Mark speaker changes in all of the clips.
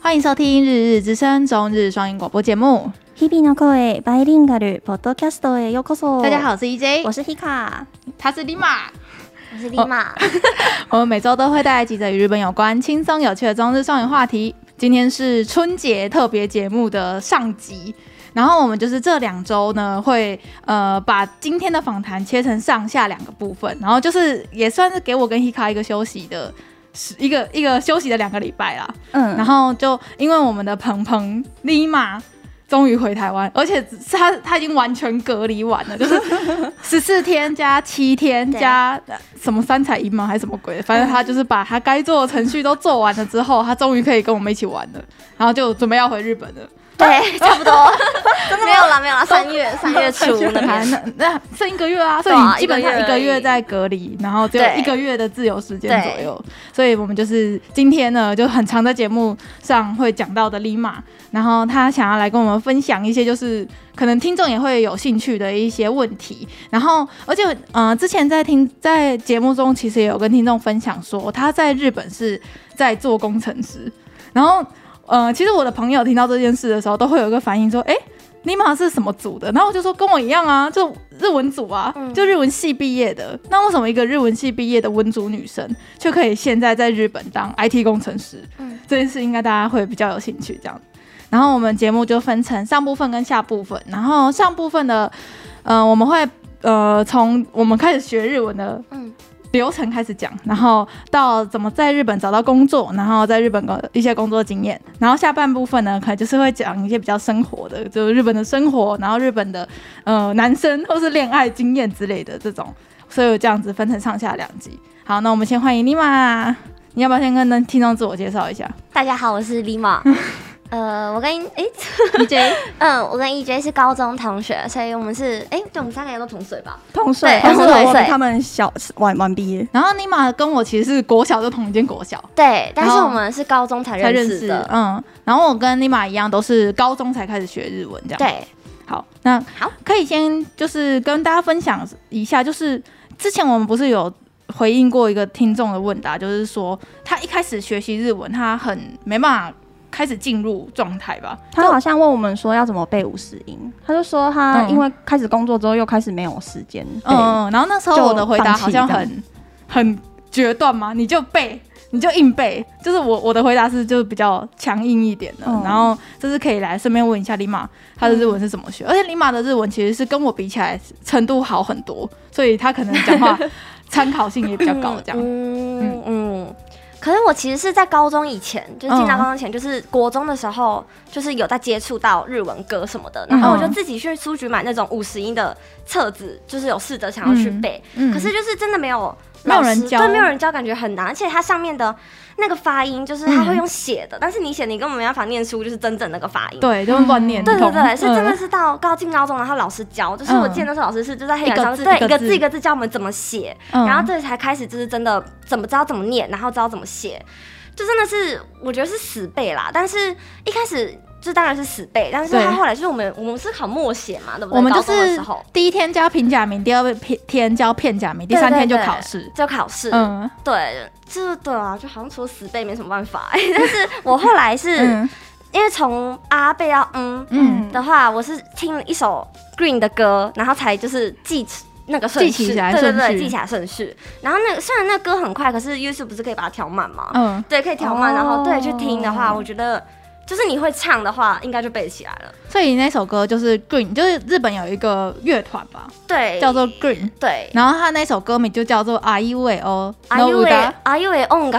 Speaker 1: 欢迎收听《日日之声》中日双语广播节目。
Speaker 2: 日々の声バイリンガルポッドキャストへようこそ。
Speaker 1: 大家，哦好，我是 E EJ，
Speaker 2: 我是 Hika，
Speaker 1: 他是 Lima。
Speaker 2: 我是 Lima。
Speaker 1: 我们每周都会带来几则与日本有关、轻松有趣的中日双语话题。今天是春节特别节目的上集，然后我们就是这两周呢，会呃把今天的访谈切成上下两个部分，然后就是也算是给我跟 Hika 一个休息的时一个一个休息的两个礼拜啦。
Speaker 2: 嗯，
Speaker 1: 然后就因为我们的鹏鹏立马终于回台湾，而且是他他已经完全隔离完了，就是 十四天加七天
Speaker 2: 对啊
Speaker 1: 加呃什么三彩银吗还是什么鬼的，反正他就是把他该做的程序都做完了之后，他终于可以跟我们一起玩了，然后就准备要回日本了。
Speaker 3: 对，差 不多。没有啦，没有啦，三月三月初那
Speaker 1: 那
Speaker 3: 边。
Speaker 1: 那剩一个月啊，所以
Speaker 3: 对啊
Speaker 1: 你基本上一
Speaker 3: 一
Speaker 1: 个
Speaker 3: 个月而
Speaker 1: 月
Speaker 3: 已
Speaker 1: 在隔离，然后只有
Speaker 3: 对
Speaker 1: 一个月的自由时间
Speaker 3: 对
Speaker 1: 左右。所以我们就是今天呢，就很常在节目上会讲到的 Lima，然后他想要来跟我们分享一些就是可能听众也会有兴趣的一些问题。然后，而且呃，之前在听在节目中其实也有跟听众分享说，他在日本是在做工程师，然后。呃，其实我的朋友听到这件事的时候，都会有一个反应说：“哎、尼玛是什么组的？然后我就说跟我一样啊，就日文组啊，
Speaker 3: 嗯
Speaker 1: 就日文系毕业的。那为什么一个日文系毕业的文组女生，却可以现在在日本当 IT 工程师？
Speaker 3: 嗯
Speaker 1: 这件事应该大家会比较有兴趣这样。然后我们节目就分成上部分跟下部分，然后上部分的，呃，我们会呃从我们开始学日文的
Speaker 3: 嗯，
Speaker 1: 流程开始讲，然后到怎么在日本找到工作，然后在日本的一些工作经验，然后下半部分呢，可能就是会讲一些比较生活的，就是日本的生活，然后日本的呃男生或是恋爱经验之类的这种，所以我这样子分成上下两集。好，那我们先欢迎妮玛，你要不要先跟听众自我介绍一下？
Speaker 3: 大家好，我是 Lima。呃，我跟诶，
Speaker 1: DJ
Speaker 3: 嗯，我跟 EJ 是高中同学，所以我们是诶，对，我们三个人都同岁吧？
Speaker 1: 同
Speaker 3: 对
Speaker 2: 但
Speaker 3: 然
Speaker 2: 是
Speaker 3: 后
Speaker 2: 我
Speaker 3: 我
Speaker 2: 比他们小晚晚毕业，
Speaker 1: 然后妮玛跟我其实是国小就同一间国小。
Speaker 3: 对，但
Speaker 1: 然
Speaker 3: 是
Speaker 1: 后
Speaker 3: 我们是高中才
Speaker 1: 才认
Speaker 3: 认识
Speaker 1: 识，
Speaker 3: 的。
Speaker 1: 嗯，然后我跟妮玛一样，都是高中才开始学日文这样。
Speaker 3: 对，
Speaker 1: 好，那
Speaker 3: 好，
Speaker 1: 可以先就是跟大家分享一下，就是之前我们不是有回应过一个听众的问答，就是说他一开始学习日文，他很没办法开始进入状态吧？
Speaker 2: 他好像问我们说要怎么背五十音，他就说他
Speaker 1: 嗯
Speaker 2: 因为开始工作之后又开始没有时间背，
Speaker 1: 嗯，然后那时候我的回答好像
Speaker 2: 就放
Speaker 1: 很很决断嘛，你就背，你就硬背，就是我我的回答是就是比较强硬一点的。
Speaker 2: 嗯
Speaker 1: 然后这是可以来顺便问一下李玛，她的日文是怎么学？而且李玛的日文其实是跟我比起来程度好很多，所以她可能讲 话参考性也比较高，这样。
Speaker 3: 嗯嗯。可是我其实是在高中以前，就是进到高中前，就是国中的时候，就是有在接触到日文歌什么的，然后
Speaker 1: 嗯
Speaker 3: 我就自己去书局买那种五十音的册子，就是有试着想要去
Speaker 1: 嗯
Speaker 3: 背，
Speaker 1: 嗯
Speaker 3: 可是就是真的没有
Speaker 1: 没有
Speaker 3: 老师
Speaker 1: 人教
Speaker 3: 对，没有人教，感觉很难。而且它上面的那个发音，就是它
Speaker 1: 嗯
Speaker 3: 会用写的，但是你写你根本没办法念出就是真正那个发
Speaker 1: 嗯
Speaker 3: 音。
Speaker 1: 对，就是乱念一
Speaker 3: 对
Speaker 1: 通。
Speaker 3: 对对，是真的
Speaker 1: 嗯
Speaker 3: 是到高进高中，然后老师教，就是
Speaker 1: 嗯
Speaker 3: 我记得那时候老师是就在黑板
Speaker 1: 一个
Speaker 3: 上，
Speaker 1: 字
Speaker 3: 对
Speaker 1: 一个
Speaker 3: 一个
Speaker 1: 字
Speaker 3: 字一个字教我们怎么写，
Speaker 1: 嗯
Speaker 3: 然后这才开始就是真的怎么知道怎么念，然后知道怎么写，就真的是我觉得是死背啦。但是一开始就当然是死背，但是
Speaker 1: 对
Speaker 3: 他后来就是我们我们是考默写嘛，对不对？
Speaker 1: 我们就
Speaker 3: 高中的
Speaker 1: 是
Speaker 3: 时候
Speaker 1: 第一天教平假名，第二天教片假名，第三天就考试。
Speaker 3: 就考试，
Speaker 1: 嗯
Speaker 3: 对，这对啊，就好像除了死背没什么办法、欸 但是我后来是、
Speaker 1: 嗯
Speaker 3: 因为从啊背到嗯
Speaker 1: 嗯，
Speaker 3: 的话，我是听了一首 Green 的歌，然后才就是记起那个顺
Speaker 1: 记
Speaker 3: 序，
Speaker 1: 起来
Speaker 3: 对对
Speaker 1: 顺序
Speaker 3: 对，记起来顺序。然后那个虽然那歌很快，可是 YouTube 不是可以把它调慢吗？
Speaker 1: 嗯，
Speaker 3: 对，可以调慢，然后对去
Speaker 1: 哦
Speaker 3: 听的话，我觉得就是你会唱的话，应该就背起来了。
Speaker 1: 所以那首歌就是 Green，就是日本有一个乐团吧，
Speaker 3: 对，
Speaker 1: 叫做 Green，
Speaker 3: 对。
Speaker 1: 然后他那首歌名就叫做《Are You a O
Speaker 3: Are you
Speaker 1: No
Speaker 3: a
Speaker 1: Da
Speaker 3: Are you a 音楽？》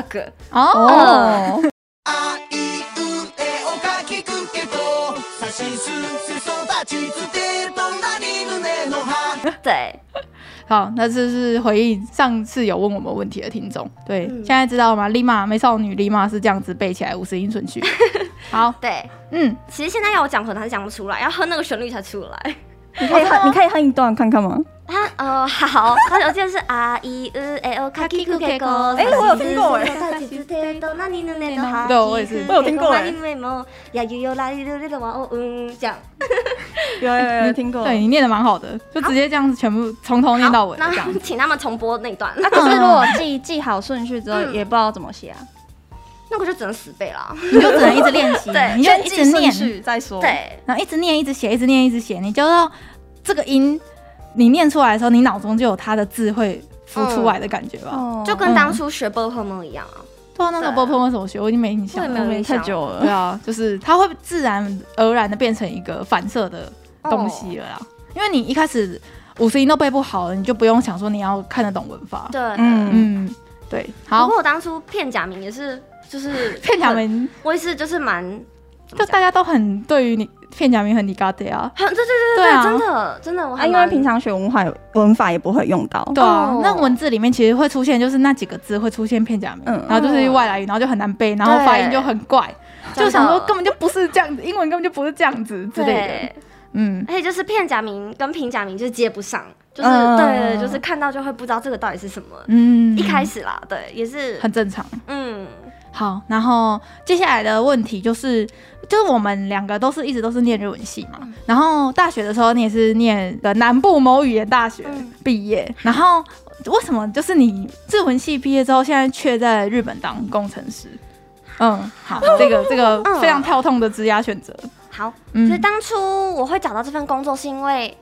Speaker 1: 哦，
Speaker 2: 哦，
Speaker 4: あいうえおかきくけとさしすせそだちつてとなりぬねのは
Speaker 3: 对，
Speaker 1: 好，那这是回应上次有问我们问题的听众。对，
Speaker 3: 嗯
Speaker 1: 现在知道吗？丽玛美少女丽玛是这样子背起来五十音顺 序。好，
Speaker 3: 对，
Speaker 1: 嗯，
Speaker 3: 其实现在要我讲混还是讲不出来，要哼那个旋律才出来。
Speaker 2: 你可以
Speaker 3: 哦
Speaker 2: 哼，你可以哼一段看看吗？
Speaker 3: 他呃好，他我记得是啊一呃哎哦卡基库克哥，
Speaker 2: 哎我有听过哎
Speaker 1: 对我也是
Speaker 2: 我有听过哎
Speaker 3: 呀悠悠啦悠悠的哇哦嗯这样，
Speaker 2: 有有有听过
Speaker 1: 对你念的蛮好的，就直接这样子全部从头念到尾
Speaker 3: 好
Speaker 1: 这样
Speaker 3: 那。请他们重播那一段。
Speaker 2: 嗯那可是如果记记好顺序之后，
Speaker 3: 嗯
Speaker 2: 也不知道怎么写啊。
Speaker 3: 那我就只能死背啦。
Speaker 1: 你就只能一直练习，
Speaker 3: 对
Speaker 1: 你就
Speaker 5: 先
Speaker 1: 一
Speaker 5: 记
Speaker 1: 直
Speaker 5: 顺
Speaker 1: 念，
Speaker 5: 序再说。，
Speaker 3: 对，
Speaker 1: 然后一直念，一直写，一直念，一直写，你就到这个音你念出来的时候，你脑中就有它的字会浮出来的感觉吧？
Speaker 5: 哦
Speaker 3: 就跟当初学 b o p 梦一样啊。
Speaker 1: 对啊，那时候
Speaker 3: 对
Speaker 1: 波波为什么学？我已经没印象
Speaker 3: 我也
Speaker 1: 了。
Speaker 3: 没有印象
Speaker 5: 太久
Speaker 1: 对
Speaker 5: 了。
Speaker 1: 啊，就是它会自然而然的变成一个反射的东西了啦。
Speaker 3: 哦
Speaker 1: 因为你一开始五十音都背不好了，你就不用想说你要看得懂文法。
Speaker 3: 对，
Speaker 5: 嗯
Speaker 1: 嗯，对，
Speaker 3: 不
Speaker 1: 好
Speaker 3: 过，我当初骗假名也是，就是
Speaker 1: 片假，名
Speaker 3: 我也是就是蛮，怎
Speaker 1: 就
Speaker 3: 么讲
Speaker 1: 大家都很对于你片假名很你嘎的啊。
Speaker 3: 很对对对
Speaker 1: 对啊
Speaker 3: 真的真的我
Speaker 5: 啊，
Speaker 3: 还
Speaker 5: 因为
Speaker 3: 蛮
Speaker 5: 平常学文化文法也不会用到。
Speaker 1: 对啊
Speaker 3: 哦，
Speaker 1: 那文字里面其实会出现，就是那几个字会出现片假名，
Speaker 5: 嗯
Speaker 1: 然后就是外来语，然后就很难背，然后发音就很怪，
Speaker 3: 嗯真
Speaker 1: 就
Speaker 3: 的
Speaker 1: 想说根本就不是这样子，英文根本就不是这样子之类的。
Speaker 3: 对，
Speaker 1: 嗯，
Speaker 3: 而且就是片假名跟平假名就是接不上，就是
Speaker 5: 嗯
Speaker 3: 对，就是看到就会不知道这个到底是什么。
Speaker 1: 嗯，
Speaker 3: 一开始啦，对，也是
Speaker 1: 很正常。
Speaker 3: 嗯，
Speaker 1: 好，然后接下来的问题就是，就是我们两个都是一直都是念日文系嘛，
Speaker 3: 嗯
Speaker 1: 然后大学的时候你也是念的南部某语言大学
Speaker 3: 嗯
Speaker 1: 毕业，然后为什么就是你日文系毕业之后，现在却在日本当工程师？嗯， 好，这个这个
Speaker 3: 嗯
Speaker 1: 非常跳痛的职涯选择，
Speaker 3: 好。
Speaker 1: 嗯
Speaker 3: 所以当初我会找到这份工作，是因为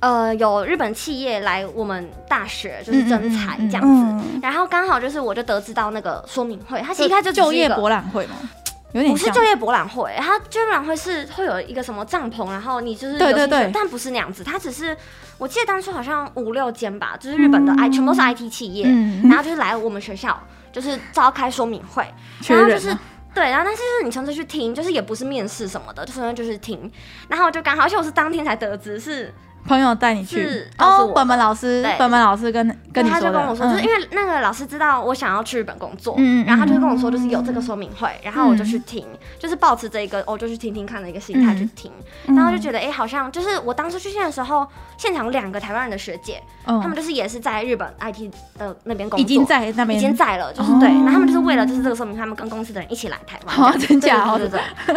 Speaker 3: 呃有日本企业来我们大学就是征才
Speaker 1: 嗯嗯嗯嗯
Speaker 3: 这样子，
Speaker 5: 嗯，
Speaker 3: 然后刚好就是我就得知到那个说明会，它其实一开始只
Speaker 1: 就是
Speaker 3: 一
Speaker 1: 业
Speaker 3: 个
Speaker 1: 博览会嘛，有点
Speaker 3: 不是
Speaker 1: 像
Speaker 3: 就业博览会，它就业博览会是会有一个什么帐篷，然后你就是
Speaker 1: 对
Speaker 3: 有
Speaker 1: 对
Speaker 3: 薪水
Speaker 1: 对
Speaker 3: 但不是那样子，它只是我记得当初好像五六间吧，就是日本的哎 I、全部都是 IT 企业，
Speaker 1: 嗯
Speaker 3: 然后就是来我们学校就是召开说明会，
Speaker 1: 缺
Speaker 3: 然后
Speaker 1: 人、啊，
Speaker 3: 就是。对，然后但是就是你纯粹去听，就是也不是面试什么的，就纯粹就是听。然后就刚好，而且我是当天才得知是，
Speaker 1: 朋友带你去哦
Speaker 3: 是告诉我的
Speaker 1: 本本老师
Speaker 3: 对，
Speaker 1: 本本老师跟跟你
Speaker 3: 他
Speaker 1: 说
Speaker 3: 就
Speaker 1: 的，
Speaker 3: 跟我说，就是
Speaker 1: 嗯
Speaker 3: 因为那个老师知道我想要去日本工作，
Speaker 1: 嗯嗯
Speaker 3: 然后他就跟我
Speaker 1: 嗯
Speaker 3: 说，就是有这个说明会，然后我
Speaker 1: 嗯
Speaker 3: 就去听，就是抱持着一个我、哦、就去听听看的一个心态
Speaker 1: 嗯
Speaker 3: 去听。然后就觉得，哎、好像就是我当初去现的时候，现场有两个台湾人的学姐，
Speaker 1: 嗯
Speaker 3: 他们就是也是在日本 IT 的那边工作，
Speaker 1: 已经在那边
Speaker 3: 已经在了，就是、对。然后他们就是为了就是这个说明，他们跟公司的人一起来台湾，
Speaker 1: 哦真
Speaker 3: 这
Speaker 1: 假
Speaker 3: 样
Speaker 1: 哦
Speaker 3: 对对对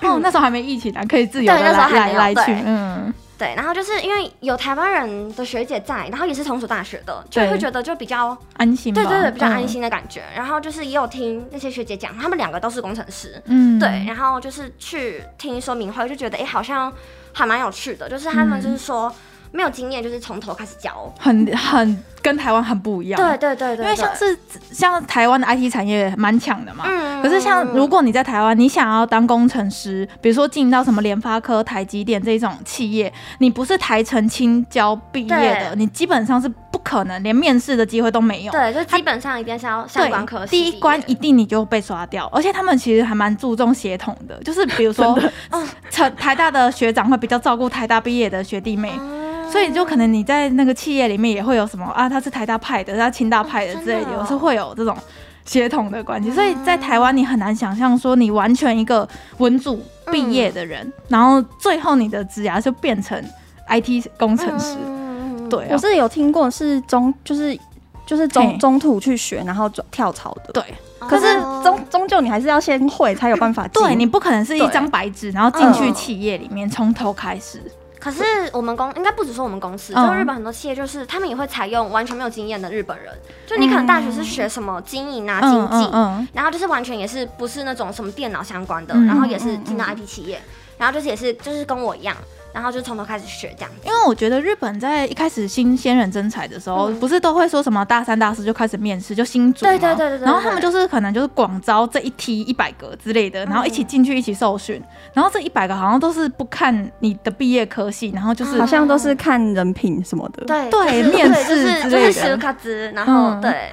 Speaker 3: 对
Speaker 1: 哦，那时候还没疫情呢，可以自由的
Speaker 3: 嗯对那时候
Speaker 1: 来
Speaker 3: 还
Speaker 1: 来
Speaker 3: 没有
Speaker 1: 来去
Speaker 3: 对，
Speaker 1: 嗯，
Speaker 3: 对。然后就是因为有台湾人的学姐在，然后也是同属大学的，就
Speaker 1: 对
Speaker 3: 会觉得就比较
Speaker 1: 安心吧，
Speaker 3: 对对对比较
Speaker 1: 嗯
Speaker 3: 安，心的感觉。然后就是也有听那些学姐讲，他们两个都是工程师，
Speaker 1: 嗯，
Speaker 3: 对，，然后就是去听说明会，就觉得哎、诶好像还蛮有趣的。就是他们
Speaker 1: 嗯
Speaker 3: 就是说、没有经验，就是从头开始教。
Speaker 1: 很很跟台湾很不一样，
Speaker 3: 对，对对对，
Speaker 1: 因为像
Speaker 3: 对
Speaker 1: 是像台湾的 IT 产业蛮强的嘛。
Speaker 3: 嗯
Speaker 1: 可是，像如果你在台湾，你想要当工程师，比如说进到什么联发科、台积电这种企业，你不是台城青交毕业的，
Speaker 3: 对
Speaker 1: 你基本上是不可能连面试的机会都没有。
Speaker 3: 对，就基本上一定是要相关科
Speaker 1: 对，
Speaker 3: 系
Speaker 1: 第一关一定你就被刷掉，而且他们其实还蛮注重协同的，就是比如
Speaker 3: 哦
Speaker 1: 说， 嗯，成台大的学长会比较照顾台大毕业的学弟妹，
Speaker 3: 哦
Speaker 1: 所以就可能你在那个企业里面也会有什么啊，他是台大派的，他清大派的
Speaker 3: 哦嗯
Speaker 1: 之类
Speaker 3: 真
Speaker 1: 的，
Speaker 3: 的哦
Speaker 1: 有时候会有这种协同的关系。所以在台湾，你很难想象说你完全一个文组毕业的人，
Speaker 3: 嗯
Speaker 1: 然后最后你的职涯就变成 IT 工程师，
Speaker 3: 嗯
Speaker 1: 对啊
Speaker 5: 我，是有听过，是中就是就是
Speaker 1: 嘿
Speaker 5: 中中途去学，然后转跳槽的。
Speaker 1: 对。
Speaker 3: 哦
Speaker 1: 哦
Speaker 5: 可是终终究你还是要先会才有办法进。
Speaker 1: 对你不可能是一
Speaker 5: 对
Speaker 1: 张白纸，然后进去
Speaker 3: 嗯
Speaker 1: 企业里面从头开始。
Speaker 3: 可是我们公应该不只说我们公司，
Speaker 1: 嗯
Speaker 3: 就日本很多企业就是他们也会采用完全没有经验的日本人，就你可能大学是学什么经营啊、经济，
Speaker 1: 嗯
Speaker 3: 然后就是完全也是不是那种什么电脑相关的，
Speaker 1: 嗯
Speaker 3: 然后也是进到 IP 企业，然后就是也是就是跟我一样，然后就从头开始学这样。
Speaker 1: 因为我觉得日本在一开始新鲜人征才的时候，
Speaker 3: 嗯
Speaker 1: 不是都会说什么大三、大四就开始面试，就新组嘛
Speaker 3: 对对对对对
Speaker 1: 然后他们就是可能就是广招这一批一百个之类
Speaker 3: 嗯
Speaker 1: 的，然后一起进去一起受训，然后这一百个好像都是不看你的毕业科系，然后就是
Speaker 5: 好像都是看人品什么的。
Speaker 3: 对
Speaker 1: 嗯对
Speaker 3: 就是
Speaker 1: 面试
Speaker 3: 对就是
Speaker 1: 之
Speaker 3: 就
Speaker 1: 类的
Speaker 3: 是学卡兹，然后、
Speaker 1: 嗯
Speaker 3: 对。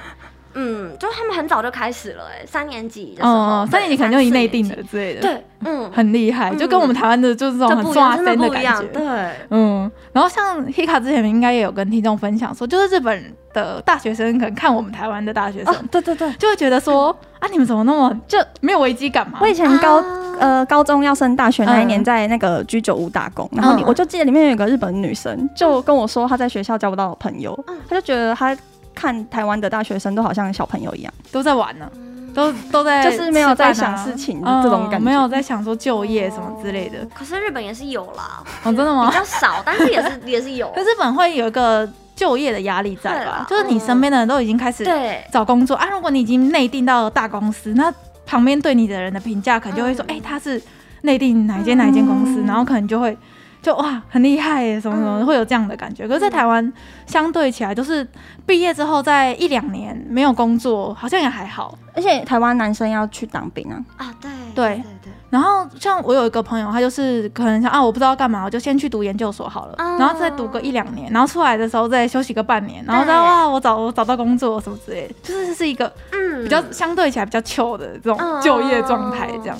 Speaker 3: 嗯，就他们很早就开始了、哎，三年级的时候，
Speaker 1: 哦，三年级可能就
Speaker 3: 对
Speaker 1: 一内定，
Speaker 3: 三
Speaker 1: 的之类的，
Speaker 3: 四年级，对，嗯，
Speaker 1: 很厉害，
Speaker 3: 嗯
Speaker 1: 就跟我们台湾的就是这种
Speaker 3: 这
Speaker 1: 很
Speaker 3: 不一
Speaker 1: 抓
Speaker 3: 样，真
Speaker 1: 身
Speaker 3: 的不
Speaker 1: 感
Speaker 3: 一
Speaker 1: 觉
Speaker 3: 样，。对，
Speaker 1: 嗯，然后像 Hika 之前应该也有跟听众分享说，就是日本的大学生可能看我们台湾的大学生，
Speaker 5: 哦，对对对，
Speaker 1: 就会觉得 说啊，你们怎么那么
Speaker 5: 就
Speaker 1: 没有危机感嘛？
Speaker 5: 我以前高、
Speaker 3: 啊
Speaker 5: 呃高中要升大学那一
Speaker 1: 嗯
Speaker 5: 年，在那个居酒屋打工，然后你
Speaker 1: 嗯
Speaker 5: 我就记得里面有一个日本女生，就跟我说她在学校交不到朋友，
Speaker 1: 嗯
Speaker 5: 她就觉得她看台湾的大学生都好像小朋友一样，
Speaker 1: 都在玩呢、都都在
Speaker 5: 就是没有在
Speaker 1: 吃饭啊
Speaker 5: 想事情
Speaker 1: 嗯
Speaker 5: 这种感觉
Speaker 1: 没有在想说就业什么之类的。
Speaker 3: 哦可是日本也是有啦，
Speaker 1: 哦，真的
Speaker 3: 比
Speaker 1: 吗？
Speaker 3: 较少，但是也是也 是有
Speaker 1: 可。日本会有一个就业的压力在
Speaker 3: 对
Speaker 1: 吧
Speaker 5: 啊
Speaker 3: 啦？
Speaker 5: 嗯
Speaker 1: 就是你身边的人都已经开始
Speaker 3: 对，
Speaker 1: 找工作啊，如果你已经内定到大公司，那旁边对你的人的评价，可能就会说，哎、
Speaker 3: 嗯
Speaker 1: 他是内地哪一间哪一间公司，然后可能就会就哇很厉害耶，什么什么的，
Speaker 3: 嗯
Speaker 1: 会有这样的感觉。可是，在台湾相对起来，就是毕业之后在一两年没有工作，好像也还好。
Speaker 5: 而且台湾男生要去当兵啊，
Speaker 3: 啊，对
Speaker 1: 对
Speaker 3: 对，
Speaker 1: 然后像我有一个朋友，他就是可能想啊，我不知道干嘛，我就先去读研究所好了，
Speaker 3: 哦
Speaker 1: 然后再读个一两年，然后出来的时候再休息个半年，然后再
Speaker 3: 对
Speaker 1: 哇，啊我找我找到工作什么之类的，就是这是一个
Speaker 3: 嗯
Speaker 1: 比较相对起来比较 chill 的这种
Speaker 3: 嗯
Speaker 1: 就业状态这样。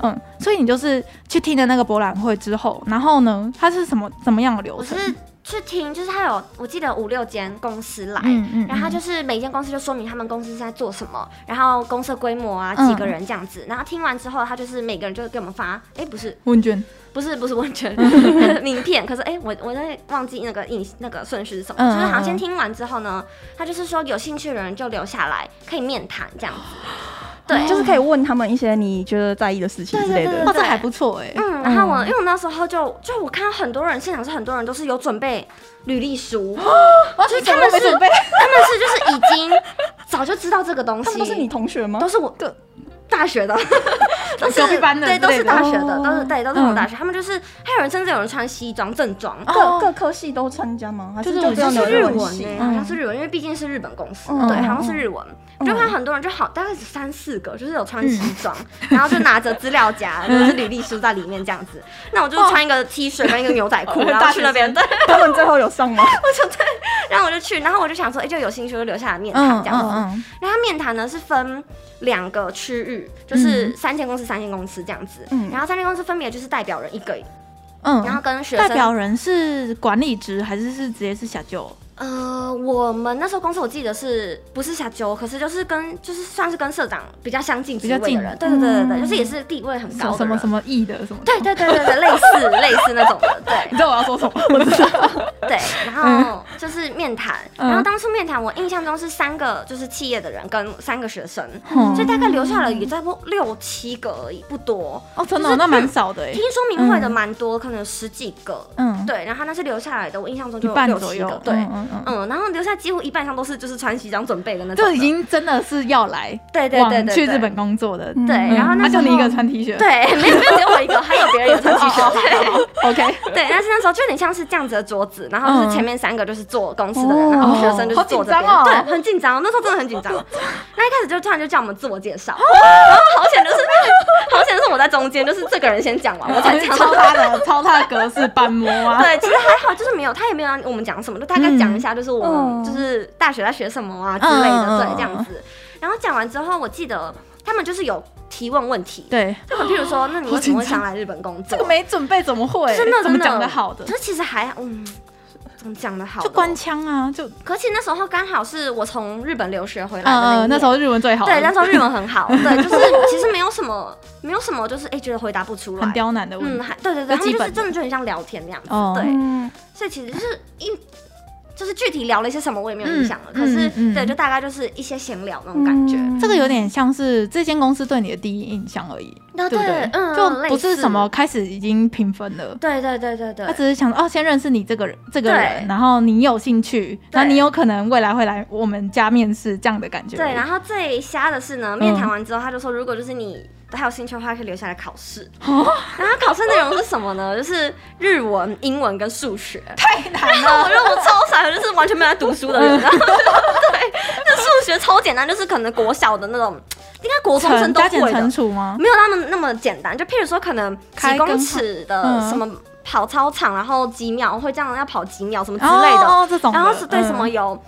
Speaker 1: 嗯，所以你就是去听了那个博览会之后，然后呢，它是什么怎么样的流
Speaker 3: 我
Speaker 1: 程？
Speaker 3: 是去听，就是他有我记得五六间公司来，
Speaker 1: 嗯嗯
Speaker 3: 然后他就是每间公司就说明他们公司是在做什么，然后公司的规模啊，
Speaker 1: 嗯
Speaker 3: 几个人这样子。然后听完之后，他就是每个人就给我们发，哎，不是
Speaker 1: 问卷，
Speaker 3: 不是不是问卷
Speaker 1: 嗯
Speaker 3: 呃 名片，可是哎，我我在忘记那个印那个顺序是什么，
Speaker 1: 嗯
Speaker 3: 就是
Speaker 1: 嗯
Speaker 3: 好像
Speaker 1: 嗯
Speaker 3: 先听完之后呢，他就是说有兴趣的人就留下来，可以面谈这 样子。对，
Speaker 5: 就是可以问他们一些你觉得在意的事情之类
Speaker 3: 对对对
Speaker 5: 的
Speaker 1: 哦，。这还不错哎、
Speaker 3: 嗯，然后我、因为我那时候就就我看到很多人现场是很多人都是有准备履历书，哦就是他们
Speaker 1: 没
Speaker 3: 是
Speaker 1: 准备，
Speaker 3: 他们是就是已经早就知道这个东西，
Speaker 5: 他们都是你同学吗
Speaker 3: 都？是我
Speaker 1: 对
Speaker 3: 大学的，都是
Speaker 1: 隔壁班的
Speaker 3: 对，
Speaker 1: 之
Speaker 3: 都
Speaker 1: 类的
Speaker 3: 是大学的，
Speaker 5: 哦
Speaker 3: 都是对，都是我大学。他们就是还有人甚至有人穿西装正装，
Speaker 5: 各各科系都参加吗？还
Speaker 1: 啊就是
Speaker 5: 是
Speaker 1: 我
Speaker 5: 就只有
Speaker 1: 们
Speaker 5: 你
Speaker 3: 是
Speaker 1: 有
Speaker 5: 们
Speaker 3: 日
Speaker 5: 文
Speaker 3: 文欸
Speaker 5: 系
Speaker 3: 呢，好
Speaker 5: 嗯
Speaker 3: 像是日文，因为毕竟是日本公司，
Speaker 5: 嗯
Speaker 3: 对，好像
Speaker 5: 嗯
Speaker 3: 是日文。我就看很多人就好，大概三四个，就是有穿
Speaker 1: 嗯
Speaker 3: 西装，然后就拿着资料夹， 就是履历书在里面这样子。那我就
Speaker 1: 哦
Speaker 3: 穿一个 T 恤跟一个牛 仔裤，然后去那边，对，
Speaker 5: 他们最后有上吗？
Speaker 3: 然后我就去，然后我就想说，哎，就有兴趣就留下来面
Speaker 1: 嗯
Speaker 3: 谈
Speaker 1: 嗯
Speaker 3: 这样子。
Speaker 1: 嗯，
Speaker 3: 然后它面谈呢是分两个区域，
Speaker 1: 嗯
Speaker 3: 就是三间公司、三间公司这样子。
Speaker 5: 嗯
Speaker 3: 然后三间公司分别就是代表人一个，
Speaker 1: 嗯
Speaker 3: 然后跟学
Speaker 1: 代
Speaker 3: 生。
Speaker 1: 表人是管理职还是是直接是小舅？
Speaker 3: 呃，我们那时候公司我记得是不是下九，可是就是跟就是算是跟社长比较相近
Speaker 1: 比
Speaker 3: 职
Speaker 1: 较
Speaker 3: 位
Speaker 1: 近
Speaker 3: 的人，对对对对对，
Speaker 5: 嗯
Speaker 3: 就是也是地位很
Speaker 1: 什么
Speaker 3: 高的
Speaker 1: 什么
Speaker 3: 人
Speaker 1: 什。么意的什么的？
Speaker 3: 对对对对对，类似类似那种的，对
Speaker 1: 你知道我要说什 么？我知道。
Speaker 3: 对。然后就是面谈，
Speaker 1: 嗯
Speaker 3: 然后当初面谈我印象中是三个就是企业的人跟三个学生，
Speaker 1: 嗯
Speaker 3: 所以大概留下来也在不六七个而已，不多。
Speaker 1: 哦，真的哦、那蛮少的哎
Speaker 3: 听。说明会的蛮多，可能有十几个，
Speaker 1: 嗯，
Speaker 3: 对，然后那是留下来的，我印象中
Speaker 1: 一
Speaker 3: 就有
Speaker 1: 半
Speaker 3: 六
Speaker 1: 左
Speaker 3: 七
Speaker 1: 右
Speaker 3: 个，。对。
Speaker 1: 嗯嗯嗯，
Speaker 3: 嗯，然后留下几乎一半上都是就是穿西装准备的那种
Speaker 1: 就
Speaker 3: 的，
Speaker 1: 已经真的是要来
Speaker 3: 对对对
Speaker 1: 往
Speaker 3: 对
Speaker 1: 去
Speaker 3: 对
Speaker 1: 日本工作的。
Speaker 5: 嗯
Speaker 3: 对，
Speaker 1: 嗯
Speaker 3: 然后那
Speaker 1: 啊
Speaker 3: 时
Speaker 1: 就
Speaker 3: 候
Speaker 1: 你一个穿 T 恤。
Speaker 3: 对，没有没有只有我一个，还有别人也穿西装，
Speaker 1: 哦
Speaker 3: 对
Speaker 1: ，OK。
Speaker 3: 对，但是那时候就有点像是这样子的桌子，然后就是前面三个就是坐公司的人，
Speaker 5: 哦
Speaker 3: 然后学生就是
Speaker 1: 嗯好
Speaker 3: 坐这
Speaker 1: 紧
Speaker 3: 边，
Speaker 1: 张哦
Speaker 3: 对，很紧张，那时候真的很紧张。 那一开始就突然就叫我们自我介绍，然后好险就是好险是我在中间，就是这个人先讲完，我 才讲
Speaker 1: 抄他的，抄他的格式板模啊。
Speaker 3: 对，其实还好，就是没有，他也没有让我们讲什么，就大概讲一下，就是我
Speaker 5: 嗯
Speaker 3: 们就是大学在学什么啊之类
Speaker 1: 哦
Speaker 3: 的，
Speaker 1: 嗯
Speaker 3: 对，这样子。然后讲完之后，我记得他们就是有提问问题，
Speaker 1: 对，
Speaker 3: 就很譬如说，那你为什么会想来日本工
Speaker 1: 这
Speaker 3: 作
Speaker 1: 个？没准备怎么会？
Speaker 3: 真的
Speaker 1: 怎么
Speaker 3: 真
Speaker 1: 讲的好的
Speaker 3: 可？是其实还嗯，怎么讲的好
Speaker 1: 就
Speaker 3: 的哦？
Speaker 1: 官腔啊，就
Speaker 3: 可是其实那时候刚好是我从日本留学回来的
Speaker 1: 呃
Speaker 3: 那一
Speaker 1: 那
Speaker 3: 年
Speaker 1: 时候日文最好了。
Speaker 3: 对，那时候日文很好，对，就是其实没有什么，没有什么，就是哎、觉得回答不出来
Speaker 1: 很，刁难的问
Speaker 3: 嗯，
Speaker 1: 题。
Speaker 3: 还对对对，他
Speaker 1: 就基
Speaker 3: 们就
Speaker 1: 本的
Speaker 3: 是真的就很像聊天那样子，
Speaker 1: 哦
Speaker 3: 对，
Speaker 5: 嗯，
Speaker 3: 所以其实就是一就是具体聊了一些什么，我也没有印象了。
Speaker 1: 嗯
Speaker 3: 可是、
Speaker 1: 嗯嗯
Speaker 3: 对，就大概就是一些闲聊那种感觉。
Speaker 5: 嗯
Speaker 1: 这个有点像是这间公司对你的第一印象而已，
Speaker 3: 那
Speaker 1: 对不对？
Speaker 3: 嗯，
Speaker 1: 就
Speaker 3: 类
Speaker 1: 不是
Speaker 3: 似
Speaker 1: 什么。开始已经评分了。
Speaker 3: 对对对对对
Speaker 1: 他。只是想说哦，先认识你这个人，这个人，
Speaker 3: 对
Speaker 1: 然后你有兴趣，
Speaker 3: 对
Speaker 1: 那你有可能未来会来我们家面试这样的感觉。
Speaker 3: 对，然后最瞎的是呢，
Speaker 1: 嗯
Speaker 3: 面谈完之后，他就说，如果就是你还有兴趣的话，可以留下来考试。
Speaker 1: 哦
Speaker 3: 然后考试内容是什么呢？就是日文、英文跟数学。
Speaker 1: 太难
Speaker 3: 然后
Speaker 1: 了，嗯
Speaker 3: 我觉得我超傻的，就是完全没有在读书的人。然后 对，那数学超简单，就是可能国小的那种，应该国中生
Speaker 1: 乘
Speaker 3: 都
Speaker 1: 加
Speaker 3: 会
Speaker 1: 减
Speaker 3: 的。嗯
Speaker 1: 乘除吗？
Speaker 3: 没有那么那么简单。就譬如说，可能
Speaker 1: 开
Speaker 3: 几
Speaker 1: 根
Speaker 3: 公尺的
Speaker 1: 嗯
Speaker 3: 什么跑操场，然后几秒会这样要跑几秒什么之
Speaker 1: 哦
Speaker 3: 类的，
Speaker 1: 哦，这种的，
Speaker 3: 然后是对什么
Speaker 1: 嗯
Speaker 3: 有、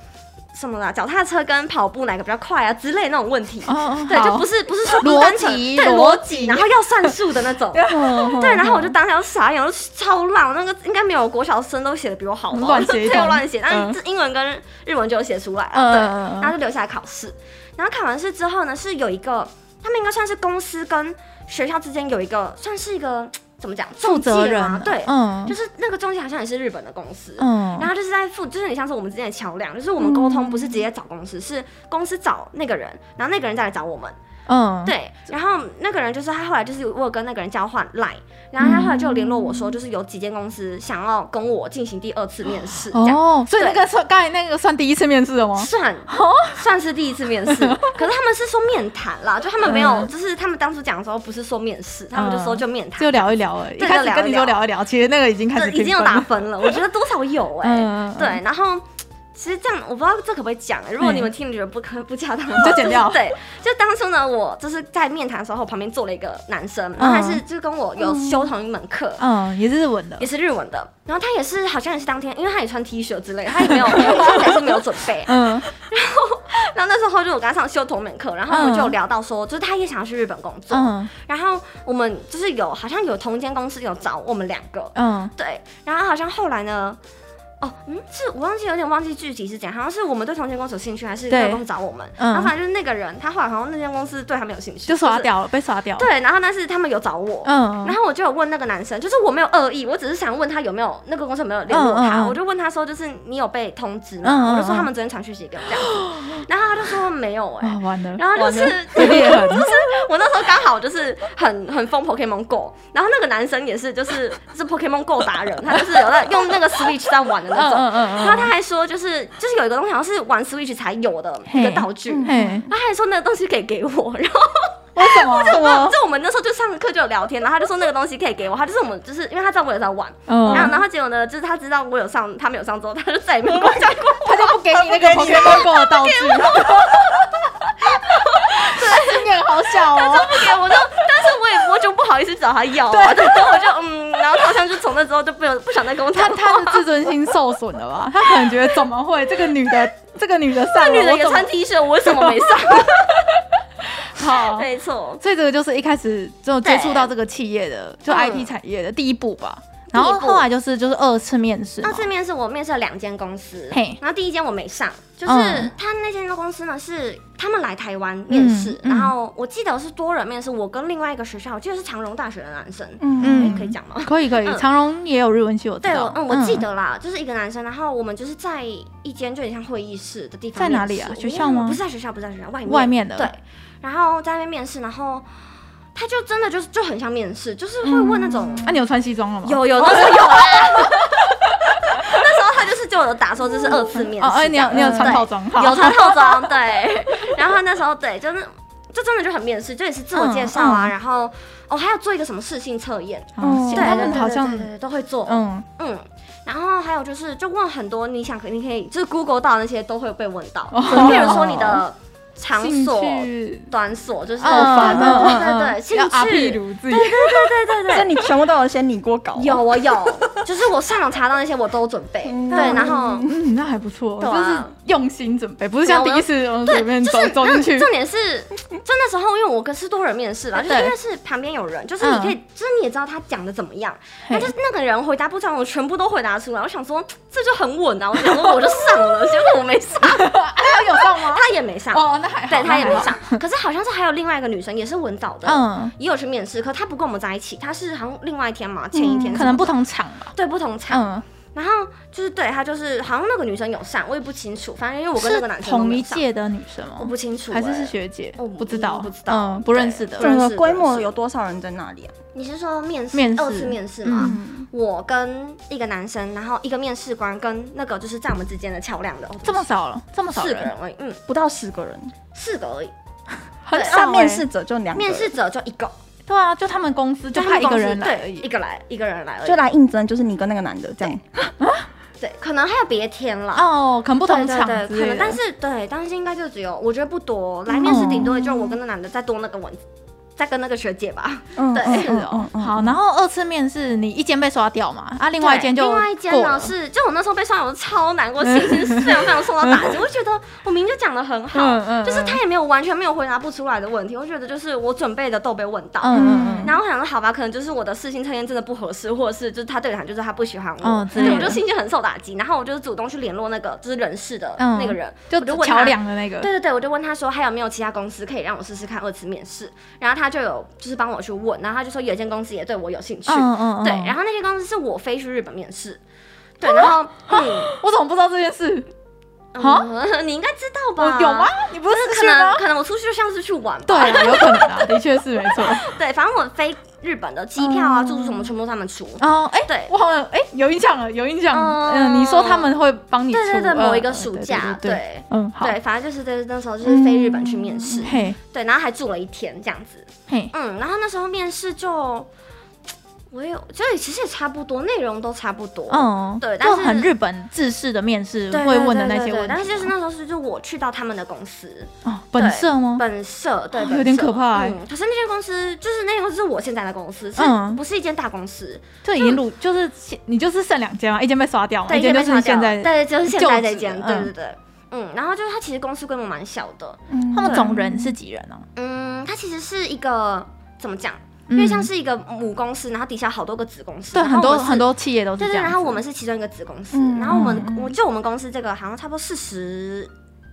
Speaker 3: 什么啦，脚踏车跟跑步哪个比较快啊之类那种问题。
Speaker 1: 哦，哦
Speaker 3: 对，就
Speaker 1: 好
Speaker 3: 不是不是说
Speaker 1: 逻
Speaker 3: 不单纯
Speaker 1: 辑
Speaker 3: 对
Speaker 1: 逻
Speaker 3: 逻辑，然后要算数的那种。
Speaker 1: 嗯
Speaker 3: 对，然后我就当下傻眼，我就超烂，我那个应该没有国小生都写的比我好吧，
Speaker 1: 乱写一
Speaker 3: 对
Speaker 1: 通
Speaker 3: 乱写，但
Speaker 1: 嗯
Speaker 3: 是英文跟日文就有写出来
Speaker 1: 嗯
Speaker 3: 了，对
Speaker 1: 嗯嗯，
Speaker 3: 然后就留下来考试。然后考完试之后呢，是有一个，他们应该算是公司跟学校之间有一个，算是一个怎么讲，
Speaker 1: 负责
Speaker 3: 中介
Speaker 1: 人
Speaker 3: 吗
Speaker 1: 啊，
Speaker 3: 对，
Speaker 1: 嗯，
Speaker 3: 就是那个中介好像也是日本的公司。然
Speaker 1: 嗯，
Speaker 3: 后就是在负，就是你像是我们之间的桥梁，就是我们沟通不是直接找公司，是公司找那个人，然后那个人再来找我们，
Speaker 1: 嗯，
Speaker 3: 对，然后那个人就是他后来就是我有跟那个人交换 line，然后他后来就有联络我说，就是有几间公司想要跟我进行第二次面试，这样、
Speaker 1: 哦，所以那
Speaker 3: 对
Speaker 1: 个算刚才那个算第一次面试的吗？
Speaker 3: 算
Speaker 1: 哦
Speaker 3: 算是第一次面 试，可是他们是说面谈啦，就他们没有，
Speaker 1: 嗯
Speaker 3: 就是他们当初讲的时候不是说面试，他们就说就面 谈，
Speaker 1: 就聊一聊而已，一
Speaker 3: 对
Speaker 1: 开始
Speaker 3: 就聊一
Speaker 1: 跟你说
Speaker 3: 聊
Speaker 1: 聊一聊，其实那个已经开
Speaker 3: 这
Speaker 1: 始
Speaker 3: 已经有
Speaker 1: 评分
Speaker 3: 打
Speaker 1: 了，
Speaker 3: 分了，我觉得多 少有哎、
Speaker 1: 嗯嗯嗯
Speaker 3: 对，然后。其实这样，我不知道这可不可以讲、如果你们听了觉得不可不恰当，
Speaker 1: 就剪掉
Speaker 3: 是对，就当初呢，我就是在面谈的时候，旁边坐了一个男生，然后他是就跟我有修同一门课，
Speaker 1: 嗯，也是日文的
Speaker 3: 也，是日文的。然后他也是好像也是当天，因为他也穿 T 恤 之类的，他也没有，他也是没有准备。
Speaker 1: 嗯
Speaker 3: 然后那时候就我跟他上修同门课，然后我们
Speaker 1: 嗯
Speaker 3: 就有聊到说，就是他也想要去日本工作，
Speaker 1: 嗯
Speaker 3: 然后我们就是有好像有同一间公司有找我们两个，
Speaker 1: 嗯
Speaker 3: 对，然后好像后来呢。哦，嗯，是我忘记，有点忘记具体是怎样，好像是我们对同间公司有兴趣，还是
Speaker 1: 对
Speaker 3: 那个公司找我们？
Speaker 1: 嗯
Speaker 3: 然后反正就是那个人，他后来好像那间公司对他没有兴趣，
Speaker 1: 就刷
Speaker 3: 是。
Speaker 1: 掉了，被刷掉，，
Speaker 3: 对，然后但是他们有找我，
Speaker 1: 嗯，
Speaker 3: 然后我就有问那个男生，就是我没有恶意，我只是想问他有没有那个公司有没有联络他，
Speaker 1: 嗯嗯嗯
Speaker 3: 我就问他说，就是你有被通知
Speaker 1: 嗯嗯
Speaker 3: 吗？
Speaker 1: 嗯
Speaker 3: 我就说他们昨天传讯息给我这样子，然后他就说没有哎、
Speaker 1: 啊完了，
Speaker 3: 然后 就是
Speaker 1: 完了被裂痕，
Speaker 3: 我那时候刚好就是很很疯 Pokemon Go，然后那个男生也是就是是 Pokemon Go 达人，他就是有在用那个 Switch 在玩的那
Speaker 1: 嗯
Speaker 3: 种，
Speaker 1: 嗯嗯
Speaker 3: 然后他还说就是就是有一个东西好像是玩 Switch 才有的一个道具。
Speaker 1: 嗯，嘿，
Speaker 3: 他还说那个东西可以给我，然后
Speaker 1: 为什么？什么？
Speaker 3: 就我们那时候就上课就有聊天，然后他就说那个东西可以给我，他就是我们就是因为他知道我有在玩，
Speaker 1: 嗯，
Speaker 3: 然后，然后结果呢，就是他知道我有上，他没有上之后，他就再也没有跟我讲过。
Speaker 1: 他就不给你那个 Pokemon Go 的道具，心眼好小
Speaker 3: 他
Speaker 1: 哦，
Speaker 3: 不给我就，但是我也我就不好意思找他要啊。 然后我就嗯，然后他好像就从那之后就不有不想再跟我
Speaker 1: 他
Speaker 3: 讲
Speaker 1: 他
Speaker 3: 话。
Speaker 1: 的自尊心受损了吧？他可能觉得怎么会这个女的，这个女的上了，
Speaker 3: 女的
Speaker 1: 我
Speaker 3: 也
Speaker 1: 怎么
Speaker 3: 穿 T 恤，我为什么没 上？
Speaker 1: 好？
Speaker 3: 没错，
Speaker 1: 所以这个就是一开始就接触
Speaker 3: 对
Speaker 1: 到这个企业的，就
Speaker 3: 嗯
Speaker 1: IT 产业的第一步吧。
Speaker 3: 第
Speaker 1: 然
Speaker 3: 一
Speaker 1: 后
Speaker 3: 步
Speaker 1: 后来就是就是二次面试嘛，
Speaker 3: 二次面试我面试了两间公司
Speaker 1: 嘿，
Speaker 3: 然后第一间我没上，就是
Speaker 1: 嗯
Speaker 3: 他那间公司呢是他们来台湾面试，
Speaker 1: 嗯嗯
Speaker 3: 然后我记得是多人面试，我跟另外一个学校，我记得是长荣大学的男生，
Speaker 5: 嗯
Speaker 1: 嗯
Speaker 3: 嗯，可以讲吗？
Speaker 1: 可以可以，
Speaker 3: 嗯
Speaker 1: 长荣也有日文系，我知
Speaker 3: 对，
Speaker 1: 道
Speaker 3: 我。嗯，我记得啦，就是一个男生，然后我们就是在一间就很像会议室的地方
Speaker 1: 在
Speaker 3: 面试，
Speaker 1: 哪里啊
Speaker 3: 我
Speaker 1: 学校吗
Speaker 3: 不是在学校，不是在学校，外面
Speaker 1: 外面的
Speaker 3: 对，然后在那边面试，然后他就真的就是就很像面试，就是会问那种、哎
Speaker 1: 啊，你有穿西装了吗？
Speaker 3: 有有那时候有啊， 那时候他就是对我的打说这是二次面试，
Speaker 1: 哦，哎，你有你有穿套装，好
Speaker 3: 有穿套装，对，然后那时候对就是。就真的就很面试，就也是自我介绍啊，
Speaker 1: 嗯嗯
Speaker 3: 然后哦还要做一个什么事情测验，
Speaker 1: 哦
Speaker 5: 对
Speaker 1: 他们
Speaker 3: 对
Speaker 1: 好像
Speaker 3: 对对对都会做，
Speaker 1: 嗯
Speaker 3: 嗯，然后还有就是，就问很多你想可你可以就是 Google 到那些都会有被问到，
Speaker 1: 哦
Speaker 3: 就譬如说你的场
Speaker 1: 兴
Speaker 3: 所、
Speaker 1: 趣
Speaker 3: 短所，就是
Speaker 1: 好烦
Speaker 3: 啊对
Speaker 1: 哦，
Speaker 3: 对对对，
Speaker 1: 嗯嗯要阿屁
Speaker 3: 兴趣，
Speaker 1: 如自己，
Speaker 3: 对对
Speaker 5: 所以
Speaker 3: 对。
Speaker 5: 你全部都有先拟过稿，哦
Speaker 3: 有我有，就是我上网查到那些我都准备，
Speaker 5: 嗯
Speaker 3: 对，然后
Speaker 1: 嗯，那还不错，
Speaker 3: 对啊
Speaker 1: 就是用心准备，不是像第一次嗯随便走走进去
Speaker 3: 重，点是，就那时候因为我跟是多人面试啦，就是
Speaker 1: 对嗯
Speaker 3: 因为是旁边有人，就是你可以，就是你也知道他讲的怎么样，
Speaker 1: 嘿
Speaker 3: 他就是那个人回答不出来，我全部都回答出来，我想说这就很稳啊，我想说我就上了，结果我没上，
Speaker 1: 啊他有上吗？
Speaker 3: 他也没上，
Speaker 1: 哦，那还好
Speaker 3: 对他也没，
Speaker 1: 那还
Speaker 3: 上。可是好像是还有另外一个女生也是文藻的，
Speaker 1: 好嗯，
Speaker 3: 也有去面试，可她不跟我们在一起，她是好像另外一天嘛，前一天什么
Speaker 1: 嗯
Speaker 3: 的、
Speaker 1: 可能不同场吧，
Speaker 3: 对不同场。
Speaker 1: 嗯，
Speaker 3: 然后就是对她就是好像那个女生有上，我也不清楚，反正因为我跟那
Speaker 1: 是
Speaker 3: 个男生都
Speaker 1: 同
Speaker 3: 没
Speaker 1: 一
Speaker 3: 有上，
Speaker 1: 届的女生吗？
Speaker 3: 我不清楚、
Speaker 1: 还是
Speaker 3: 欸
Speaker 1: 是学姐
Speaker 3: 哦，
Speaker 1: 不知道，
Speaker 3: 不知道
Speaker 1: 嗯，不认识的
Speaker 3: 对。
Speaker 5: 整
Speaker 3: 不认
Speaker 5: 个
Speaker 3: 识
Speaker 5: 规模有多少人在那里啊？
Speaker 3: 你是说面试
Speaker 1: 面试
Speaker 3: 二次面试吗？
Speaker 5: 嗯，
Speaker 3: 我跟一个男生，然后一个面试官跟那个就是在我们之间的桥梁的，
Speaker 1: 这么少了，这么少
Speaker 3: 四个人
Speaker 1: 人，
Speaker 3: 而已，嗯，
Speaker 5: 不到十个人，
Speaker 3: 四个而已，
Speaker 1: 很
Speaker 5: 但
Speaker 1: 少欸
Speaker 5: 面试者就两个人
Speaker 3: 面试者就一个，
Speaker 1: 对啊，就他们公司就派一个人来而
Speaker 3: 对，一
Speaker 1: 已。
Speaker 3: 个来一个人来而已，
Speaker 5: 就来应征，就是你跟那个男的这样。
Speaker 3: 对，可能还有别天啦，
Speaker 1: 哦，可能不同场嗯
Speaker 3: 对对
Speaker 1: 之
Speaker 3: 对可
Speaker 1: 类
Speaker 3: 能，
Speaker 1: 的
Speaker 3: 但是对，但是应该就只有，我觉得不多，来面试顶多也就是我跟那男的再多那个文，再跟那个学姐吧。
Speaker 5: 嗯，
Speaker 3: 对
Speaker 5: 嗯
Speaker 1: 是哦，好，，然后二次面试你一间被刷掉嘛，啊，另
Speaker 3: 另
Speaker 1: 外一间就
Speaker 3: 另外一间
Speaker 1: 过
Speaker 3: 呢
Speaker 1: 了，
Speaker 3: 是，就我那时候被刷，我超难过，心情非常非常受到 打击。我就觉得我明明就讲的很好，
Speaker 1: 嗯嗯
Speaker 3: 就是他也没有完全没有回答不出来的问题，我觉得就是我准备的都被问到。
Speaker 1: 嗯嗯嗯，
Speaker 3: 然后我想说，好吧，可能就是我的事情测验真的不合适，或者是就是他对谈就是他不喜欢我，
Speaker 1: 嗯之
Speaker 3: 所
Speaker 1: 类
Speaker 3: 以
Speaker 1: 的
Speaker 3: 我就心情很受打击。然后我就是主动去联络那个就是人事的
Speaker 1: 嗯
Speaker 3: 那个人，我就
Speaker 1: 就
Speaker 3: 问他
Speaker 1: 桥梁的那个，
Speaker 3: 对对对，我就问他说还有没有其他公司可以让我试试看二次面试，然后他就有就是帮我去问，然后他就说有一间公司也对我有兴趣，
Speaker 1: 嗯嗯，哦
Speaker 3: 对，然
Speaker 1: 后
Speaker 3: 后那间公司是我飞去日本面试，对，然后嗯，
Speaker 1: 我怎么不知道这件事？哈
Speaker 3: 嗯， 你应该知道
Speaker 1: 我
Speaker 3: 吧？
Speaker 1: 有吗？？你不是
Speaker 3: 就
Speaker 1: 失
Speaker 3: 是可
Speaker 1: 去
Speaker 3: 能
Speaker 1: 吗？
Speaker 3: 可能我出去就像是去玩吧。
Speaker 1: 对啊，有可能啊， 的确是没 错。
Speaker 3: 对，反正我飞日本的机票啊、
Speaker 1: 嗯
Speaker 3: 住宿什么全部都他们出。
Speaker 1: 哦，哎、
Speaker 3: 对
Speaker 1: 我好像哎、有印象了，有印象。嗯、
Speaker 3: 嗯
Speaker 1: 你说他们会帮你出
Speaker 3: 对对对，
Speaker 1: 呃
Speaker 3: 某一个暑假，
Speaker 1: 对对
Speaker 3: 对
Speaker 1: 嗯，好，嗯
Speaker 3: 对，反正就是对那时候就是飞日本去面试，
Speaker 1: 嘿，
Speaker 3: 对，然后还住了一天这样子。
Speaker 1: 嘿，
Speaker 3: 嗯，然后那时候面试就我也有，就也其实也差不多，内容都差不多。
Speaker 1: 嗯，
Speaker 3: 对但
Speaker 1: 就是很日本制式的面试
Speaker 3: 对，
Speaker 1: 会
Speaker 3: 对
Speaker 1: 问的
Speaker 3: 对
Speaker 1: 那
Speaker 3: 对
Speaker 1: 些
Speaker 3: 对
Speaker 1: 问题吗，
Speaker 3: 但是就是那时候是就我去到他们的公司
Speaker 1: 哦，本色吗？
Speaker 3: 本社，对，
Speaker 1: 哦
Speaker 3: 本
Speaker 1: 有点
Speaker 3: 社
Speaker 1: 可怕欸
Speaker 3: 嗯，可是那间公司就是那间公司是我现在的公司，是
Speaker 1: 嗯
Speaker 3: 不是一间大公司？
Speaker 1: 就已经录，就是现你就是剩两间嘛，一间被刷掉嘛，哦
Speaker 3: 对，
Speaker 1: 一间
Speaker 3: 被
Speaker 1: 就是
Speaker 3: 刷掉
Speaker 1: 现在。
Speaker 3: 了对，就是现在这
Speaker 1: 就职
Speaker 3: 间，对
Speaker 1: 嗯
Speaker 3: 对对。嗯，然后就是它其实公司规模蛮小的，
Speaker 5: 嗯
Speaker 1: 他
Speaker 3: 啊
Speaker 1: 们总人是几人哦？
Speaker 3: 嗯，它其实是一个怎么讲？
Speaker 1: 嗯
Speaker 3: 因为像是一个母公司，然后底下好多个子公司，
Speaker 1: 对，
Speaker 3: 然
Speaker 1: 很
Speaker 3: 后我
Speaker 1: 多
Speaker 3: 是
Speaker 1: 很多企业都是
Speaker 3: 对
Speaker 1: 这
Speaker 3: 对，
Speaker 1: 样子。
Speaker 3: 然后我们是其中一个子公司，
Speaker 5: 嗯
Speaker 3: 然后我们、
Speaker 1: 嗯
Speaker 3: 我就我们公司这个好像差不多四十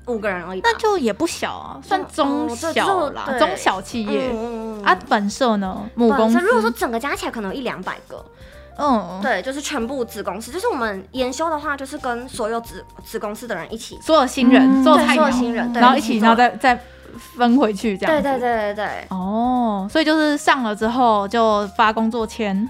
Speaker 3: 五个人而已吧。
Speaker 1: 那就也不小啊，算中
Speaker 3: 哦对
Speaker 1: 小啦，
Speaker 3: 就对
Speaker 1: 中小企业、
Speaker 3: 嗯嗯嗯
Speaker 1: 啊。本社呢，母公司
Speaker 3: 对所以如果说整个加起来可能有一两百个，
Speaker 1: 嗯，
Speaker 3: 对，就是全部子公司，就是我们研修的话，就是跟所有子子公司的人一起，
Speaker 1: 所有新人、
Speaker 5: 嗯
Speaker 1: 做
Speaker 3: 对，
Speaker 1: 菜
Speaker 3: 所
Speaker 1: 鸟
Speaker 3: 有，新人，对，
Speaker 1: 哦然后一起，然后
Speaker 3: 做
Speaker 1: 再再分回去这样
Speaker 3: 对
Speaker 1: 子。
Speaker 3: 对对对对
Speaker 1: 哦，所以就是上了之后就发工作签，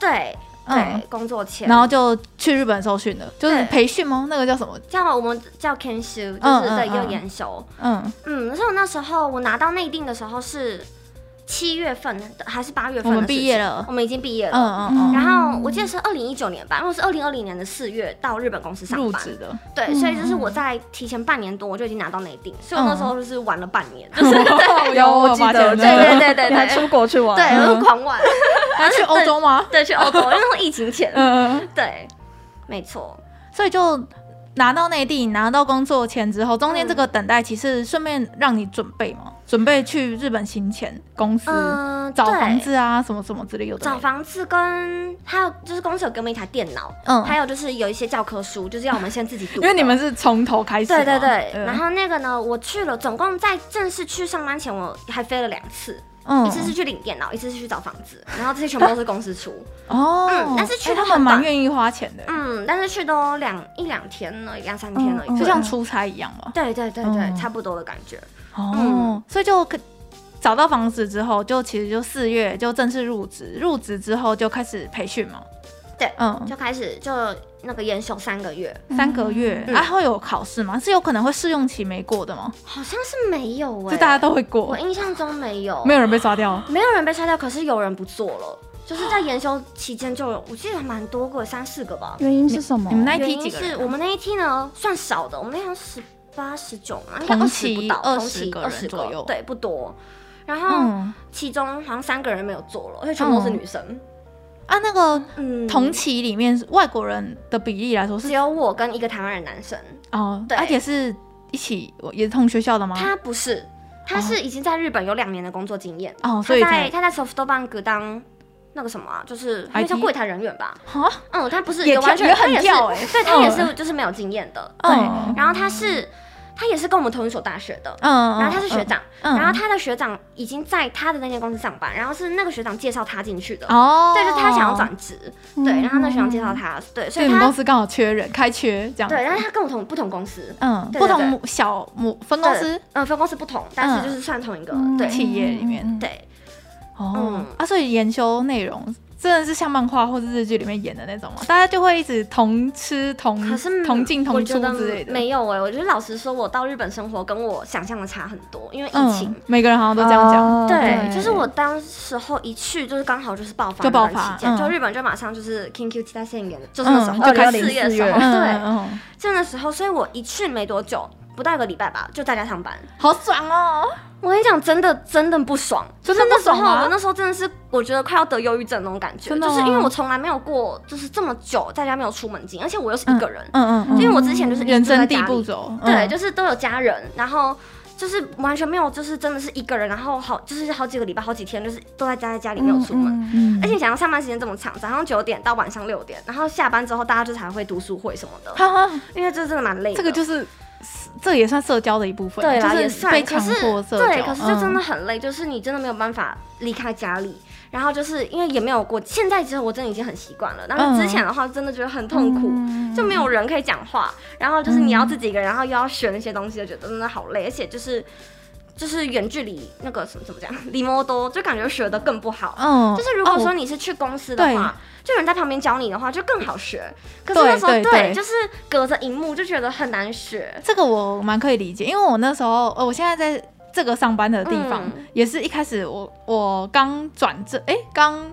Speaker 3: 对
Speaker 1: 嗯
Speaker 3: 对，工作前，
Speaker 1: 然后就去日本受训了，就是
Speaker 3: 对
Speaker 1: 培训吗？那个叫什么？
Speaker 3: 这样我们叫 can s h 就
Speaker 1: 嗯
Speaker 3: 是对，
Speaker 1: 嗯
Speaker 3: 也有
Speaker 1: 嗯
Speaker 3: 研修，
Speaker 1: 嗯，
Speaker 3: 嗯，所以我那时候我拿到内定的时候是七月份的还是八月份的事
Speaker 1: 我们
Speaker 3: 情？
Speaker 1: 毕业了
Speaker 3: 我们已经毕业了。
Speaker 1: 嗯嗯
Speaker 3: 然后我记得是二零一九年吧，因为我是二零二零年的四月到日本公
Speaker 1: 嗯，
Speaker 3: 司上
Speaker 1: 入
Speaker 3: 班，
Speaker 1: 职的，
Speaker 3: 对，所以
Speaker 1: 嗯
Speaker 3: 就是我在提前半年多我就已经拿到内定，所以我那时候就是玩了半年， 就是
Speaker 5: 有我
Speaker 1: 有
Speaker 5: 记
Speaker 1: 发现
Speaker 5: 得对
Speaker 3: 对对 对对
Speaker 5: 你还
Speaker 3: 对
Speaker 5: 出国去玩？
Speaker 3: 对，
Speaker 1: 嗯
Speaker 3: 我就狂玩，嗯
Speaker 1: 还去欧洲吗？
Speaker 3: 对，去欧洲，因为那种疫情前，
Speaker 1: 嗯，嗯
Speaker 3: 对，没错，
Speaker 1: 所以就拿到内地，拿到工作签之后，中间这个等待其实顺便让你准备嘛，准备去日本行前公司、
Speaker 3: 嗯，
Speaker 1: 找
Speaker 3: 对
Speaker 1: 房子啊，什么什么之类有的
Speaker 3: 找
Speaker 1: 没的。
Speaker 3: 房子跟还有就是公司有给我们一台电脑，
Speaker 1: 嗯
Speaker 3: 还有就是有一些教科书，就是要我们先自己读的，
Speaker 1: 因为你们是从头开始嘛，
Speaker 3: 对对对，
Speaker 1: 嗯
Speaker 3: 然后那个呢，我去了，总共在正式去上班前，我还飞了两次，
Speaker 1: 嗯
Speaker 3: 一次是去领电脑，一次是去找房子，然后这些全部都是公司出，
Speaker 1: 哦，
Speaker 3: 嗯但是去
Speaker 1: 哎
Speaker 3: 得
Speaker 1: 他
Speaker 3: 很
Speaker 1: 们蛮
Speaker 3: 短
Speaker 1: 愿意花钱的，
Speaker 3: 嗯，但是去都两一两天了，两三天了，
Speaker 5: 嗯嗯
Speaker 1: 就
Speaker 3: 对
Speaker 1: 像出差一样嘛。
Speaker 3: 对对对对，
Speaker 1: 嗯
Speaker 3: 差不多的感觉，
Speaker 1: 哦
Speaker 3: 嗯，
Speaker 1: 所以就可找到房子之后，就其实就四月就正式入职，入职之后就开始培训嘛。
Speaker 3: 对
Speaker 1: 嗯，
Speaker 3: 就开始就那个研修三个月，
Speaker 1: 三个月，
Speaker 3: 嗯
Speaker 1: 啊，会有考试吗？是有可能会试用期没过的吗？
Speaker 3: 好像是没有哎、
Speaker 1: 就大家都会过
Speaker 3: 我，印象中没有，
Speaker 1: 没
Speaker 3: 有
Speaker 1: 有人被刷掉。
Speaker 3: 没有人被刷掉，可是有人不做了，就是在研修期间就有，我记得蛮多个，三四个吧，
Speaker 5: 原因是什么？
Speaker 1: 你们那一
Speaker 3: 原
Speaker 1: 批几
Speaker 3: 因
Speaker 1: 个
Speaker 3: 是
Speaker 1: 人？啊
Speaker 3: 我们那一梯呢算少的，我们那像十八十九嘛，应该
Speaker 1: 同
Speaker 3: 二
Speaker 1: 期
Speaker 3: 十不到，
Speaker 1: 20
Speaker 3: 同期
Speaker 1: 个人
Speaker 3: 二十
Speaker 1: 左右
Speaker 3: 对，不多。然后
Speaker 1: 嗯
Speaker 3: 其中好像三个人没有做了，而且全部都是女生。
Speaker 1: 啊，那个
Speaker 3: 嗯，
Speaker 1: 同期里面外国人的比例来说
Speaker 3: 只
Speaker 1: 是
Speaker 3: 有我跟一个台湾人男生，
Speaker 1: 哦，
Speaker 3: 对
Speaker 1: 而且是一起也是同学校的吗？
Speaker 3: 他不是，他是已经在日本有两年的工作经验。
Speaker 1: 哦，所
Speaker 3: 他
Speaker 1: 以
Speaker 3: 在
Speaker 1: 才
Speaker 3: 他在 SoftBank 当那个什么啊，就是他
Speaker 1: IT
Speaker 3: 叫柜台人员吧。
Speaker 1: 啊，
Speaker 3: 嗯，他不是
Speaker 1: 也
Speaker 3: 有完
Speaker 1: 跳
Speaker 3: 全
Speaker 1: 也
Speaker 3: 他
Speaker 1: 很
Speaker 3: 也是
Speaker 1: 跳欸，
Speaker 3: 对他也
Speaker 1: 嗯哦
Speaker 3: 是就是没有经验的。
Speaker 1: 对，
Speaker 5: 嗯
Speaker 3: 然后他是他也是跟我们同一所大学的，
Speaker 1: 嗯，
Speaker 3: 然后他是学
Speaker 1: 嗯，
Speaker 3: 长，
Speaker 1: 嗯
Speaker 3: 然后他的学长已经在他的那间公司上班，然后是那个学长介绍他进去的。
Speaker 1: 哦，
Speaker 3: 对，就是他想要转职，对，然后那学长介绍他，对，所
Speaker 1: 所以
Speaker 3: 以
Speaker 1: 你们
Speaker 3: 他
Speaker 1: 公司刚好缺人，开缺这样。
Speaker 3: 对，但是他跟我同不同公司，
Speaker 1: 嗯，
Speaker 3: 对对
Speaker 1: 不同
Speaker 3: 对
Speaker 1: 母小母分公司嗯
Speaker 3: 对，嗯，分公司不同，但是就是算同一个，对
Speaker 1: 企业里面。
Speaker 3: 对，
Speaker 1: 哦
Speaker 3: 嗯，
Speaker 1: 啊，所以研修内容真的是像漫画或是日剧里面演的那种吗？大家就会一直同吃同
Speaker 3: 可是
Speaker 1: 嗯同进
Speaker 3: 我
Speaker 1: 同
Speaker 3: 觉
Speaker 1: 出
Speaker 3: 得
Speaker 1: 之类的。
Speaker 3: 没有哎，我觉得老实说，我到日本生活跟我想象的差很多，因为疫情
Speaker 1: 嗯，，每个人好像都这样讲。
Speaker 5: 哦
Speaker 3: 对，就是我当时候一去，就是刚好就是爆发
Speaker 1: 就
Speaker 3: 那段
Speaker 1: 爆发
Speaker 3: 期间，
Speaker 1: 嗯
Speaker 3: 就日本就马上就是 Kinky 期待线演，就是那时
Speaker 1: 嗯
Speaker 3: 候
Speaker 1: 就开始
Speaker 3: 四月的时
Speaker 5: 四
Speaker 3: 候，
Speaker 5: 月
Speaker 1: 嗯
Speaker 3: 对，
Speaker 1: 嗯，嗯
Speaker 3: 就那时候，所以我一去没多久，不到一个礼拜吧，就在家上班。
Speaker 1: 好爽哦！
Speaker 3: 我跟你讲，真的真的不爽，
Speaker 1: 真的不爽
Speaker 3: 就是那时
Speaker 1: 吗
Speaker 3: 候我那时候真的是，我觉得快要得忧郁症那种感觉，
Speaker 1: 真的
Speaker 3: 就
Speaker 1: 吗
Speaker 3: 是因为我从来没有过，就是这么久在家没有出门经，而且我又是一个人，
Speaker 1: 嗯
Speaker 3: 因为我之前就是一直
Speaker 1: 人
Speaker 3: 在
Speaker 1: 生
Speaker 3: 家
Speaker 1: 地
Speaker 3: 里
Speaker 1: 不熟，
Speaker 3: 对，
Speaker 1: 嗯
Speaker 3: 就是都有家人，然后。就是完全没有，就是真的是一个人，然后好就是好几个礼拜、好几天，就是都在家在家里没有出门。
Speaker 1: 嗯
Speaker 3: 而且你想要上班时间这么长，早上九点到晚上六点，然后下班之后大家就才会读书会什么的，
Speaker 1: 哈哈，
Speaker 3: 因为这真的蛮累的。
Speaker 1: 这个就是这也算社交的一部分，
Speaker 3: 对啦，
Speaker 1: 就
Speaker 3: 也
Speaker 1: 是
Speaker 3: 算
Speaker 1: 被
Speaker 3: 可
Speaker 1: 强
Speaker 3: 是
Speaker 1: 迫社交，
Speaker 3: 对，可是就真的
Speaker 1: 嗯
Speaker 3: 很累，就是你真的没有办法离开家里，然后就是因为也没有过，现在之后我真的已经很习惯了。但是之前的
Speaker 1: 嗯
Speaker 3: 话，真的觉得很痛苦，就没有人可以讲话，然后就是你要
Speaker 1: 嗯
Speaker 3: 自己一个人，然后又要学那些东西，就觉得真的好累，而且就是就是远距离那个什么怎么讲，离摩多就感觉学的更不好。
Speaker 1: 嗯，
Speaker 3: 就是如果说
Speaker 1: 哦
Speaker 3: 你是去公司的话，就有人在旁边教你的话，就更好学。可是
Speaker 1: 对
Speaker 3: 那时候
Speaker 1: 对对
Speaker 3: 就是隔着荧幕就觉得很难学。
Speaker 1: 这个我蛮可以理解，因为我那时候，呃，我现在在这个上班的地方，
Speaker 3: 嗯
Speaker 1: 也是一开始我我刚转正，哎，刚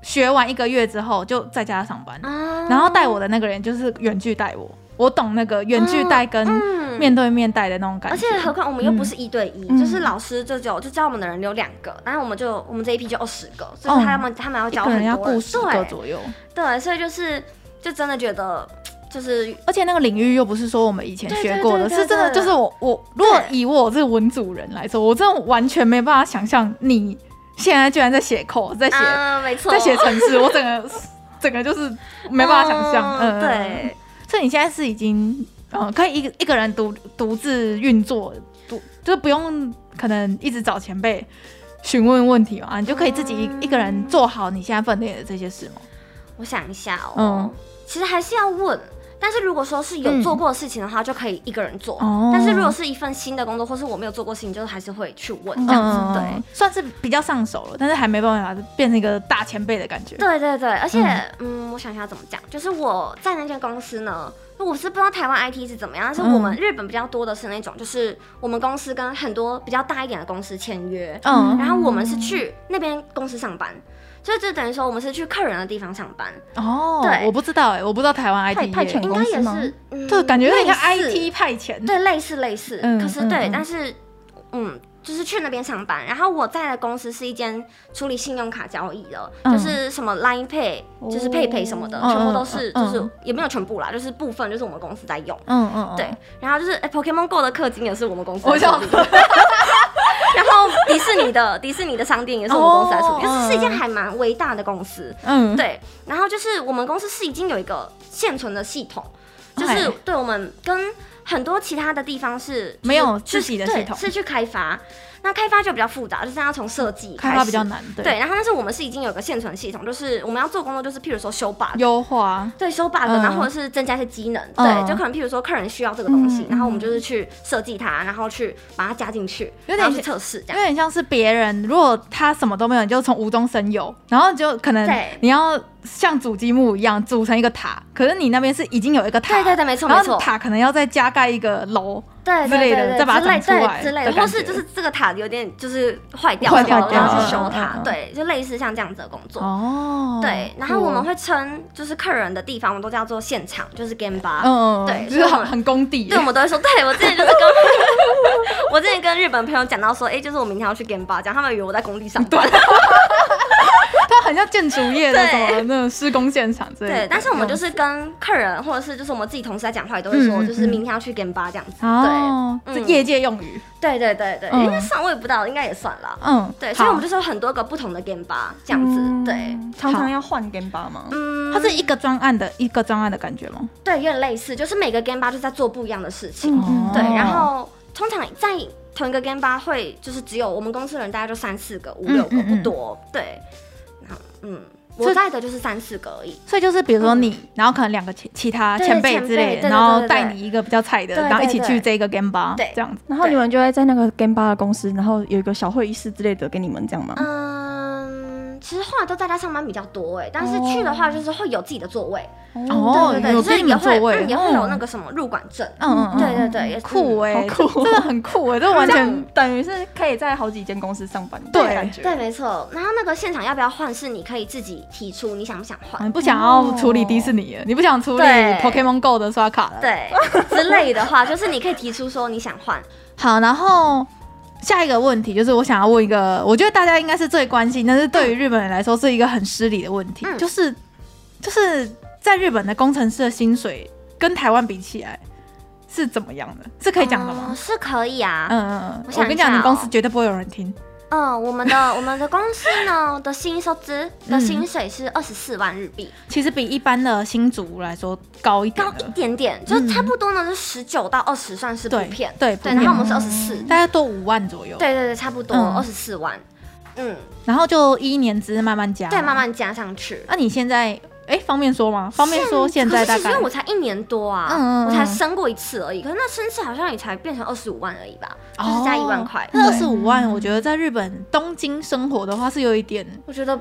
Speaker 1: 学完一个月之后就在家上班，
Speaker 3: 啊
Speaker 1: 然后带我的那个人就是远距带我，我懂那个远距带跟
Speaker 3: 嗯
Speaker 1: 面对面带的那种感
Speaker 3: 而
Speaker 1: 觉，
Speaker 3: 且何况我们又不是一对一，
Speaker 5: 嗯
Speaker 3: 就是老师就只有就教我们的人有两个，然后我们就我们这一批就二十个，所以他们、他们要
Speaker 1: 哦一
Speaker 3: 教
Speaker 1: 个
Speaker 3: 很
Speaker 1: 人要
Speaker 3: 多人
Speaker 1: 顾十个
Speaker 3: 对
Speaker 1: 左右，
Speaker 3: 对，所以就是就真的觉得就是
Speaker 1: 而且那个领域又不是说我们以前学过的，
Speaker 3: 对对对对
Speaker 1: 是真的。
Speaker 3: 对
Speaker 1: 就是我我如果
Speaker 3: 对
Speaker 1: 以我这个文组人来说，我真的完全没办法想象你现在居然在写 code，在写、
Speaker 3: 啊、没错，
Speaker 1: 在写程式，我整 个整个就是没办法想象。嗯，
Speaker 3: 嗯对，
Speaker 1: 所以你现在是已经呃可以一个一个人独独自运作，独就是不用可能一直找前辈。询问问题嘛，你就可以自己
Speaker 3: 嗯
Speaker 1: 一一个人做好你现在分内的这些事吗？
Speaker 3: 我想一下哦，
Speaker 1: 嗯
Speaker 3: 其实还是要问。但是如果说是有
Speaker 1: 嗯
Speaker 3: 做过的事情的话，就可以一个人做。
Speaker 1: 哦
Speaker 3: 但是如果是一份新的工作，或是我没有做过的事情，就是还是会去问这样子。
Speaker 1: 嗯，
Speaker 3: 对，
Speaker 1: 算是比较上手了，但是还没办法变成一个大前辈的感觉。
Speaker 3: 对对对，而且嗯我想一下怎么讲，就是我在那间公司呢，我是不知道台湾 IT 是怎么样，但是我们
Speaker 1: 嗯
Speaker 3: 日本比较多的是那种，就是我们公司跟很多比较大一点的公司签约，
Speaker 1: 嗯，
Speaker 3: 然后我们是去那边公司上班，所以就等于说我们是去客人的地方上班，
Speaker 1: 哦，
Speaker 3: 对
Speaker 1: 我不知道哎、我不知道台湾 IT
Speaker 5: 派派
Speaker 1: 耶
Speaker 5: 遣
Speaker 3: 应
Speaker 5: 公
Speaker 3: 该
Speaker 5: 司
Speaker 3: 也
Speaker 5: 吗
Speaker 3: 是，嗯
Speaker 1: 对，感觉有点像
Speaker 3: 类似
Speaker 1: IT 派遣。
Speaker 3: 对，类似类似，
Speaker 1: 嗯
Speaker 3: 可是
Speaker 1: 嗯
Speaker 3: 对，
Speaker 1: 嗯
Speaker 3: 但是嗯，就是去那边上班，然后我在的公司是一间处理信用卡交易的，
Speaker 1: 嗯
Speaker 3: 就是什么 Line Pay，、就是
Speaker 5: 哦
Speaker 3: Pay Pay 什么的，
Speaker 1: 嗯
Speaker 3: 全部都是，
Speaker 1: 嗯嗯
Speaker 3: 就是
Speaker 1: 嗯
Speaker 3: 也没有全部啦，就是部分就是我们公司在用。
Speaker 1: 嗯嗯，嗯
Speaker 3: 对，，然后就是、哎 Pokemon Go 的氪金也是我们公司
Speaker 1: 我
Speaker 3: 在
Speaker 1: 笑
Speaker 3: 处理的， 然后迪士尼的迪士尼的商店也是我们公司在处
Speaker 1: 哦
Speaker 3: 理，就是是一间
Speaker 1: 嗯嗯
Speaker 3: 还蛮伟大的公司。
Speaker 1: 嗯，
Speaker 3: 对，然后就是我们公司是已经有一个现存的系统，就
Speaker 1: 哎
Speaker 3: 是对我们跟很多其他的地方是
Speaker 1: 没有
Speaker 3: 就是
Speaker 1: 自己的
Speaker 3: 对
Speaker 1: 系统
Speaker 3: 是去开发。那开发就比较复杂，就是要从设计
Speaker 1: 开
Speaker 3: 开
Speaker 1: 发比
Speaker 3: 始
Speaker 1: 较难，对，
Speaker 3: 对，然后但是我们是已经有个现存系统，就是我们要做工作，就是譬如说修 bug，
Speaker 1: 优化，
Speaker 3: 对，修 bug，、
Speaker 1: 嗯
Speaker 3: 然后或者是增加一些机能，
Speaker 1: 嗯
Speaker 3: 对，就可能譬如说客人需要这个东西，
Speaker 1: 嗯
Speaker 3: 然后我们就是去设计它，然后去把它加进去，
Speaker 1: 有点
Speaker 3: 然后去
Speaker 1: 像
Speaker 3: 测试这
Speaker 1: 有
Speaker 3: 样。
Speaker 1: 点像是别人，如果他什么都没有，你就从无中生有，然后就可能
Speaker 3: 对
Speaker 1: 你要像主积木一样组成一个塔，可是你那边是已经有一个塔，
Speaker 3: 对对对，没错没
Speaker 1: 然
Speaker 3: 错
Speaker 1: 后。塔可能要再加盖一个楼，
Speaker 3: 对
Speaker 1: 之
Speaker 3: 对
Speaker 1: 类
Speaker 3: 对
Speaker 1: 的
Speaker 3: 对，
Speaker 1: 再把它
Speaker 3: 之类
Speaker 1: 长出来
Speaker 3: 对之类
Speaker 1: 的
Speaker 3: 的，
Speaker 1: 感
Speaker 3: 或
Speaker 1: 觉
Speaker 3: 是就是这个塔有点就是坏掉
Speaker 1: 坏
Speaker 3: 了，
Speaker 1: 掉
Speaker 3: 然后
Speaker 1: 了
Speaker 3: 去修
Speaker 1: 嗯嗯
Speaker 3: 它
Speaker 1: 嗯，
Speaker 3: 对，就类似像这样子的工作。
Speaker 1: 哦，
Speaker 3: 对，然后我们
Speaker 1: 酷
Speaker 3: 会称就是客人的地方，我们都叫做现场，就是 game bar。
Speaker 1: 嗯，嗯嗯
Speaker 3: 对
Speaker 1: 就是
Speaker 3: 所以我
Speaker 1: 很
Speaker 3: 们
Speaker 1: 很工地耶，
Speaker 3: 对，我们都会说，对我之前就是跟 我之前跟日本朋友讲到说，哎，就是我明天要去 game bar，讲他们以为我在工地上班。
Speaker 1: 它很像建筑业那
Speaker 3: 对
Speaker 1: 种那种施工现场之类的。
Speaker 3: 对，但是我们就是跟客人或者是就是我们自己同事在讲话，也都会
Speaker 1: 嗯
Speaker 3: 说，
Speaker 1: 嗯
Speaker 3: 就是
Speaker 1: 嗯
Speaker 3: 明天要去 game bar 这样子。
Speaker 1: 哦，
Speaker 3: 对
Speaker 1: 这
Speaker 3: 嗯
Speaker 1: 业界用语，
Speaker 3: 对对对对，
Speaker 1: 嗯
Speaker 3: 应该算我也不知道，应该也算啦。
Speaker 1: 嗯，
Speaker 3: 对，所以我们
Speaker 1: 就
Speaker 3: 就是有很多个不同的 game bar 这样子。
Speaker 1: 嗯
Speaker 3: 对，
Speaker 5: 常常要换 game 吧吗？
Speaker 3: 嗯
Speaker 1: 它是一个专案的一个专案的感觉吗？
Speaker 3: 对，有点类似，就是每个 game bar 就在做不一样的事情。
Speaker 1: 嗯
Speaker 3: 对，
Speaker 1: 哦
Speaker 3: 然后通常在同一个 game bar 会就是只有我们公司的人大概就三四个、五
Speaker 1: 嗯
Speaker 3: 六个
Speaker 1: 嗯嗯
Speaker 3: 不多。对，然后嗯，
Speaker 1: 所以
Speaker 3: 我在的就是三四个而已。
Speaker 1: 所以就是比如说你，然后可能两个其其他
Speaker 3: 嗯对
Speaker 1: 前辈之类
Speaker 3: 前辈对
Speaker 1: 的，
Speaker 3: 对
Speaker 1: 然后
Speaker 3: 对对对
Speaker 1: 带你一个比较菜的，
Speaker 3: 对对
Speaker 1: 然后一起去
Speaker 3: 对
Speaker 1: 这个 game bar，
Speaker 3: 对
Speaker 1: 这样子。
Speaker 5: 然后你们就会在那个 game bar 的公司，然后有一个小会议室之类的给你们这样吗？
Speaker 3: 嗯，其实后来都在家上班比较多哎，但是去的话就是会有自己的座位，
Speaker 1: 哦
Speaker 3: 对对
Speaker 1: 有
Speaker 3: 对，所
Speaker 1: 给
Speaker 3: 以
Speaker 1: 你
Speaker 3: 也
Speaker 1: 们
Speaker 3: 会
Speaker 1: 座位
Speaker 3: 嗯也会有
Speaker 1: 嗯
Speaker 3: 那个什么入馆证。
Speaker 1: 嗯嗯嗯，
Speaker 3: 对对对，也是
Speaker 1: 酷哎，
Speaker 5: 好酷
Speaker 1: 这
Speaker 5: 哦
Speaker 1: 真的很酷哎，这完
Speaker 5: 这
Speaker 1: 全
Speaker 5: 样等于是可以在好几间公司上班的
Speaker 1: 对
Speaker 5: 感觉。
Speaker 3: 对，没错。然后那个现场要不要换是你可以自己提出你想不想换
Speaker 1: 啊，你不想要处理迪士尼了，你不想处理
Speaker 3: 哦对
Speaker 1: Pokemon Go 的刷卡了，
Speaker 3: 对之类的话，就是你可以提出说你想换。
Speaker 1: 好，然后下一个问题就是我想要问一个，我觉得大家应该是最关心，但是对于日本人来说是一个很失礼的问题，
Speaker 3: 嗯
Speaker 1: 就是就是在日本的工程师的薪水跟台湾比起来是怎么样的？是 可以讲的
Speaker 3: 嗯
Speaker 1: 吗？
Speaker 3: 是可以啊。
Speaker 1: 嗯嗯嗯，
Speaker 3: 我
Speaker 1: 我
Speaker 3: 想一下哦
Speaker 1: 跟你讲，你公司绝对不会有人听。
Speaker 3: 嗯，我们的我们的公司呢的薪收资的薪水是二十四万日 币，
Speaker 1: 其实比一般的新族来说高一点
Speaker 3: 高
Speaker 1: 的
Speaker 3: 一点点，就是差不多呢，是十九到二十算是普
Speaker 1: 对
Speaker 3: 遍。
Speaker 1: 对普
Speaker 3: 对，
Speaker 1: 遍
Speaker 3: 然后我们是二十四，
Speaker 1: 大概多五万左右。
Speaker 3: 对对对，差不多
Speaker 1: 嗯
Speaker 3: 二十四万。嗯，
Speaker 1: 然后就依年资慢慢加，
Speaker 3: 对，慢。慢加上去。
Speaker 1: 那、你现在哎，方便说吗？方便说现在
Speaker 3: 可
Speaker 1: 大
Speaker 3: 是其实
Speaker 1: 概
Speaker 3: 因为我才一年多啊，
Speaker 1: 嗯嗯嗯
Speaker 3: 我才升过一次而已，可是那升次好像也才变成二十五万而已吧，就是加一万块。
Speaker 1: 哦那二
Speaker 3: 对嗯
Speaker 1: 十五万，我觉得在日本东京生活的话是有一点
Speaker 3: 我觉得，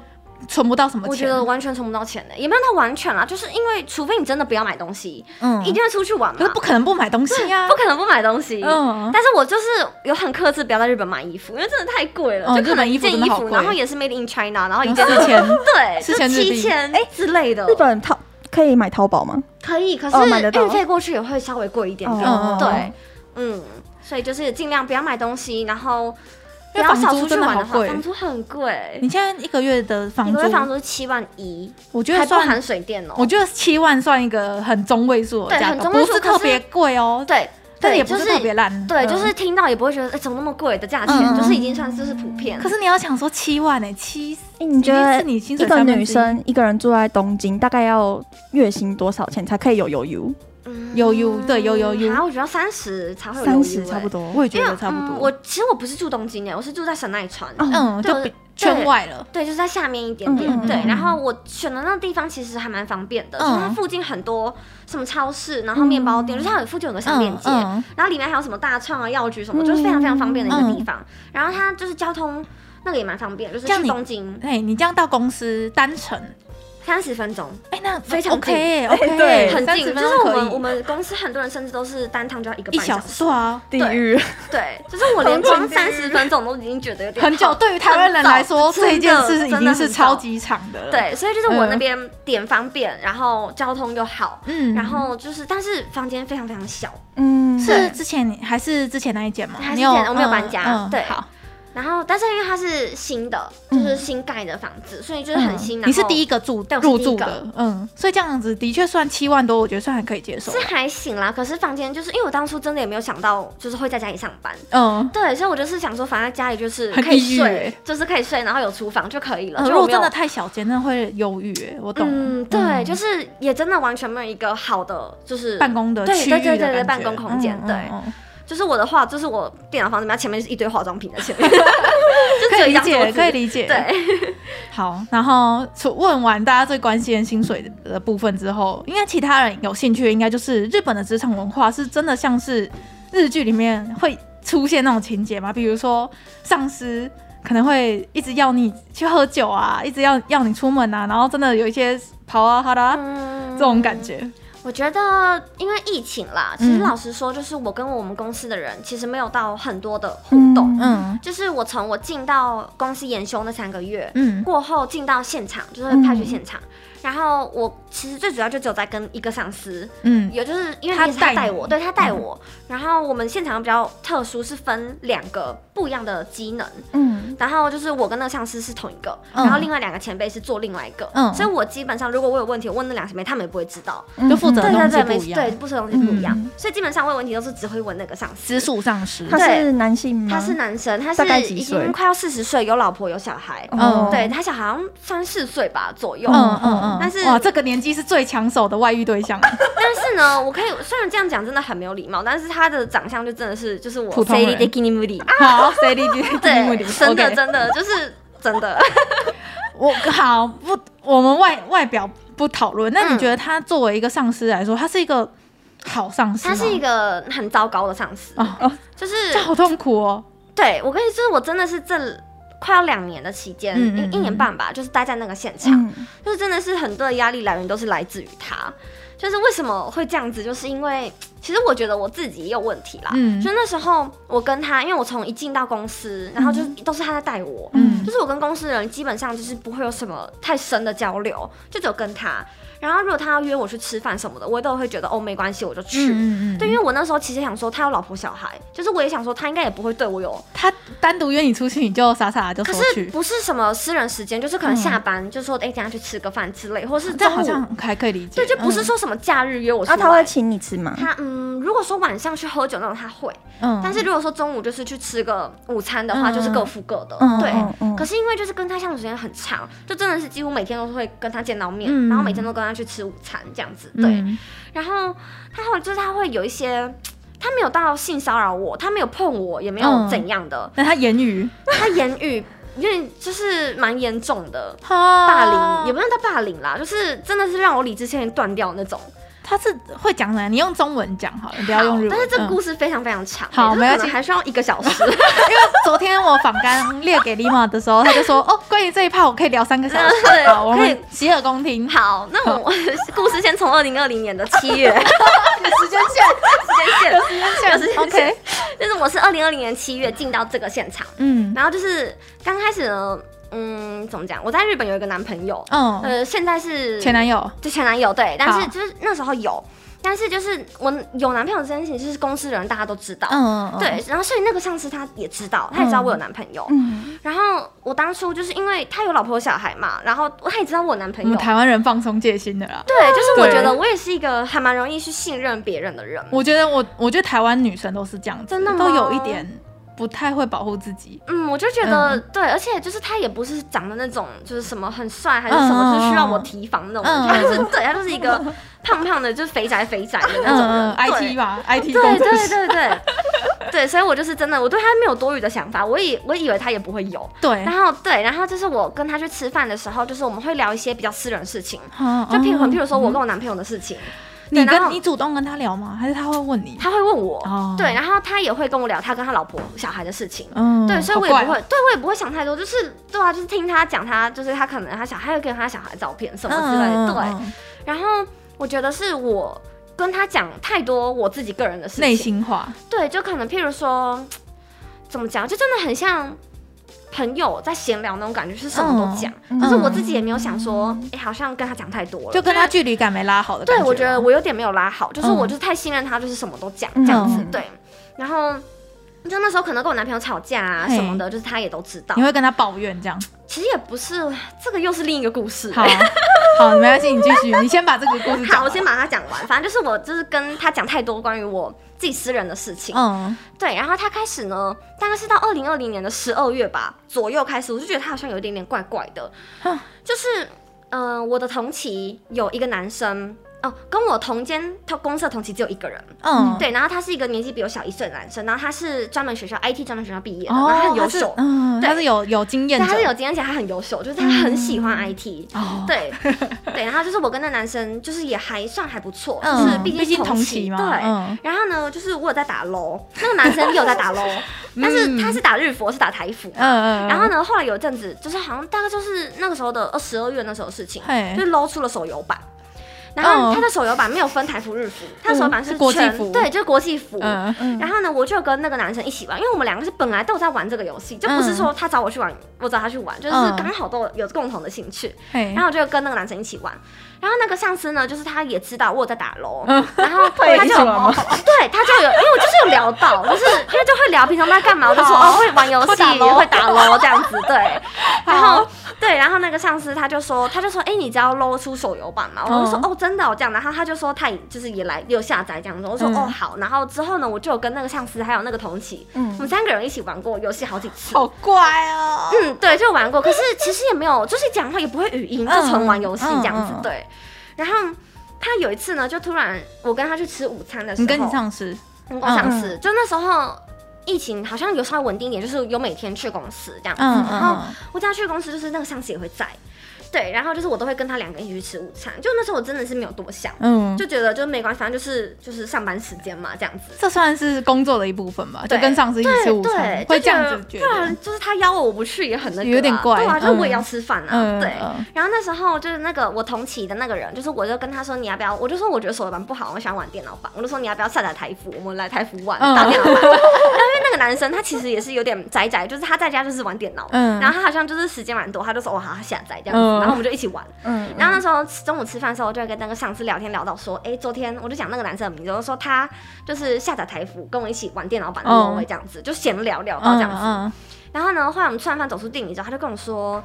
Speaker 1: 存不到什么钱。
Speaker 3: 我觉得完全存不到钱的，也没有到完全啦，就是因为除非你真的不要买东西，
Speaker 1: 嗯
Speaker 3: 一定会出去玩嘛，
Speaker 1: 可是不可能不买东西呀、啊，
Speaker 3: 不可能不买东西。
Speaker 1: 嗯，
Speaker 3: 但是我就是有很克制，不要在日本买衣服，因为真的太贵了。
Speaker 1: 哦
Speaker 3: 就可能一
Speaker 1: 日
Speaker 3: 件
Speaker 1: 本衣服真
Speaker 3: 衣
Speaker 1: 的好
Speaker 3: 服，
Speaker 1: 贵
Speaker 3: 然后也是 made in China，然后一
Speaker 1: 有
Speaker 3: 件
Speaker 1: 四千，
Speaker 3: 对，
Speaker 1: 四
Speaker 3: 就
Speaker 1: 千日币
Speaker 3: 七千之类的。
Speaker 5: 日本淘可以买淘宝吗？
Speaker 3: 可以，可
Speaker 5: 哦
Speaker 3: 是
Speaker 5: 买得到
Speaker 3: 运费过去也会稍微贵一点点。
Speaker 5: 哦
Speaker 3: 对，嗯，所以就是尽量不要买东西，然后不
Speaker 1: 因为
Speaker 3: 要
Speaker 1: 房租
Speaker 3: 少出去玩的
Speaker 1: 真的好
Speaker 3: 话，
Speaker 1: 贵
Speaker 3: 房租很贵
Speaker 1: 你，现在一个月的
Speaker 3: 一
Speaker 1: 房租
Speaker 3: 个，月房租七万一，
Speaker 1: 我觉
Speaker 3: 还
Speaker 1: 得
Speaker 3: 不
Speaker 1: 算
Speaker 3: 含，水电哦。
Speaker 1: 我觉得七万算一个很中位数的
Speaker 3: 对
Speaker 1: 价
Speaker 3: 很
Speaker 1: 格，
Speaker 3: 中位
Speaker 1: 不
Speaker 3: 数
Speaker 1: 是
Speaker 3: 可
Speaker 1: 特
Speaker 3: 是
Speaker 1: 别贵哦，
Speaker 3: 对，
Speaker 1: 但
Speaker 3: 对
Speaker 1: 也不
Speaker 3: 就是
Speaker 1: 特别烂。
Speaker 3: 对，
Speaker 1: 嗯
Speaker 3: 就是听到也不会觉得，哎，怎么那么贵的价
Speaker 1: 嗯
Speaker 3: 钱，
Speaker 1: 嗯
Speaker 3: 就是已经算就是普遍。
Speaker 1: 可是你要想说七万
Speaker 3: 欸
Speaker 1: 哎，七
Speaker 5: 哎，你觉
Speaker 1: 已经
Speaker 5: 得
Speaker 1: 是你薪
Speaker 5: 一
Speaker 1: 水
Speaker 5: 个
Speaker 1: 三分之
Speaker 5: 女
Speaker 1: 一
Speaker 5: 生一个人住在东京，大概要月薪多少钱才可以有悠游？
Speaker 3: 嗯
Speaker 1: 有有对有有有
Speaker 3: 好，我觉得三十才会有
Speaker 5: 三
Speaker 3: 有
Speaker 5: 十
Speaker 3: 余
Speaker 5: 差不。多。
Speaker 1: 我也觉
Speaker 3: 因为
Speaker 1: 得差不
Speaker 3: 嗯
Speaker 1: 多。
Speaker 3: 我其实我不是住东京诶，欸我是住在神奈川。
Speaker 5: 哦
Speaker 1: 嗯，
Speaker 3: 对
Speaker 1: 就
Speaker 3: 我
Speaker 1: 比圈外了。
Speaker 3: 对，就是在下面一点点。
Speaker 5: 嗯嗯嗯
Speaker 3: 对，
Speaker 1: 嗯
Speaker 3: 然后我选的那个地方其实还蛮方便
Speaker 1: 嗯
Speaker 3: 的，就是它附近很多什么超市，然后面包店，就是它有附近有个商店街，
Speaker 1: 嗯
Speaker 3: 然后里面还有什么大创啊、药局什么，
Speaker 5: 嗯
Speaker 3: 就是非常非常方便的一个地方。然后它就是交通那个也蛮方便，就是
Speaker 1: 嗯这样
Speaker 3: 去
Speaker 1: 你
Speaker 3: 东京
Speaker 1: 哎，你这样到公司单程，
Speaker 3: 三十分钟，
Speaker 1: 哎，那
Speaker 3: 非常
Speaker 1: OK
Speaker 3: 近
Speaker 1: 欸 OK，
Speaker 5: 对
Speaker 3: 很近。
Speaker 1: 30
Speaker 3: 就
Speaker 1: 分
Speaker 3: 是
Speaker 1: 钟
Speaker 3: 我
Speaker 1: 可
Speaker 3: 们
Speaker 1: 以
Speaker 3: 我们公司很多人甚至都是单趟就要一个
Speaker 1: 一
Speaker 3: 半
Speaker 1: 小
Speaker 3: 小
Speaker 1: 时啊，
Speaker 5: 地狱，
Speaker 3: 对，就是我连光三十分钟都已经觉得有点
Speaker 1: 很久。
Speaker 3: 耗
Speaker 1: 对于台湾人来说，
Speaker 3: 很早
Speaker 1: 这一件事已
Speaker 3: 真的真的
Speaker 1: 经
Speaker 3: 很
Speaker 1: 是
Speaker 3: 早
Speaker 1: 超级长的了。，
Speaker 3: 对，所以就是我
Speaker 1: 嗯
Speaker 3: 那边点方便，然后交通又好，
Speaker 1: 嗯
Speaker 3: 然后就是，但是房间非常非常小。
Speaker 5: 嗯，
Speaker 1: 是之前你还是之前那一间吗？
Speaker 3: 还是
Speaker 1: 你有
Speaker 3: 之前我没有
Speaker 1: 嗯
Speaker 3: 搬家
Speaker 1: 嗯
Speaker 3: 对
Speaker 1: 好，
Speaker 3: 然后，但是因为它是新的，就是新盖的房子，所以就是很新。
Speaker 1: 嗯你是第
Speaker 3: 一
Speaker 1: 一个住
Speaker 3: 对我是
Speaker 1: 入
Speaker 3: 第一
Speaker 1: 住
Speaker 3: 个
Speaker 1: 的，嗯，所以这样子的确算七万多，我觉得算还可以接受
Speaker 3: 是。还行啦，可是房间就是因为我当初真的也没有想到，就是会在家里上班。
Speaker 1: 嗯，
Speaker 3: 对，所以我就是想说，反正家里就是
Speaker 1: 很
Speaker 3: 可以
Speaker 1: 抑郁
Speaker 3: 睡
Speaker 1: 欸，
Speaker 3: 就是可以睡，然后有厨房就可以了。
Speaker 1: 呃
Speaker 3: 就
Speaker 1: 如
Speaker 3: 我
Speaker 1: 果
Speaker 3: 没有
Speaker 1: 真的太小间，真的会忧郁、欸，我懂。
Speaker 3: 嗯，对，就是也真的完全没有一个好的就是
Speaker 1: 办公的
Speaker 3: 对
Speaker 1: 区域
Speaker 3: 对对
Speaker 1: 的
Speaker 3: 对对
Speaker 1: 感
Speaker 3: 办
Speaker 1: 觉
Speaker 3: 公空间
Speaker 1: 嗯
Speaker 3: 对
Speaker 1: 嗯嗯
Speaker 3: 就是我的话，就是我电脑房子，面前面就是一堆化妆品在前 面，就只
Speaker 1: 可
Speaker 3: 有
Speaker 1: 以理
Speaker 3: 一张桌
Speaker 1: 解，
Speaker 3: 子。
Speaker 1: 可以理解。
Speaker 3: 对，
Speaker 1: 好，然后除问完大家最关心的薪水的部分之后，应该其他人有兴趣，应该就是日本的职场文化是真的像是日剧里面会出现那种情节吗？比如说上司可能会一直要你去喝酒啊，一直要要你出门啊，然后真的有一些跑啊哈啦、
Speaker 3: 嗯
Speaker 1: 这种感觉。
Speaker 3: 我觉得，因为疫情啦，其实
Speaker 1: 嗯
Speaker 3: 老实说，就是我跟我们公司的人其实没有到很多的互动。
Speaker 1: 嗯
Speaker 3: 就是我从我进到公司研修那三个月、
Speaker 1: 嗯
Speaker 3: 过后，进到现场就是派去现场，然后我其实最主要就只有在跟一个上司，
Speaker 1: 嗯
Speaker 3: 有就是因为
Speaker 1: 他
Speaker 3: 也是他
Speaker 1: 带
Speaker 3: 带
Speaker 1: 你嗯
Speaker 3: 我，对他带我，然后我们现场比较特殊，是分两个不一样的机能，
Speaker 5: 嗯，
Speaker 3: 然后就是我跟那个上司是同一个，
Speaker 1: 嗯
Speaker 3: 然后另外两个前辈是做另外一个，
Speaker 1: 嗯
Speaker 3: 所以我基本上如果我有问题，我问那两个前辈，他们也不会知道，
Speaker 1: 就负责
Speaker 3: 对
Speaker 1: 的东西
Speaker 3: 对对，
Speaker 1: 不
Speaker 3: 没
Speaker 1: 一样
Speaker 3: 对，，不是东西不一样，
Speaker 5: 嗯
Speaker 3: 所以基本上问问题都是只会问那个上司
Speaker 1: 直。属上司。
Speaker 5: 他是男性吗？
Speaker 3: 他是男生，他
Speaker 5: 嗯大概
Speaker 3: 是
Speaker 5: 几
Speaker 3: 已
Speaker 5: 岁
Speaker 3: 经快要四十岁，有老婆有小孩。
Speaker 5: 哦，
Speaker 3: 对他小孩好像三四岁吧左右。
Speaker 1: 嗯嗯嗯，
Speaker 3: 但是
Speaker 1: 哇，这个年纪是最抢手的外遇对象，啊
Speaker 3: 但是呢，我可以虽然这样讲真的很没有礼貌，但是他的长相就真的是就是我
Speaker 1: 普通人
Speaker 3: Sadie d i k i n m u d y
Speaker 1: 好谁理解？
Speaker 3: 对，真的
Speaker 1: 啊 OK
Speaker 3: 真的就是真的。
Speaker 1: 我好不，我们外外表不讨论。那你
Speaker 3: 嗯
Speaker 1: 觉得他作为一个上司来说，他是一个好上司
Speaker 3: 他
Speaker 1: 吗？
Speaker 3: 是一嗯个很糟糕的上司，
Speaker 1: 哦，
Speaker 3: 就是
Speaker 1: 这好痛苦哦。
Speaker 3: 对我跟你说，就是我真的是这快要两年的期间，
Speaker 1: 嗯嗯
Speaker 3: 一一年半吧，就是待在那个现场，
Speaker 5: 嗯，
Speaker 3: 就是真的是很多的压力来源都是来自于他。就是为什么会这样子，就是因为其实我觉得我自己也有问题啦。
Speaker 1: 嗯
Speaker 3: 就那时候我跟他，因为我从一进到公司，然后就是都是他在带我，
Speaker 1: 嗯
Speaker 3: 就是我跟公司的人基本上就是不会有什么太深的交流，就只有跟他。然后如果他要约我去吃饭什么的，我都会觉得哦没关系，我就去。
Speaker 1: 嗯
Speaker 3: 对，因为我那时候其实想说他有老婆小孩，就是我也想说他应该也不会对我有，
Speaker 1: 他单独约你出去，你就傻傻的就
Speaker 3: 可
Speaker 1: 说
Speaker 3: 是
Speaker 1: 去，
Speaker 3: 不是什么私人时间，就是可能下班就说哎、等一下去吃个饭之类，或是
Speaker 1: 这
Speaker 3: 中
Speaker 1: 嗯好
Speaker 3: 午，
Speaker 1: 像还可以理解。
Speaker 3: 对，就不是
Speaker 1: 嗯，
Speaker 3: 说什么假日约我出
Speaker 5: 那
Speaker 3: 来。
Speaker 5: 他会请你吃吗？
Speaker 3: 他嗯，如果说晚上去喝酒那种他会，
Speaker 1: 嗯
Speaker 3: 但是如果说中午就是去吃个午餐的话，
Speaker 1: 嗯
Speaker 3: 就是各付各的，
Speaker 5: 嗯
Speaker 3: 对。
Speaker 5: 嗯嗯
Speaker 3: 可是因为就是跟他相处时间很长，就真的是几乎每天都会跟他见到面，
Speaker 1: 嗯
Speaker 3: 然后每天都跟他去吃午餐这样子，对。
Speaker 1: 嗯
Speaker 3: 然后他后来就是他会有一些，他没有到性骚扰我，他没有碰我，也没有
Speaker 1: 嗯
Speaker 3: 怎样的，
Speaker 1: 那他言语
Speaker 3: 他言语有点就是蛮严重的霸凌，
Speaker 1: 霸
Speaker 3: 也不能叫霸凌啦，就是真的是让我理智线断掉那种。
Speaker 1: 他是会讲的，你用中文讲好了，你不要用日文。
Speaker 3: 哦但是这个
Speaker 1: 嗯
Speaker 3: 故事非常非常长，
Speaker 1: 好
Speaker 3: 就是
Speaker 1: 没关
Speaker 3: 可
Speaker 1: 系
Speaker 3: 能还需要一个小 时。
Speaker 1: 因为昨天我访刚列给 Lima 的时候，他就说：“哦，关于这一趴我可以聊三个小时，
Speaker 3: 对
Speaker 1: 好，我
Speaker 3: 可以
Speaker 1: 们洗耳恭 听。”
Speaker 3: 好，那我们故事先从二零二零年的 七月
Speaker 1: 时间线，
Speaker 3: 时 间线，
Speaker 1: 有时间线，OK，
Speaker 3: 就是我是二零二零年七月进到这个现场，
Speaker 1: 嗯
Speaker 3: 然后就是刚开始呢，嗯，怎么讲？我在日本有一个男朋友，
Speaker 1: 嗯，
Speaker 3: 呃，现在是
Speaker 1: 前男友，
Speaker 3: 对前男友对，但
Speaker 1: 好
Speaker 3: 是就是那时候有，但是就是我有男朋友这件事情，就是公司的人大家都知道，
Speaker 1: 嗯，嗯，
Speaker 3: 对，然后所以那个上司他也知道，他也知道我有男朋友。
Speaker 5: 嗯，
Speaker 3: 然后我当初就是因为他有老婆有小孩嘛，然后他也知道我有男朋
Speaker 1: 我
Speaker 3: 友
Speaker 1: 们。台湾人放松戒心的啦。
Speaker 3: 对，就是我
Speaker 1: 对
Speaker 3: 觉得我也是一个还蛮容易去信任别人的人。
Speaker 1: 我觉得我，我觉得台湾女生都是这样子，
Speaker 3: 真的吗
Speaker 1: 都有一点不太会保护自己。
Speaker 3: 嗯，我就觉得、
Speaker 1: 嗯
Speaker 3: 对，而且就是他也不是长得那种就是什么很帅还是
Speaker 1: 嗯
Speaker 3: 什么，
Speaker 1: 嗯
Speaker 3: 就是需要我
Speaker 1: 嗯
Speaker 3: 提防那种
Speaker 1: 嗯
Speaker 3: 人。他就是对他就是一个胖胖的，就是肥宅肥宅的那种人。
Speaker 1: 嗯嗯，IT
Speaker 3: 对哦
Speaker 1: 吧，IT
Speaker 3: 对
Speaker 1: 工程
Speaker 3: 对
Speaker 1: 师，
Speaker 3: 对对对，所以我就是真的，我对他没有多余的想法，我以我以为他也不会有。
Speaker 1: 对
Speaker 3: 然后对，然后就是我跟他去吃饭的时候，就是我们会聊一些比较私人的事情，
Speaker 1: 嗯
Speaker 3: 就譬如
Speaker 1: 嗯
Speaker 3: 譬如说我跟我男朋友的事情，
Speaker 1: 你
Speaker 3: 对然后
Speaker 1: 跟你主动跟他聊吗？还是他会问你？
Speaker 3: 他会问我，
Speaker 1: 哦
Speaker 3: 对，然后他也会跟我聊他跟他老婆小孩的事情。
Speaker 1: 嗯
Speaker 3: 对，所以我也
Speaker 1: 好怪
Speaker 3: 不会，对我也不会想太多，就是对啊，就是听他讲他，就是他可能他小孩，还有跟他小孩照片什么之类的，对。
Speaker 1: 嗯嗯嗯
Speaker 3: 然后我觉得是我跟他讲太多我自己个人的事情，
Speaker 1: 内心话，
Speaker 3: 对，就可能譬如说，怎么讲，就真的很像朋友在闲聊那种感觉，是什么都讲。
Speaker 5: 嗯
Speaker 3: 可是我自己也没有想说，哎、好像跟他讲太多了，
Speaker 1: 就跟他
Speaker 3: 就是
Speaker 1: 距离感没拉好的感
Speaker 3: 对
Speaker 1: 觉。
Speaker 3: 我觉得我有点没有拉好，就是我
Speaker 1: 嗯
Speaker 3: 就是太信任他，就是什么都讲这样子
Speaker 1: 嗯，
Speaker 3: 对。然后就那时候可能跟我男朋友吵架啊
Speaker 1: 嘿
Speaker 3: 什么的，就是他也都知道
Speaker 1: 你。会跟他抱怨这样。
Speaker 3: 其实也不是，这个又是另一个故事。
Speaker 1: 好，啊好，没关系，你继续，你先把这个故事讲完。
Speaker 3: 好，我先把它讲完。反正就是我就是跟他讲太多关于我自己私人的事情，
Speaker 1: 嗯，
Speaker 3: 对，然后他开始呢，大概是到二零二零年的十二月吧左右开始，我就觉得他好像有一点点怪怪的
Speaker 1: 哼，
Speaker 3: 就是，嗯、我的同期有一个男生哦，跟我同间他公司的同期只有一个人，
Speaker 1: 嗯，
Speaker 3: 对，然后他是一个年纪比我小一岁的男生，然后他是专门学校 IT 专门学校毕业
Speaker 1: 哦，
Speaker 3: 的，然后他很优
Speaker 1: 是
Speaker 3: 秀，
Speaker 1: 嗯，
Speaker 3: 对
Speaker 1: 他是有有经验
Speaker 3: 对，
Speaker 1: 者，
Speaker 3: 他是有经验，而且他很优秀，就是他很喜欢 IT，、
Speaker 1: 哦，
Speaker 3: 对对，然后就是我跟那男生就是也还算还不错，
Speaker 1: 嗯
Speaker 3: 就是毕
Speaker 1: 毕竟
Speaker 3: 是同
Speaker 1: 同
Speaker 3: 期
Speaker 1: 期嘛
Speaker 3: 对。
Speaker 1: 嗯
Speaker 3: 然后呢，就是我有在打 LO，那个男生也有在 打 LO，但是他是打日服，我是打台服嘛。
Speaker 1: 嗯嗯嗯，
Speaker 3: 然后呢，后来有一阵子，就是好像大概就是那个时候的二十二月那时候的事情
Speaker 1: 嘿，
Speaker 3: 就是 LO 出了手游版。然后
Speaker 1: 哦
Speaker 3: 他的手游版没有分台服、日服，他的手游版
Speaker 1: 是
Speaker 3: 是
Speaker 1: 嗯国际
Speaker 3: 全
Speaker 1: 服
Speaker 3: 对，就是国际服。
Speaker 1: 嗯嗯
Speaker 3: 然后呢，我就跟那个男生一起玩，因为我们两个是本来都有在玩这个游戏，就不是说他找我去玩，我找他去玩，就是
Speaker 1: 嗯
Speaker 3: 刚好都有共同的兴趣。
Speaker 1: 嘿
Speaker 3: 然后我就跟那个男生一起玩，然后那个上司呢，就是他也知道我有在打楼，
Speaker 1: 嗯
Speaker 3: 然后
Speaker 5: 他也一
Speaker 3: 就
Speaker 5: 起玩吗
Speaker 3: 对，他就有，因为我就是有聊到，就是因为就会聊平常在干嘛，我就说哦会玩游
Speaker 1: 会
Speaker 3: 戏
Speaker 1: 打，LOL
Speaker 3: 会打楼这样子，对，然后对，然后那个上司他就说，他就说，哎，你知道 LO 出手游版吗？我就说
Speaker 1: 嗯
Speaker 3: 哦真的哦这样，然后他就说他也就是也来也有下载这样子，我说
Speaker 1: 嗯
Speaker 3: 哦好，然后之后呢，我就有跟那个上司还有那个同期，
Speaker 5: 嗯
Speaker 3: 我们三个人一起玩过游戏好几次，
Speaker 1: 好怪哦，
Speaker 3: 嗯，对，就玩过，可是其实也没有，就是讲话也不会语音，就纯玩游戏这样子
Speaker 1: 嗯嗯嗯，
Speaker 3: 对。然后他有一次呢，就突然我跟他去吃午餐的时候，
Speaker 1: 你跟你上司，
Speaker 3: 嗯我上司，就那时候疫情好像有稍微稳定一点，就是有每天去公司这样子。
Speaker 1: 嗯
Speaker 3: 然后
Speaker 1: 嗯
Speaker 3: 我只要去公司，就是那个上司也会在，对，然后就是我都会跟他两个一起去吃午餐。就那时候我真的是没有多想，
Speaker 1: 嗯，
Speaker 3: 就觉得就没关系，反正就是就是上班时间嘛，这样子。
Speaker 1: 这算是工作的一部分吧，就
Speaker 3: 对
Speaker 1: 跟上司一起吃午餐
Speaker 3: 对，，
Speaker 1: 会
Speaker 3: 就
Speaker 1: 这样
Speaker 3: 得
Speaker 1: 子觉
Speaker 3: 不然
Speaker 1: 得，
Speaker 3: 就是他邀我，我不去也很那个啊、
Speaker 1: 有点怪
Speaker 3: 对啊，就我也
Speaker 1: 嗯
Speaker 3: 要吃饭啊，
Speaker 1: 嗯
Speaker 3: 对。
Speaker 1: 嗯
Speaker 3: 然后那时候就是那个我同期的那个人，就是我就跟他说你要不要，我就说我觉得手游版不好，我喜欢玩电脑版，我就说你要不要下载台服，我们来台服玩、
Speaker 1: 嗯
Speaker 3: 打电脑版。然后因为那个男生他其实也是有点宅宅，就是他在家就是玩电脑，
Speaker 1: 嗯
Speaker 3: 然后他好像就是时间蛮多，他就说哦好，他下载这样子，
Speaker 1: 嗯
Speaker 3: 然后我们就一起玩。
Speaker 5: 嗯，
Speaker 3: 然后那时候吃中午吃饭的时候，我就会跟那个上司聊天聊到说，哎、昨天我就讲那个男生的名字，我就说他就是下载台服跟我一起玩电脑版的
Speaker 1: 嗯
Speaker 3: LOL 这样子，就闲聊聊到
Speaker 1: 嗯
Speaker 3: 这样子。
Speaker 1: 嗯，
Speaker 3: 然后呢，后来我们吃完饭走出电影之后，他就跟我说。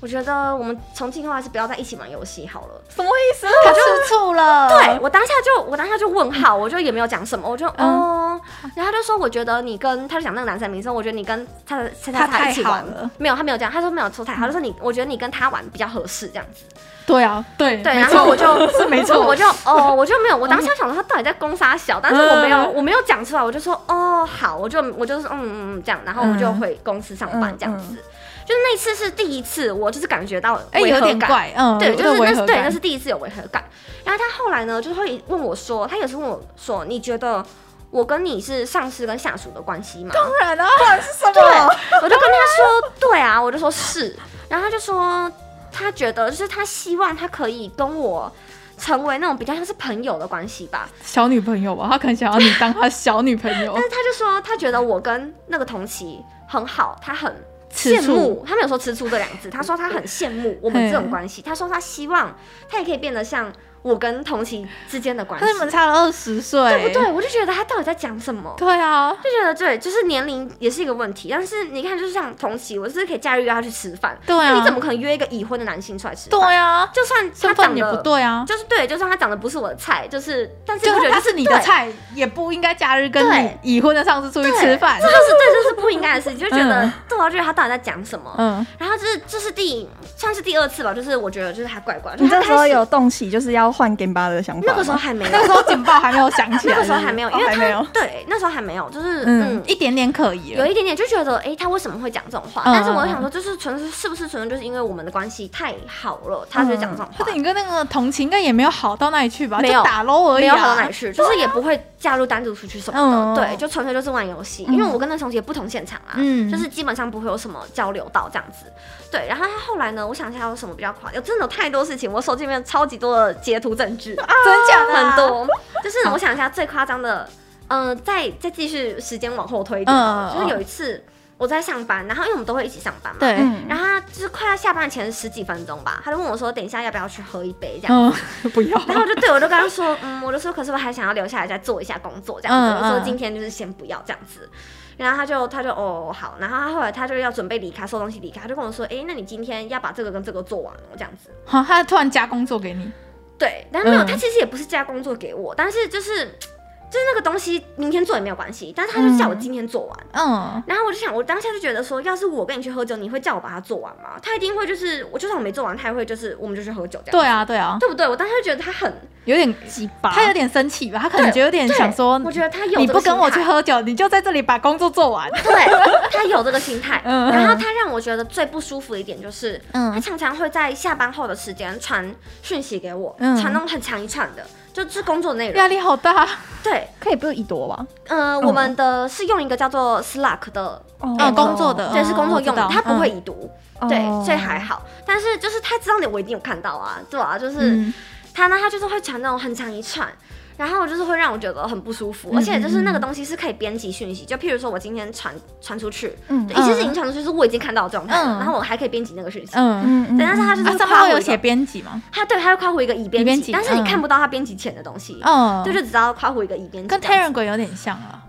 Speaker 3: 我觉得我们从今以后还是不要在一起玩游戏好了。
Speaker 1: 什么意思？他吃醋了，
Speaker 3: 对，我当下就我当下就问号，我就也没有讲什么，我就、
Speaker 1: 嗯
Speaker 3: 哦，然后他就说我觉得你跟他就讲那个男生的名称，我觉得你跟他的他
Speaker 1: 他
Speaker 3: 他
Speaker 1: 太
Speaker 3: 一起
Speaker 1: 好
Speaker 3: 玩
Speaker 1: 了，
Speaker 3: 没有他没有这样，他说没有说太好，他就说你我觉得你跟他玩比较合适这样子。
Speaker 1: 对啊，对
Speaker 3: 对，
Speaker 1: 没
Speaker 3: 然
Speaker 1: 错
Speaker 3: 后我 就
Speaker 1: 是没错，
Speaker 3: 我就哦，我就没有，我当下想说他到底在攻杀小，但是我没有，我没有讲嗯出来，我就说哦好，我就我就是嗯嗯嗯这样，然后我就回公司上班这样子。就是那次是第一次，我就是感觉到
Speaker 1: 哎、
Speaker 3: 违
Speaker 1: 有
Speaker 3: 和
Speaker 1: 点
Speaker 3: 感。
Speaker 1: 怪，嗯，
Speaker 3: 哦对，
Speaker 1: 有
Speaker 3: 就
Speaker 1: 点
Speaker 3: 是那
Speaker 1: 违
Speaker 3: 是
Speaker 1: 和
Speaker 3: 对，
Speaker 1: 感
Speaker 3: 那是第一次有违和感。然后他后来呢，就是会问我说，他也是问我说，你觉得我跟你是上司跟下属的关系吗？
Speaker 1: 当然啊，不然是什么？
Speaker 3: 对， 我就跟他说，对啊，我就说是，然后他就说，他觉得就是他希望他可以跟我成为那种比较像是朋友的关系吧，
Speaker 1: 小女朋友吧，他可能想要你当他小女朋友
Speaker 3: 但，是他就说他觉得我跟那个同期很好，他很
Speaker 1: 吃
Speaker 3: 羡
Speaker 1: 醋
Speaker 3: 慕，他没有说吃醋这两个字，他说他很羡 慕我们这种
Speaker 1: 嘿
Speaker 3: 关系，他说他希望他也可以变得像我跟同期之间的关系
Speaker 1: 但，是你们差欸了二十岁，
Speaker 3: 对不对？我就觉得他到底在讲什么？
Speaker 1: 对啊，
Speaker 3: 就觉得对，就是年龄也是一个问题，但是你看，就是像同期，我是可以假日约他去吃饭，
Speaker 1: 对啊
Speaker 3: 那你怎么可能约一个已婚的男性出来吃饭？
Speaker 1: 对啊，
Speaker 3: 就算他
Speaker 1: 身
Speaker 3: 长
Speaker 1: 份也
Speaker 3: 得
Speaker 1: 不，对啊，
Speaker 3: 就是对，就算他长得不是我的菜，就是，但是
Speaker 1: 就
Speaker 3: 我觉
Speaker 1: 算他
Speaker 3: 得就是
Speaker 1: 你的，菜，也不应该假日跟
Speaker 3: 对
Speaker 1: 你已婚的上司出去
Speaker 3: 对
Speaker 1: 吃饭
Speaker 3: 对这。就是对，这是不应该的事情，就觉得
Speaker 1: 嗯
Speaker 3: 对啊，就是他到底在讲什么？
Speaker 1: 嗯，
Speaker 3: 然后这是这是第算是第二次吧，就是我觉得就是他怪怪，就
Speaker 5: 你
Speaker 3: 是他
Speaker 5: 这时候
Speaker 3: 开始
Speaker 5: 有动起就是要换 Game 八的想法吗？
Speaker 3: 那个时候还 没有
Speaker 1: 那，个时候警报还没有响起来，
Speaker 3: 那个时候还没有，
Speaker 5: 哦
Speaker 3: 因为
Speaker 5: 还没
Speaker 3: 他
Speaker 5: 有
Speaker 3: 对那时候还没有，就是嗯
Speaker 1: 嗯，一点点可疑
Speaker 3: 有
Speaker 1: 了。
Speaker 3: 一点点就觉得，诶，他为什么会讲这种话？
Speaker 1: 嗯
Speaker 3: 但是我又想说，就是纯粹是不是纯粹就是因为我们的关系太好了，他就讲这种话
Speaker 1: 或者，你跟那个同情应该也没有好到哪里去吧？
Speaker 3: 没有
Speaker 1: 就打喽而已、啊，
Speaker 3: 没有好到哪里去，就是也不会加入单独出去什么
Speaker 1: 嗯
Speaker 3: 的，对，就纯粹就是玩游戏。因为我跟那同学也不同现场啊，
Speaker 1: 嗯
Speaker 3: 就是基本上不会有什么交流到这样子。对，然后他后来呢，我想一下有什么比较夸张，有真的有太多事情，我手机里面有超级多的截图证 据，
Speaker 1: 真假的、啊
Speaker 3: 很。多。就是我想一下最夸张的，嗯、再再继续时间往后推一点好
Speaker 1: 嗯
Speaker 3: 了，
Speaker 1: 嗯
Speaker 3: 就是有一次我在上班，然后因为我们都会一起上班嘛，
Speaker 1: 对，
Speaker 5: 嗯，
Speaker 3: 然后他就是快要下班前十几分钟吧，他就问我说：“等一下要不要去喝一杯？”这样，
Speaker 1: 嗯，不要。
Speaker 3: 然后我就对我就跟他说：“嗯，我就说，可是我还想要留下来再做一下工作，这样子。
Speaker 1: 嗯
Speaker 3: 我说
Speaker 1: 嗯
Speaker 3: 今天就是先不要这样子。”然后他就他就哦好，然后他后来他就要准备离开收东西离开，他就跟我说：“哎，那你今天要把这个跟这个做完哦，这样子。
Speaker 1: 好，他突然加工作给你，”
Speaker 3: 对，但是没有，
Speaker 1: 嗯
Speaker 3: 他其实也不是加工作给我，但是就是就是那个东西明天做也没有关系，但是他就叫我今天做完。
Speaker 1: 嗯，
Speaker 3: 然后我就想，我当下就觉得说，要是我跟你去喝酒，你会叫我把它做完吗？他一定会就是，我就算我没做完，他也会就是，我们就去喝酒这样。
Speaker 1: 对啊，对啊，
Speaker 3: 对不对？我当时就觉得 他很，
Speaker 1: 有点，
Speaker 5: 鸡巴
Speaker 1: 他有点生气吧？他可能就有点
Speaker 3: 对
Speaker 1: 想说，
Speaker 3: 我觉得他有
Speaker 1: 你
Speaker 3: 这个
Speaker 1: 不跟我
Speaker 3: 心
Speaker 1: 去
Speaker 3: 态，
Speaker 1: 喝酒，你就在这里把工作做 完。
Speaker 3: 对，他有这个心态。
Speaker 1: 嗯
Speaker 3: 然后他让我觉得最不舒服的一点就是，他
Speaker 1: 嗯，
Speaker 3: 常常会在下班后的时间传讯息给我，
Speaker 1: 嗯
Speaker 3: 传那种很长一串的，就是工作内容。
Speaker 1: 压力嗯好 大。
Speaker 3: 对，
Speaker 5: 可以不一朵吧？
Speaker 3: 呃，我们的是用一个叫做 Slack 的，
Speaker 1: 哦，工作的，
Speaker 3: 对，是呃工作用的，
Speaker 1: 我知
Speaker 3: 他
Speaker 1: 道嗯
Speaker 3: 不会，已读，对，
Speaker 5: 哦
Speaker 3: 所以还好。但是就是他知道你，我一定有看到啊，对啊，就是。
Speaker 1: 嗯
Speaker 3: 他呢，他就是会传那种很长一串，然后就是会让我觉得很不舒服，
Speaker 1: 嗯
Speaker 3: 而且就是那个东西是可以编辑讯息，就譬如说我今天传传出去，
Speaker 5: 嗯
Speaker 3: 对一些事情传出去是我已经看到的状态了，
Speaker 1: 嗯
Speaker 3: 然后我还可以编辑那个讯息。
Speaker 1: 嗯。
Speaker 5: 嗯嗯
Speaker 3: 对但是他就是
Speaker 1: 啊，上
Speaker 3: 夸
Speaker 1: 面
Speaker 3: 我
Speaker 1: 有
Speaker 3: 一
Speaker 1: 写
Speaker 3: 个，
Speaker 1: 编辑吗？
Speaker 3: 他对，他会夸我一个已
Speaker 1: 已
Speaker 3: 编
Speaker 1: 编
Speaker 3: 辑，
Speaker 1: 辑
Speaker 3: 但是你
Speaker 1: 嗯
Speaker 3: 看不到他编辑前的东西，
Speaker 1: 嗯，
Speaker 3: 对，就只知道夸我一个已编辑这
Speaker 1: 跟
Speaker 3: 样
Speaker 1: Terran
Speaker 3: 子。
Speaker 1: 鬼有点像啊。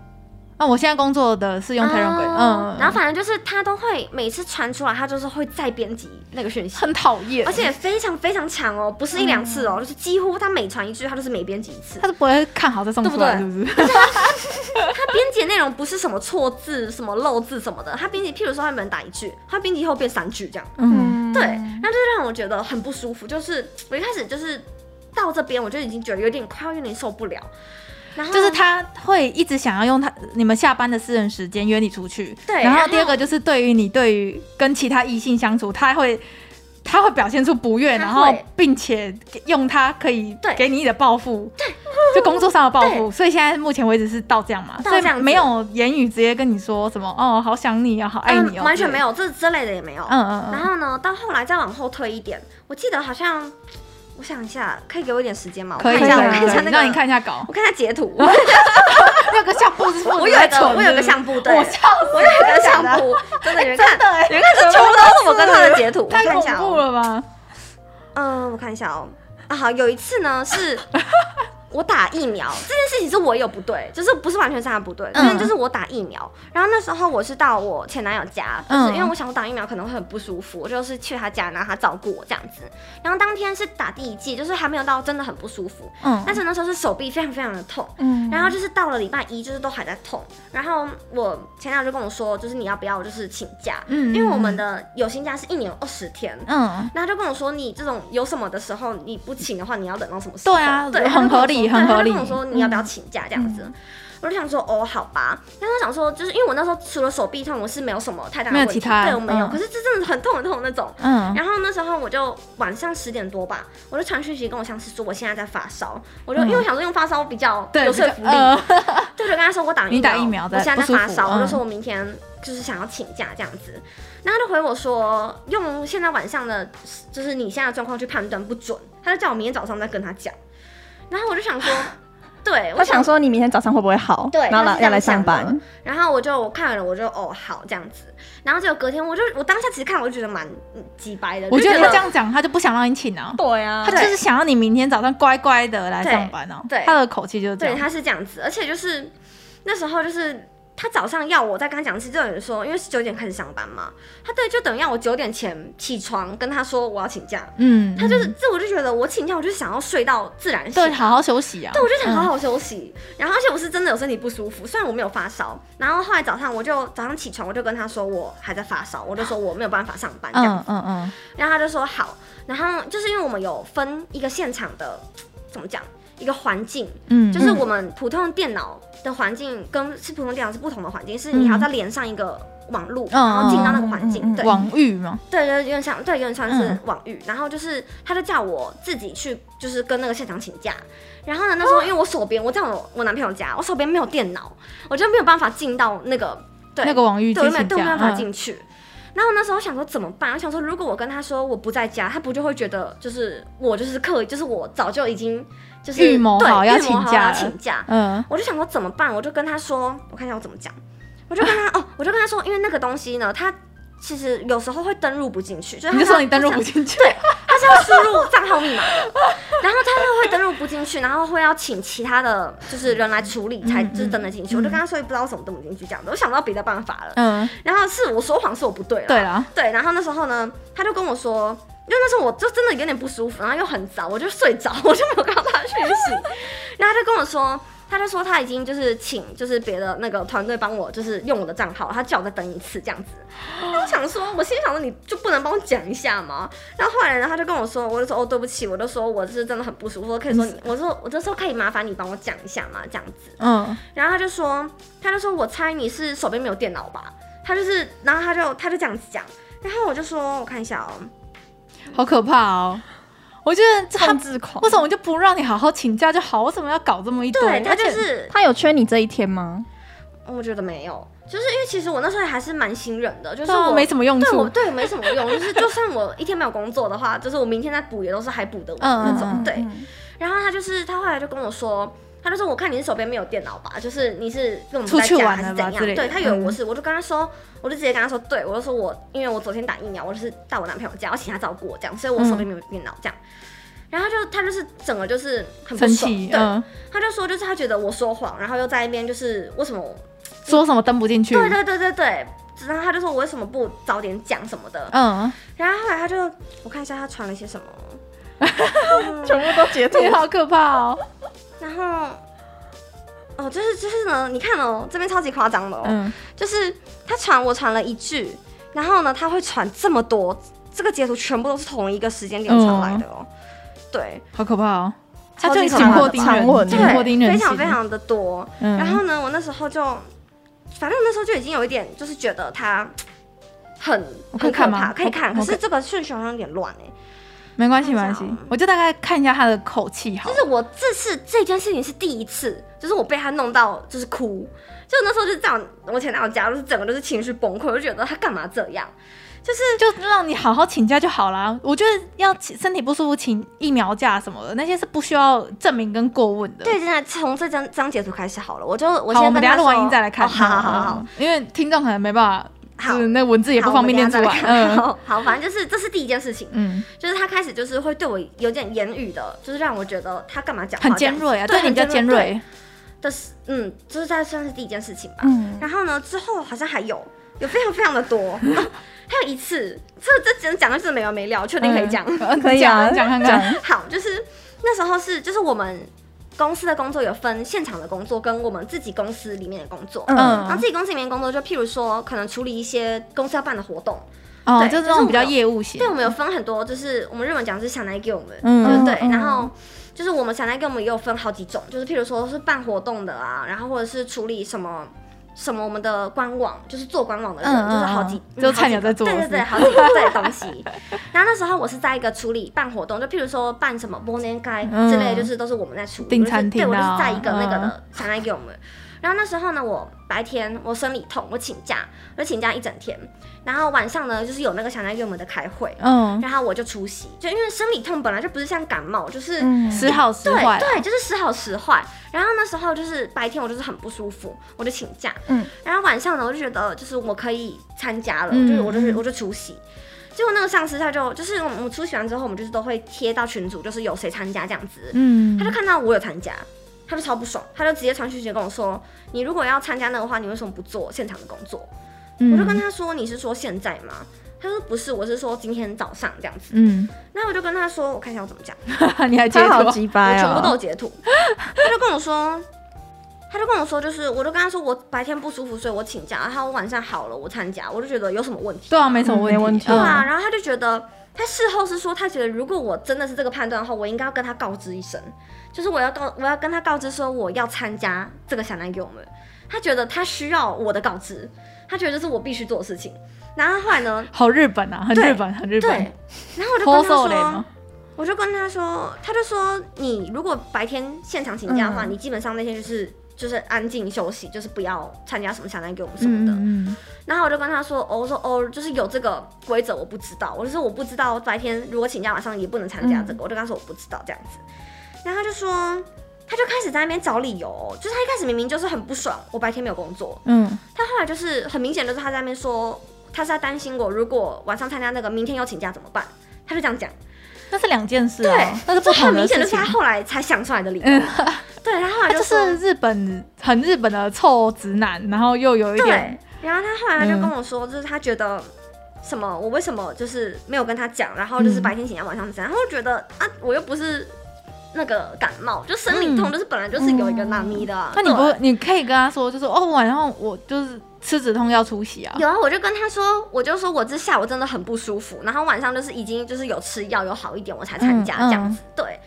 Speaker 1: 啊，我现在工作的是用 Terran 鬼，
Speaker 3: 哦
Speaker 1: 嗯，
Speaker 3: 然后反正就是他都会每次传出来，他就是会再编辑那个讯息，
Speaker 1: 很讨厌，
Speaker 3: 而且非常非常长哦，不是一两次哦，
Speaker 1: 嗯
Speaker 3: 就是几乎他每传一句，他就是每编辑一次
Speaker 1: 他。是不会看好再送出来，
Speaker 3: 对
Speaker 1: 是
Speaker 3: 不
Speaker 1: 不是？
Speaker 3: 编辑内容不是什么错字、什么漏字什么的，他编辑，譬如说他本来打一句，他编辑后变三句这样，
Speaker 1: 嗯，
Speaker 3: 对，那就是让我觉得很不舒服。就是我一开始就是到这边，我就已经觉得有点快要有点受不了，然后嗯
Speaker 1: 就是他会一直想要用他你们下班的私人时间约你出去，
Speaker 3: 对
Speaker 1: 然
Speaker 3: 然
Speaker 1: 后
Speaker 3: 后
Speaker 1: 第二个就是对于你对于跟其他异性相处，他会。他会表现出不悦，
Speaker 3: 他
Speaker 1: 然
Speaker 3: 会
Speaker 1: 后并且用他可以
Speaker 3: 对
Speaker 1: 给你的报复， 就工作上的报复。
Speaker 3: 对
Speaker 1: 所以现在目前为止是到这样嘛，
Speaker 3: 到
Speaker 1: 所以
Speaker 3: 这样子
Speaker 1: 没有言语直接跟你说什么哦，好想你啊，好爱你哦，
Speaker 3: 嗯完全没
Speaker 1: 有。
Speaker 3: 有这之类的也没有。
Speaker 1: 嗯嗯嗯。
Speaker 3: 然后呢，到后来再往后推一点，我记得好像，我想一下，可以给我一点时间吗？我
Speaker 1: 可以
Speaker 3: 看一下，
Speaker 1: 可以
Speaker 3: 我看一下
Speaker 1: 可以
Speaker 3: 那个，
Speaker 1: 让你看，一下 稿。
Speaker 3: 我看一下 截图。
Speaker 1: 那个相簿是
Speaker 3: 我有一个，我有一个相簿，对，
Speaker 1: 我笑死，我有
Speaker 3: 有一个相簿，真的，你们看，
Speaker 1: 哎
Speaker 3: 你们看，这全部都是我跟他的截图，我
Speaker 1: 太
Speaker 3: 看一
Speaker 1: 恐
Speaker 3: 下
Speaker 1: 怖
Speaker 3: 哦。
Speaker 1: 了吧？
Speaker 3: 嗯，我看一下哦。啊，好，有一次呢 是。我打疫苗这件事情是我有不对，就是不是完全是他不对，
Speaker 1: 嗯
Speaker 3: 但、就是我打疫苗。然后那时候我是到我前男友家，就是
Speaker 1: 嗯
Speaker 3: 因为我想我打疫苗可能会很不舒服，我就是去他家，然后他照顾我这样子。然后当天是打第一剂，就是还没有到真的很不舒服，
Speaker 1: 嗯
Speaker 3: 但是那时候是手臂非常非常的痛。
Speaker 5: 嗯
Speaker 3: 然后就是到了礼拜一，就是都还在痛。然后我前男友就跟我说，就是你要不要就是请假，
Speaker 1: 嗯
Speaker 3: 因为我们的有薪假是一年二十天，
Speaker 1: 嗯，
Speaker 3: 那他就跟我说，你这种有什么的时候你不请的话，你要等到什么时候？
Speaker 1: 对啊，
Speaker 3: 对，
Speaker 1: 很合理理很合理嗯
Speaker 3: 对他就跟我说你要不要请假这样子。我就想说，哦，好吧。但是我想说，就是因为我那时候除了手臂痛，我是没有什么太大的
Speaker 1: 没有
Speaker 3: 问题，
Speaker 1: 其他
Speaker 3: 对我没有。
Speaker 1: 嗯
Speaker 3: 可是这真的很痛很痛的那种。
Speaker 1: 嗯，
Speaker 3: 然后那时候我就晚上十点多吧，我就传讯息跟我上司说我现在在发烧，我就、
Speaker 1: 嗯
Speaker 3: 因为我想说用发烧比较
Speaker 1: 对，
Speaker 3: 有说
Speaker 1: 比
Speaker 3: 服
Speaker 1: 较
Speaker 3: 力，
Speaker 1: 呃
Speaker 3: 就就跟他说我打
Speaker 1: 你打疫苗
Speaker 3: 我现在
Speaker 1: 不舒
Speaker 3: 在发
Speaker 1: 服
Speaker 3: 烧，我就
Speaker 1: 嗯
Speaker 3: 说我明天就是想要请假这样子。然后他就回我说用现在晚上的，就是你现在的状况去判断不准，他就叫我明天早上再跟他讲。然后我就 想说，对，
Speaker 5: 他
Speaker 3: 我
Speaker 5: 想
Speaker 3: 想
Speaker 5: 说你明天早上会不会好？
Speaker 3: 对
Speaker 5: 然后
Speaker 3: 他是
Speaker 5: 来
Speaker 3: 这
Speaker 5: 要
Speaker 3: 样
Speaker 5: 来上
Speaker 3: 想
Speaker 5: 班
Speaker 3: 的，然后我就我看了，我就哦好这样子。然后结果隔天我就我当下其实看我就觉得蛮嗯鸡掰的，
Speaker 1: 我
Speaker 3: 就
Speaker 1: 觉得他这样讲，他就不想让你请啊，
Speaker 5: 对啊
Speaker 1: 他就是想要你明天早上乖乖的来上班哦。
Speaker 3: 对对
Speaker 1: 他的口气就是这
Speaker 3: 对，
Speaker 1: 样。
Speaker 3: 他是这样子，而且就是那时候就是他早上要我在跟他讲是就有人说，因为是九点开始上班嘛，他对就等于要我九点前起床跟他说我要请假，
Speaker 1: 嗯，
Speaker 3: 他就是
Speaker 1: 嗯
Speaker 3: 这我就觉得我请假我就想要睡到自然醒，
Speaker 1: 对好好休息啊。
Speaker 3: 对，我就想好
Speaker 1: 嗯
Speaker 3: 好休息。然后，而且我是真的有身体不舒服，虽然我没有发烧。然后后来早上我就早上起床，我就跟他说我还在发烧，我就说我没有办法上班这样
Speaker 1: 嗯嗯嗯，
Speaker 3: 然后他就说好，然后就是因为我们有分一个现场的，怎么讲，一个环境，
Speaker 1: 嗯
Speaker 3: 就是我们普通电脑的环境跟是普通电脑是不同的环境，是你还要再连上一个网路，
Speaker 1: 嗯
Speaker 3: 然后进到那个环境，
Speaker 5: 嗯嗯嗯嗯
Speaker 3: 对。
Speaker 1: 网域嘛，
Speaker 3: 对对，有点像，对，有点像是
Speaker 1: 嗯
Speaker 3: 网域。然后就是，他就叫我自己去，就是跟那个现场请假。然后呢，那时候因为我手边，我在我我男朋友家，我手边没有电脑，我就没有办法进到那个对
Speaker 1: 那个网域
Speaker 3: 对，我
Speaker 1: 进
Speaker 3: 没
Speaker 1: 行
Speaker 3: 有对我没有办
Speaker 1: 嗯
Speaker 3: 法进去。然后那时候我想说怎么办？我想说，如果我跟他说我不在家，他不就会觉得就是我就是刻意，就是我早就已经就是
Speaker 1: 预谋
Speaker 3: 对
Speaker 1: 好要
Speaker 3: 预谋
Speaker 1: 请
Speaker 3: 好
Speaker 1: 假
Speaker 3: 要
Speaker 1: 了
Speaker 3: 请假。
Speaker 1: 嗯
Speaker 3: 我就想说怎么办，我就跟他说，我看一下我怎么讲，我就跟他哦，我就跟他说，因为那个东西呢，它其实有时候会登录不进去，就是
Speaker 1: 你
Speaker 3: 他
Speaker 1: 就说
Speaker 3: 要
Speaker 1: 你登录不，进去，对，
Speaker 3: 他是要输入账号密码的，然后他就会登录不进去，然后会要请其他的就是人来处理
Speaker 1: 嗯
Speaker 3: 才就是登得进去。我就跟他说，也不知道为什么登不进去这样子，我想不到别的办法了。
Speaker 1: 嗯，
Speaker 3: 然后是我说谎是我不对了，
Speaker 1: 对啦，
Speaker 3: 对，然后那时候呢，他就跟我说，因为那时候我就真的有点不舒服，然后又很早，我就睡着，我就没有看到他讯息，然后他就跟我说。他就说他已经就是请就是别的那个团队帮我就是用我的账号，他叫我再登一次这样子。那我想说，我心里想说你就不能帮我讲一下吗？然后后来呢，他就跟我说，我就说哦对不起，我就说我是真的很不舒服，可以说你，我说我就说可以麻烦你帮我讲一下吗？这样子。
Speaker 1: 嗯，
Speaker 3: 然后他就说，他就说我猜你是手边没有电脑吧？他就是，然后他就他就这样子讲，然后我就说，我看一下哦，
Speaker 1: 好可怕哦。我觉得他
Speaker 5: 控制狂。
Speaker 1: 为什么就不让你好好请假就好？为什么要搞这么一
Speaker 3: 对
Speaker 1: 堆？
Speaker 3: 他就
Speaker 1: 而且
Speaker 3: 是，哦
Speaker 5: 他有缺你这一天吗？
Speaker 3: 我觉得没有，就是因为其实我那时候还是蛮信任的，就是
Speaker 1: 对啊
Speaker 3: 我
Speaker 1: 没什么用
Speaker 3: 对我
Speaker 1: 处，
Speaker 3: 对没什么用，就是就算我一天没有工作的话，就是我明天再补也都是还补得完那种，
Speaker 1: 嗯嗯嗯
Speaker 3: 对。然后他就是他后来就跟我说，他就说我看你是手边没有电脑吧，就是你是跟我们
Speaker 1: 出
Speaker 3: 在
Speaker 1: 去
Speaker 3: 家
Speaker 1: 玩
Speaker 3: 还是
Speaker 1: 了
Speaker 3: 怎
Speaker 1: 吧
Speaker 3: 样？
Speaker 1: 之类的嗯
Speaker 3: 对他以为我是，我就跟他说，我就直接跟他说，对我就说我因为我昨天打疫苗，我就是到我男朋友家，我请他照顾我这样，所以我手边没有电脑这样。然后他就他就是整个就是很不
Speaker 1: 生
Speaker 3: 爽，
Speaker 1: 嗯气，
Speaker 3: 对，
Speaker 1: 嗯，
Speaker 3: 他就说就是他觉得我说谎，然后又在那边就是为什
Speaker 1: 嗯
Speaker 3: 么？
Speaker 1: 说什么登不进去，
Speaker 3: 对对对对对。然后他就说我为什么不早点讲什么的，
Speaker 1: 嗯，
Speaker 3: 然后后来他就我看一下他传了些什么，
Speaker 5: 全部都截图
Speaker 1: 这也好可怕哦，
Speaker 3: 然后哦就是就是呢，你看哦这边超级夸张的哦，
Speaker 1: 嗯，
Speaker 3: 就是他传我传了一句，然后呢，他会传这么多，这个截图全部都是同一个时间点传来的哦。
Speaker 1: 嗯
Speaker 3: 对，
Speaker 1: 好可怕哦，他就
Speaker 3: 超级可怕
Speaker 1: 紧
Speaker 3: 的
Speaker 1: 迫盯
Speaker 5: 长
Speaker 1: 人，
Speaker 5: 吻
Speaker 1: 紧
Speaker 3: 对，
Speaker 1: 迫盯人，
Speaker 3: 非常非，常的多。
Speaker 1: 嗯，
Speaker 3: 然后呢，我那时候就，反正我那时候就已经有一点，就是觉得他很
Speaker 1: 我可以
Speaker 3: 很可
Speaker 1: 看
Speaker 3: 怕，
Speaker 1: 吗
Speaker 3: 可以看。
Speaker 1: 我
Speaker 3: 可
Speaker 1: 我
Speaker 3: 是这个顺序好像有点乱哎、
Speaker 1: 没关系没
Speaker 3: 看
Speaker 1: 关
Speaker 3: 一下
Speaker 1: 系
Speaker 3: 哦，
Speaker 1: 我就大概看一下他的口气好
Speaker 3: 就
Speaker 1: 了，
Speaker 3: 是我这次这件事情是第一次，就是我被他弄到就是哭，就那时候就这样，我前男友家就是整个都是情绪崩溃，我就觉得他干嘛这样。
Speaker 1: 就让你好好请假就好啦。我觉得要请身体不舒服请疫苗假什么的，那些是不需要证明跟过问的。
Speaker 3: 对，现在从这张张截图开始好了，我就我
Speaker 1: 好，
Speaker 3: 先
Speaker 1: 我们等
Speaker 3: 跟
Speaker 1: 下
Speaker 3: 他
Speaker 1: 录
Speaker 3: 说
Speaker 1: 完音再来看。
Speaker 3: 哦好好好好
Speaker 1: 嗯，因为听众可能没办法，
Speaker 3: 好
Speaker 1: 就是那文字也不
Speaker 3: 好
Speaker 1: 方便念出
Speaker 3: 我们
Speaker 1: 来。
Speaker 3: 等下再
Speaker 1: 嗯
Speaker 3: 好，好，反正就是这是第一件事情，
Speaker 1: 嗯，
Speaker 3: 就是他开始就是会对我有点言语的，就是让我觉得他干嘛讲话
Speaker 1: 很尖锐啊，
Speaker 3: 这
Speaker 1: 对
Speaker 3: 样子
Speaker 1: 你比较尖。
Speaker 3: 对
Speaker 1: 锐。
Speaker 3: 但是嗯，就是在算是第一件事情吧。
Speaker 5: 嗯，
Speaker 3: 然后呢，之后好像还有有非常非常的 多，啊还有一次，这这只能讲到这没完没了，确定可以讲。
Speaker 1: 嗯
Speaker 5: 可以啊
Speaker 1: 讲讲看看。
Speaker 3: 好，就是那时候是就是我们公司的工作有分现场的工作跟我们自己公司里面的工作，
Speaker 5: 嗯
Speaker 3: 然后自己公司里面工作，就譬如说可能处理一些公司要办的活动，
Speaker 1: 哦，
Speaker 3: 对
Speaker 1: 就是
Speaker 3: 就是
Speaker 1: 那
Speaker 3: 我
Speaker 1: 种比较
Speaker 3: 们
Speaker 1: 业务型
Speaker 3: 对，。我们有分很多，就是我们日本讲是想来给我们，
Speaker 1: 嗯
Speaker 3: 嗯，对，
Speaker 5: 嗯
Speaker 3: 然后。就是我们想来给我们也有分好几种，就是譬如说是办活动的啊，然后或者是处理什么什么我们的官网，就是做官网的人，
Speaker 1: 嗯
Speaker 3: 就是好几
Speaker 1: 嗯，嗯就菜鸟在做
Speaker 3: 对对对，好几个对东西。 然后那时候我是在一个处理办活动，就譬如说办什么 b o n e n g a i 之类，
Speaker 1: 嗯
Speaker 3: 就是都是我们在处理，
Speaker 1: 订
Speaker 3: 我就是
Speaker 1: 餐厅
Speaker 3: 对我就
Speaker 1: 啊
Speaker 3: 是在一个那个的想来给我们。然后那时候呢，我白天我生理痛，我请假，我就请假一整天。然后晚上呢，就是有那个想来给我们的开会，
Speaker 1: 嗯，
Speaker 3: 然后我就出席，就因为生理痛本来就不是像感冒，就是、
Speaker 5: 嗯，
Speaker 1: 时好时
Speaker 3: 对
Speaker 1: 坏啊。
Speaker 3: 对，就是时好时坏。然后那时候就是白天我就是很不舒服，我就请假。
Speaker 5: 嗯，
Speaker 3: 然后晚上呢，我就觉得就是我可以参加了，
Speaker 1: 嗯
Speaker 3: 就是我就是
Speaker 1: 嗯
Speaker 3: 我就出席。结果那个上司他就就是我们我们出席完之后，我们就是都会贴到群组，就是有谁参加这样子。
Speaker 1: 嗯
Speaker 3: 他就看到我有参加，他就超不爽，他就直接传讯息跟我说：“你如果要参加那个话，你为什么不做现场的工作？”
Speaker 1: 嗯
Speaker 3: 我就跟他说：“你是说现在吗？”他说：“不是，我是说今天早上这样子。
Speaker 1: 嗯，”
Speaker 3: 那我就跟他说：“我看一下我怎么讲。”
Speaker 1: 嗯你还接
Speaker 5: 他好
Speaker 1: 着
Speaker 5: 鸡
Speaker 3: 我
Speaker 5: 掰
Speaker 3: 全部都
Speaker 5: 哦
Speaker 3: 有，截图。 他就跟我说，他就跟我说，就是我就跟他说我白天不舒服，所以我请假，然后我晚上好了我参加，我就觉得有什么问题？
Speaker 1: 对啊，没什么
Speaker 5: 嗯没问
Speaker 1: 问
Speaker 5: 题
Speaker 1: 题。
Speaker 3: 对
Speaker 1: 嗯
Speaker 3: 啊，然后他就觉得。他事后是说，他觉得如果我真的是这个判断的话，我应该要跟他告知一声，就是我要告我要跟他告知说我要参加这个小男给我们。他觉得他需要我的告知，他觉得这是我必须做的事情。然后后来呢，
Speaker 1: 好日本啊，很
Speaker 3: 对
Speaker 1: 日本，很日
Speaker 3: 对
Speaker 1: 本。，
Speaker 3: 然后我就跟他
Speaker 1: 抠
Speaker 3: 说
Speaker 1: 搜嘞吗？
Speaker 3: 我就跟他说，他就说你如果白天现场请假的话，
Speaker 5: 嗯
Speaker 3: 你基本上那天就是就是安静休息，就是不要参加什么抢单给我们什么的。
Speaker 1: 嗯嗯
Speaker 3: 然后我就跟他说，哦，我说哦，就是有这个规则我不知道，我就说我不知道白天如果请假晚上也不能参加
Speaker 1: 嗯
Speaker 3: 这个，我就跟他说我不知道这样子。然后他就说，他就开始在那边找理由，就是他一开始明明就是很不爽，我白天没有工作，
Speaker 1: 嗯
Speaker 3: 他后来就是很明显，就是他在那边说他是在担心我如果晚上参加那个明天又请假怎么办，他就这样讲。
Speaker 1: 嗯，那是两件事啊，
Speaker 3: 对，
Speaker 1: 那是不
Speaker 3: 这
Speaker 1: 同
Speaker 3: 很
Speaker 1: 的
Speaker 3: 明显
Speaker 1: 事
Speaker 3: 就是
Speaker 1: 情
Speaker 3: 他。后来才想出来的理由。
Speaker 1: 嗯，
Speaker 3: 对，然后后来
Speaker 1: 他
Speaker 3: 就
Speaker 1: 就
Speaker 3: 说
Speaker 1: 是日本很日本的臭直男，然后又有一
Speaker 3: 对
Speaker 1: 点，
Speaker 3: 然后他后来就跟我说，就是他觉得什么，我为什么就是没有跟他讲，然后就是
Speaker 1: 嗯
Speaker 3: 白天请假晚上这样，然后我觉得啊，我又不是那个感冒，就生理痛，
Speaker 1: 嗯
Speaker 3: 就是本来就是有一个拉咪的啊、
Speaker 1: 那你不
Speaker 3: 对
Speaker 1: 你可以跟他说，就是哦，晚上我就是吃止痛药出席啊。
Speaker 3: 有啊，我就跟他说，我就说我这下午真的很不舒服，然后晚上就是已经就是有吃药有好一点，我才参加
Speaker 1: 嗯嗯
Speaker 3: 这样子。对，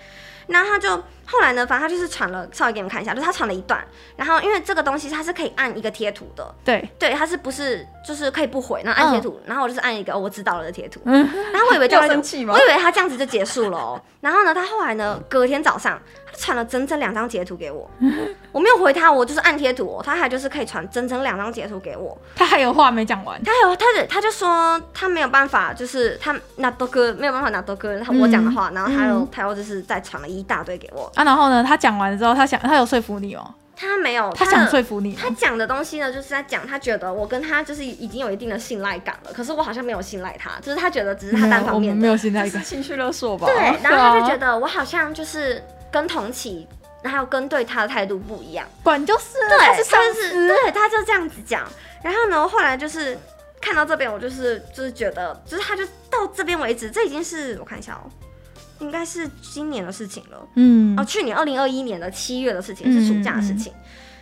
Speaker 3: 那他就后来呢，反正他就是传了，稍微给你们看一下，就是他传了一段，然后因为这个东西它是可以按一个贴图的，
Speaker 1: 对，
Speaker 3: 对，它是不是就是可以不回，然后按贴图，然后我就是按一个、哦、我知道了的贴图，
Speaker 1: 嗯
Speaker 3: 然后我以为
Speaker 5: 嗯
Speaker 3: 就
Speaker 5: 要
Speaker 3: 是
Speaker 5: 生气吗
Speaker 3: 我以为他这样子就结束了、哦，然后呢，他后来呢，隔天早上他传了整整两张截图 给我，我没有回他，我就是按贴图、哦，他还就是可以传整整两张截图给我，
Speaker 1: 他还有话没讲完。
Speaker 3: 他有，他的他就说他没有办法，就是他拿多哥没有办法拿多哥他
Speaker 1: 嗯
Speaker 3: 我讲的话，然后他又、
Speaker 1: 嗯
Speaker 3: 他又就是再传了一大堆给我，
Speaker 1: 啊，然后呢，他讲完之后，他想他有说服你哦，
Speaker 3: 他没有，
Speaker 1: 他
Speaker 3: 的
Speaker 1: 想说服你吗，
Speaker 3: 他讲的东西呢，就是在讲他觉得我跟他就是已经有一定的信赖感了，可是我好像没有信赖他，就是他觉得只是他单
Speaker 1: 没有
Speaker 3: 方
Speaker 1: 我
Speaker 3: 面
Speaker 1: 们
Speaker 3: 的
Speaker 1: 没有现
Speaker 5: 这
Speaker 1: 在
Speaker 5: 是
Speaker 1: 感。
Speaker 5: 情绪勒索吧？
Speaker 3: 对，然后他就
Speaker 1: 对啊
Speaker 3: 觉得我好像就是跟同期，还有跟对他的态度不一样。
Speaker 1: 管就是
Speaker 3: 对，
Speaker 1: 他是上
Speaker 3: 就
Speaker 1: 司，
Speaker 3: 对，他就这样子讲。然后呢，我后来就是看到这边，我就是就是觉得，就是他就到这边为止，这已经是我看一下哦，应该是今年的事情了。
Speaker 1: 嗯
Speaker 5: 啊
Speaker 3: 哦，，去年二零二一年的七月的事情
Speaker 1: 嗯
Speaker 3: 是暑假的事情。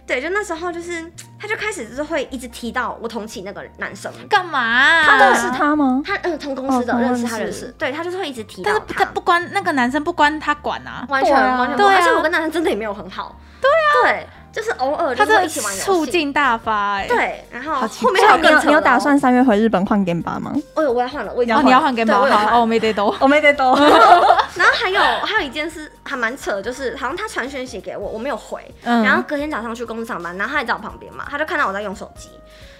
Speaker 3: 对，就那时候就是他就开始就是会一直提到我同期那个男生，
Speaker 1: 干嘛？
Speaker 5: 他认识，他吗？
Speaker 3: 他嗯同公司的、
Speaker 5: 哦同
Speaker 3: 认识
Speaker 5: 公
Speaker 3: 他
Speaker 5: 司
Speaker 3: 认识，对他就是会一直提
Speaker 1: 但
Speaker 3: 到
Speaker 1: 是他不关那个男生不关他管啊，
Speaker 3: 完全、
Speaker 5: 对啊
Speaker 3: 完全不，
Speaker 1: 对啊
Speaker 3: 而且我跟男生真的也没有很好。对啊，对，就是偶尔
Speaker 1: 他
Speaker 3: 就
Speaker 1: 真
Speaker 3: 是会
Speaker 1: 的
Speaker 3: 一起玩游戏。
Speaker 1: 促进大发哎。
Speaker 3: 对，然后
Speaker 1: 好奇
Speaker 3: 啊后面
Speaker 5: 所
Speaker 3: 还
Speaker 5: 以
Speaker 3: 有
Speaker 5: 你
Speaker 3: 更
Speaker 5: 有
Speaker 3: 扯
Speaker 5: 你有
Speaker 3: 的
Speaker 5: 打
Speaker 3: 哦
Speaker 5: 算三月回日本换 Game 八吗？
Speaker 3: 哦，我要换了，我已经
Speaker 1: 然后你要换 game
Speaker 3: 对
Speaker 1: 包，
Speaker 3: 我有换
Speaker 1: 好，哦，没得 都。
Speaker 5: 我没得懂。
Speaker 3: 然后还有 还有一件事还蛮扯的，就是好像他传讯息给我，我没有回，
Speaker 1: 嗯
Speaker 3: 然后隔天早上去公司上班，然后他也在我旁边嘛，他就看到我在用手机，